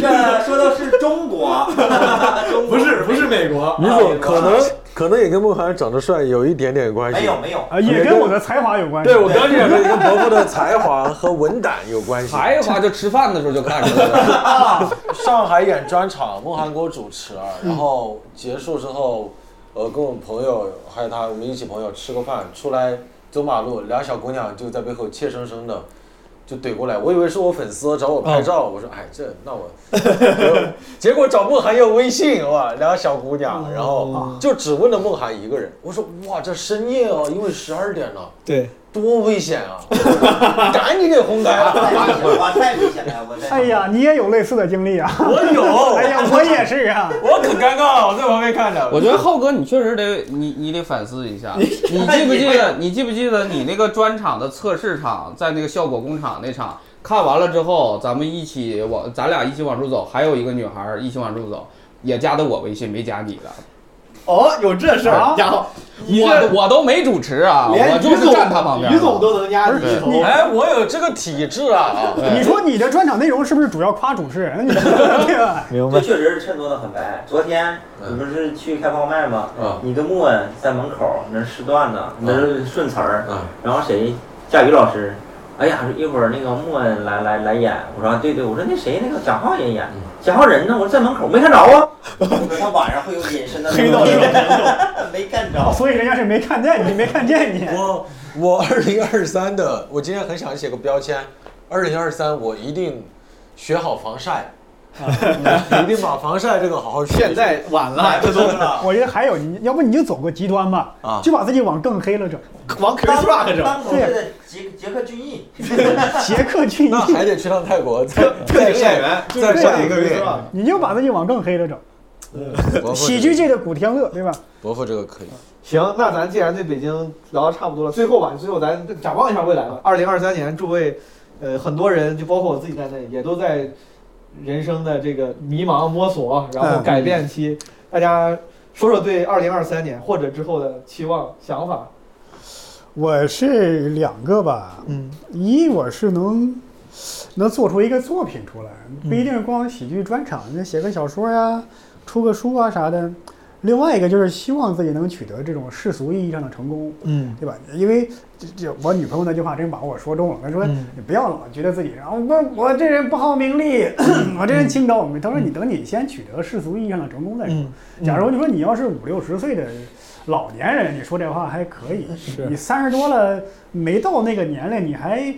这说的是中国，中国
不是不是美 国，啊
你总可能可能也跟孟涵长得帅有一点点关系。
哎
没有没有，
啊，也跟我的才华有关系。
对，我刚这想说，跟伯父的才华和文胆有关系。
才华就吃饭的时候就看出来了。
上海演专场，孟涵给我主持，啊然后结束之后，呃，跟我朋友还有他我们一起朋友吃个饭，出来走马路，俩小姑娘就在背后怯生生的就怼过来，我以为是我粉丝找我拍照，我说哎这那我我， 结果找孟涵要微信哇，俩小姑娘，然后就只问了孟涵一个人，我说哇这深夜哦，因为十二点了，
对，
多危险啊， 赶紧给轰开啊！
我太危险了，我太
哎呀，你也有类似的经历啊！
我
哎
有，
呀，我也是 啊。
我可尴尬了，我在旁边看着。
我觉得浩哥，你确实得你你得反思一下，你记不记得你记不记得你那个专场的测试场，在那个效果工厂那场看完了之后，咱们一起往咱俩一起往出走，还有一个女孩儿一起往出走，也加的我微信，没加你的。
哦，有这事儿，家伙，你这
我我都没主持啊，
连
我
于
就是
总
站他旁边。
于总都能压你一头，
哎，我有这个体质啊！
对
哎
你说你的专场内容是不是主要夸主持人？ 对吧？
明
这
白。
确实是衬托的很白。昨天你不是去开放麦吗？
啊
你跟莫恩在门口那儿试段子，那是顺词儿。
啊，
然后谁，夏雨老师，哎呀，一会儿那个莫恩来来来演。我说啊对对，我说那谁那个贾浩也演，贾浩人呢？我说在门口没看着啊。我说他晚上会有隐身的黑道没看着。
所以人家是没看见你，没看见你。
哦我我二零二三的，我今天很想写个标签，二零二三我一定学好 防晒，一定把防晒这个好好学。
啊现在晚了，这都
我觉得还有，你要不你就走个极端吧，
啊
就把自己往更黑了整。
往 Chris Rock 整，
当口是的杰杰克隽逸，
杰克逊，
那还得去趟泰 国，再
特
再
型
晒
演员，
再晒一个月。
你就把自己往更黑了整。
伯父这个
喜剧，界的古天乐，对吧？
伯父这个可以。
行，那咱既然对北京聊的差不多了，最后吧，最后咱展望一下未来吧。二零二三年，诸位，呃，很多人就包括我自己在内，也都在人生的这个迷茫摸索，然后改变期。大家说说对二零二三年或者之后的期望、想法。
我是两个吧，
嗯，
一我是能能做出一个作品
嗯
出来，不一定光喜剧专场，那写个小说呀、出个书啊啥的。另外一个就是希望自己能取得这种世俗意义上的成功，
嗯，
对吧？因为这这我女朋友那句话真把我说中了，她说、
嗯
你不要老觉得自己然后我我这人不好名 利，我这人清高。她说你等你先取得世俗意义上的成功再说。
嗯嗯
假如你说你要是五六十岁的老年人，你说这话还可以，
是
你三十多了没到那个年龄，你还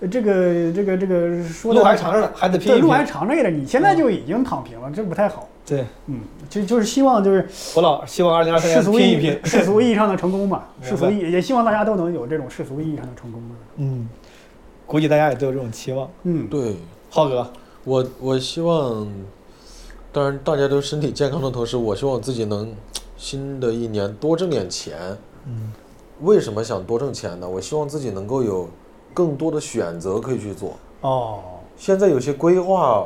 呃这个这个这个说的
路还长着呢，还得拼
对
一
路
拼。
还长着呢，你现在就已经躺平了，这不太好。
对
嗯，就就是希望就是
我老希望二零二三
世
年
俗
拼
意
一拼。
世俗意义上的成功吧，
明
世
白
俗意也希望大家都能有这种世俗意义上的成功吧。
嗯，估计大家也都有这种期望。
嗯，
对
浩哥，
我，我希望，当然大家都身体健康的同时，我希望自己能新的一年多挣点钱。
嗯
为什么想多挣钱呢？我希望自己能够有更多的选择可以去做。
哦，
现在有些规划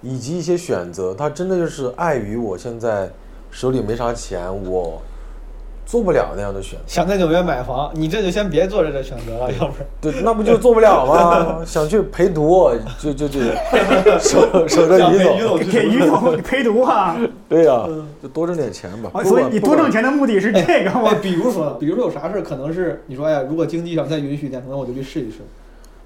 以及一些选择，它真的就是碍于我现在手里没啥钱，我做不了那样的 选择。
想在纽约买房，你这就先别做这个选择了，要 不然
对，那不就做不了吗？想去陪读， 就就就守守着于总。
给于总陪读哈，
对呀、就多挣点钱吧。
啊
不
所以
管
你
不
多
管
挣钱的目的是这个
哎，
吗？
比如说，比如说有啥事儿，可能是你说，哎呀，如果经济上再允许一点，可能我就去试一试。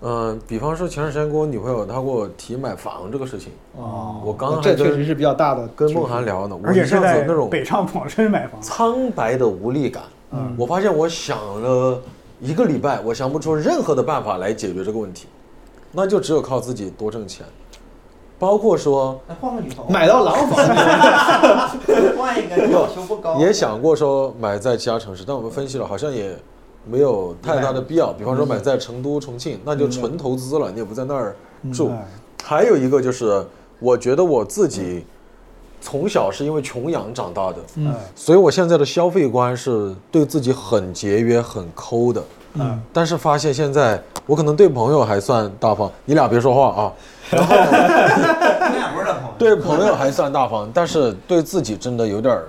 嗯，比方说前段时间跟我女朋友，她给我提买房这个事情，
哦
我刚刚
这
还
确实
跟
是比较大的
跟孟涵聊呢，我
而
一
且是
下子
在
那种
北上广深买房，
苍白的无力感。
嗯
我发现我想了一个礼拜，我想不出任何的办法来解决这个问题，那就只有靠自己多挣钱，包括说
那换个女朋友，
买到廊 坊，
换一个要求不高，
也想过说买在其他城市，但我们分析了，好像也没有太大的必要。比方说买在成都、重庆，那就纯投资了，你也不在那儿住。
哎
还有一个就是，我觉得我自己从小是因为穷养长大的，
嗯
所以我现在的消费观是对自己很节约、很抠的。
嗯，
但是发现现在我可能对朋友还算大方，你俩别说话啊。
我俩不是男朋友，
对朋友还算大方，但是对自己真的有点儿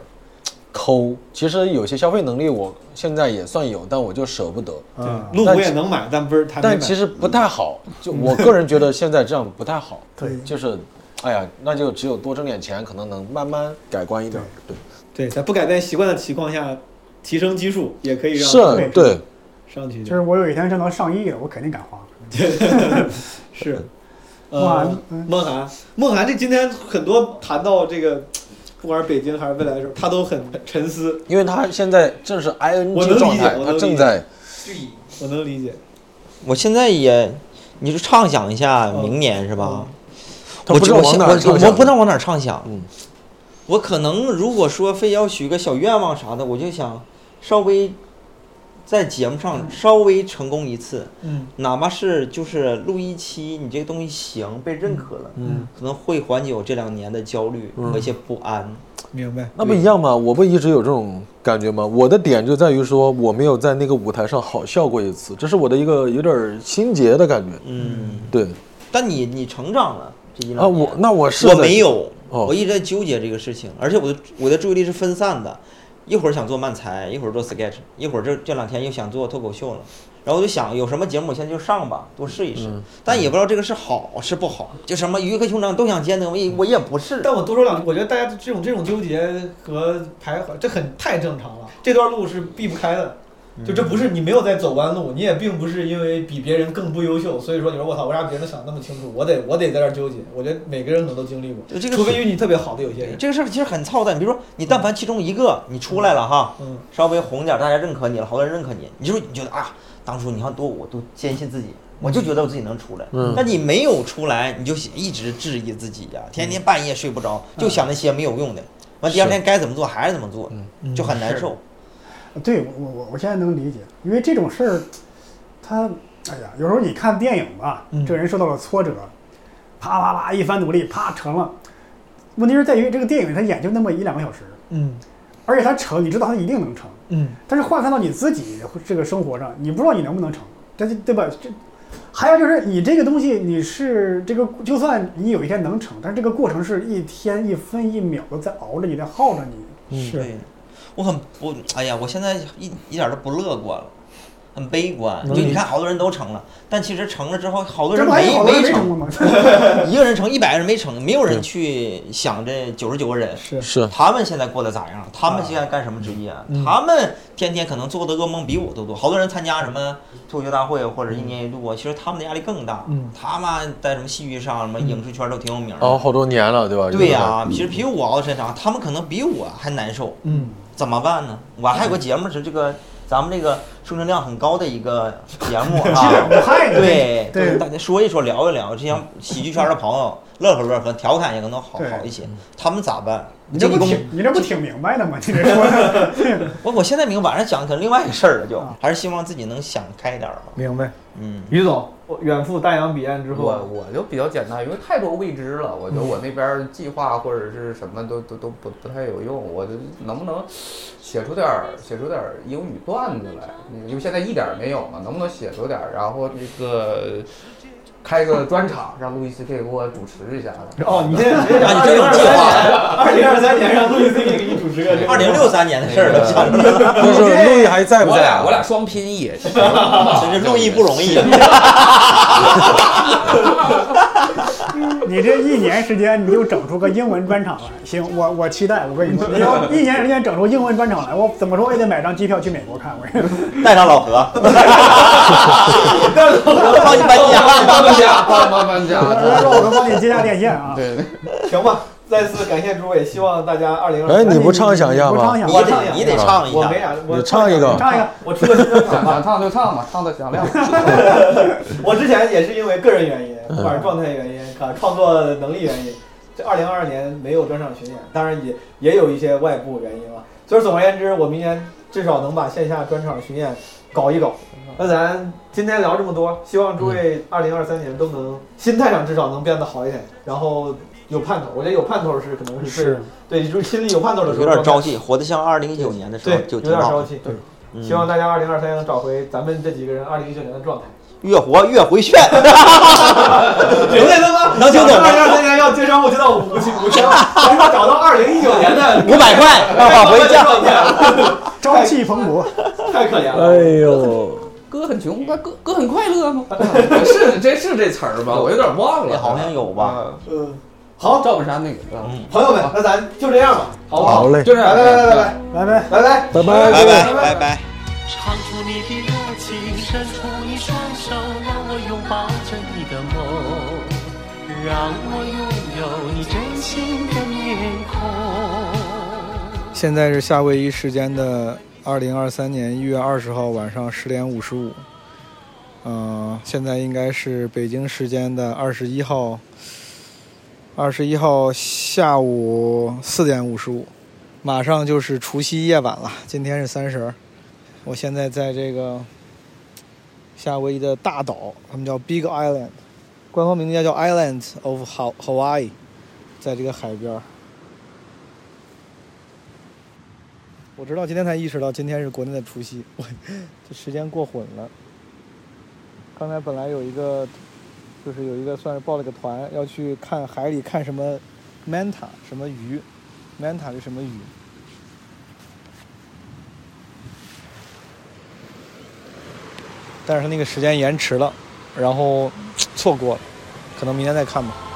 抠。其实有些消费能力我现在也算有，但我就舍不得。
嗯
路虎也能买，但不是他没买。
但其实不太好，就我个人觉得现在这样不太好。
对
就是，哎呀，那就只有多挣点钱，可能能慢慢改观一点。对，
对，在不改变习惯的情况下，提升基数也可以让
是，对，
上去一点。
就是我有一天挣到上亿了，我肯定敢花。
是，
哇嗯
呃，梦涵，梦涵这今天很多谈到这个，不管是北京还是未来的时候，他都很沉思，
因为他现在正是
我能理
ING
解
状态，
我能
他
理
正
解
在
是
我能理解。
我现在也，你就畅想一下明年是
哦
吧？
他
我
不知道
我
往
现
哪
我
儿畅
我
想
不知道往哪儿畅想。
嗯
我可能如果说非要许个小愿望啥的，我就想稍微在节目上稍微成功一次，
嗯，
哪怕是就是录一期，你这个东西行被认可了，
嗯，
可能会缓解我这两年的焦虑
嗯
和一些不安。
明白。
那不一样吗？我不一直有这种感觉吗？我的点就在于说，我没有在那个舞台上好笑过一次，这是我的一个有点儿心结的感觉。
嗯，
对
但你你成长了这一两
啊，
年
我那我是
我
在
没有，
哦
我一直在纠结这个事情，而且我的我的注意力是分散的，一会儿想做漫才，一会儿做 sketch，一会儿这这两天又想做脱口秀了，然后我就想有什么节目我现在就上吧，多试一试，
嗯
但也不知道这个是好是不好，就什么鱼和熊掌都想兼得，我也我也不是，
但我多说两句，我觉得大家这种这种纠结和徘徊，这很太正常了。这段路是避不开的，就这不是你没有在走弯路，你也并不是因为比别人更不优秀，所以说你说我操，为啥别人都想那么清楚，我得我得在这儿纠结。我觉得每个人可能都经历过，
就这个
除非运气特别好的有些
对
人。
这个事儿其实很操蛋，比如说你但凡其中一个你出来了哈，
嗯，
稍微红点儿，大家认可你了，好多人认可你，你就你觉得啊，当初你看多我都坚信自己，
嗯
我就觉得我自己能出来。
嗯
但你没有出来，你就一直质疑自己呀、天天半夜睡不着，
嗯
就想那些没有用的。完第二天该怎么做还是怎么做，
嗯
就很难受。
对我我我我现在能理解，因为这种事儿，他哎呀，有时候你看电影吧，
嗯
这个人受到了挫折，啪啪啪一番努力，啪成了。问题是在于这个电影他演就那么一两个小时，
嗯
而且他成，你知道他一定能成，
嗯，
但是换算到你自己这个生活上，你不知道你能不能成，这就对吧？这还有就是你这个东西，你是这个，就算你有一天能成，但是这个过程是一天一分一秒的在熬着你，在耗着你。
嗯
对，我很不，哎呀，我现在一一点儿都不乐观了。很悲观。
能
就你
理
看，好多人都成了，但其实成了之后，好多
嗯这
人
不还有
没
好多人没成
成，
功吗？
一个人成，一百个人没成，没有人去想这九十九个人。
是啊
是
他们现在过得咋样？他们现在干什么职业？啊
嗯
他们天天可能做的噩梦比我都多。好多人参加什么脱口秀大会或者一年一度啊，其实他们的压力更大。
嗯哦
他们在什么戏剧上、什么影视圈都挺有名的。
哦熬好多年了，对吧？
对呀、其实比我熬的时间长，他们可能比我还难受。
嗯，，
怎么办呢？我还有个节目是这个咱们这个收听量很高的一个节目啊
我 害你
对
对
就是大家说一说，聊一聊，这
嗯
些喜剧圈的朋友乐呵乐呵，调侃也可能好
对
好一些。他们咋办？
你
这
这
一
不
公，
挺你这不挺明白的吗？你这说的，
我我现在明白，晚上讲的可能另外一个事儿了，就
啊
还是希望自己能想开点儿吧。
明白？
嗯，
于总远赴大洋彼岸之
我
后，
我就比较简单，因为太多未知了，我觉得
嗯
我那边儿计划或者是什么都都都不不太有用，我就能不能写出点儿写出点儿英语段子来？因为现在一点儿没有嘛，能不能写出点儿？然后那个开个专场，让路易斯 K 给我主持一下。
哦，你现在直接
啊
讲
你这种计划
二零二三年让路易斯 K 给你主持个
二零六三年的事儿了，想
那
不是陆毅还在不
我
在
俩
啊？
我俩双拼译，
真是路易不容易。啊
你这一年时间你就整出个英文专场来，行，我我期待，我跟你说，你要一年时间整出英文专场来，我怎么说也得买张机票去美国看，我跟你说
带上老何，帮你搬
帮
家。
搬家， 帮帮搬
到时
家。
候我能帮你接下电线啊。
对，
行吧，再次感谢诸位，希望大家二零二
哎，
三
你不畅想一下
你不
吗
畅？想
你
我
得
唱一下
你得唱一
我
下
没，啥，啊我
你唱一个
唱一个，
我出个新专场
想
吧。
想唱就唱吧，唱的响亮。
我之前也是因为个人原因，不管是状态原因、啊创作能力原因，这二零二二年没有专场巡演，当然也也有一些外部原因了。所以总而言之，我明年至少能把线下专场巡演搞一搞。那咱今天聊这么多，希望诸位二零二三年都能心态上至少能变得好一点，然后有盼头。我觉得有盼头是可能是最对，就是心里有盼头的时
有
候
点
状
朝
态。
气，活得像二零一九年的时候
对，
就
有
挺
点
好
朝
的。
气。
嗯
希望大家二零二三年能找回咱们这几个人二零一九年的状态。
越活越回旋，
人类他妈
能听懂吗
二零二三年要接商务，接到五五千五千 万，咱说找到二零一九年的
五百 块往回降。
状态了，
朝气蓬勃，
太可怜
哎
了。
呦，
哥很穷，哥哥很快乐吗？ 是这是这词儿吧？我有点忘
哎
哦
了，
哎好像有吧？
啊
嗯，好，
赵本山那个。嗯
嗯，
朋友们，那咱就这样吧，好不
好
好？
嘞，
就这样，
拜拜拜拜拜
拜拜。
拜拜
拜拜
拜
哎拜拜拜拜。
唱出你的热情，伸出一双手，让我拥抱着你的梦，让我拥有你真心的面孔。
现在是夏威夷时间的二零二三年一月二十号晚上十点五十五，嗯，现在应该是北京时间的二十一号，二十一号下午四点五十五，马上就是除夕夜晚了，今天是三十儿，我现在在这个夏威夷的大岛，他们叫 Big Island，官方名字叫 Island of Ha- Hawaii，在这个海边儿。我直到今天才意识到今天是国内的除夕，我这时间过混了。刚才本来有一个，就是有一个算是报了个团，要去看海里看什么 manta 什么鱼，manta 是什么鱼？但是他那个时间延迟了，然后错过了，可能明天再看吧。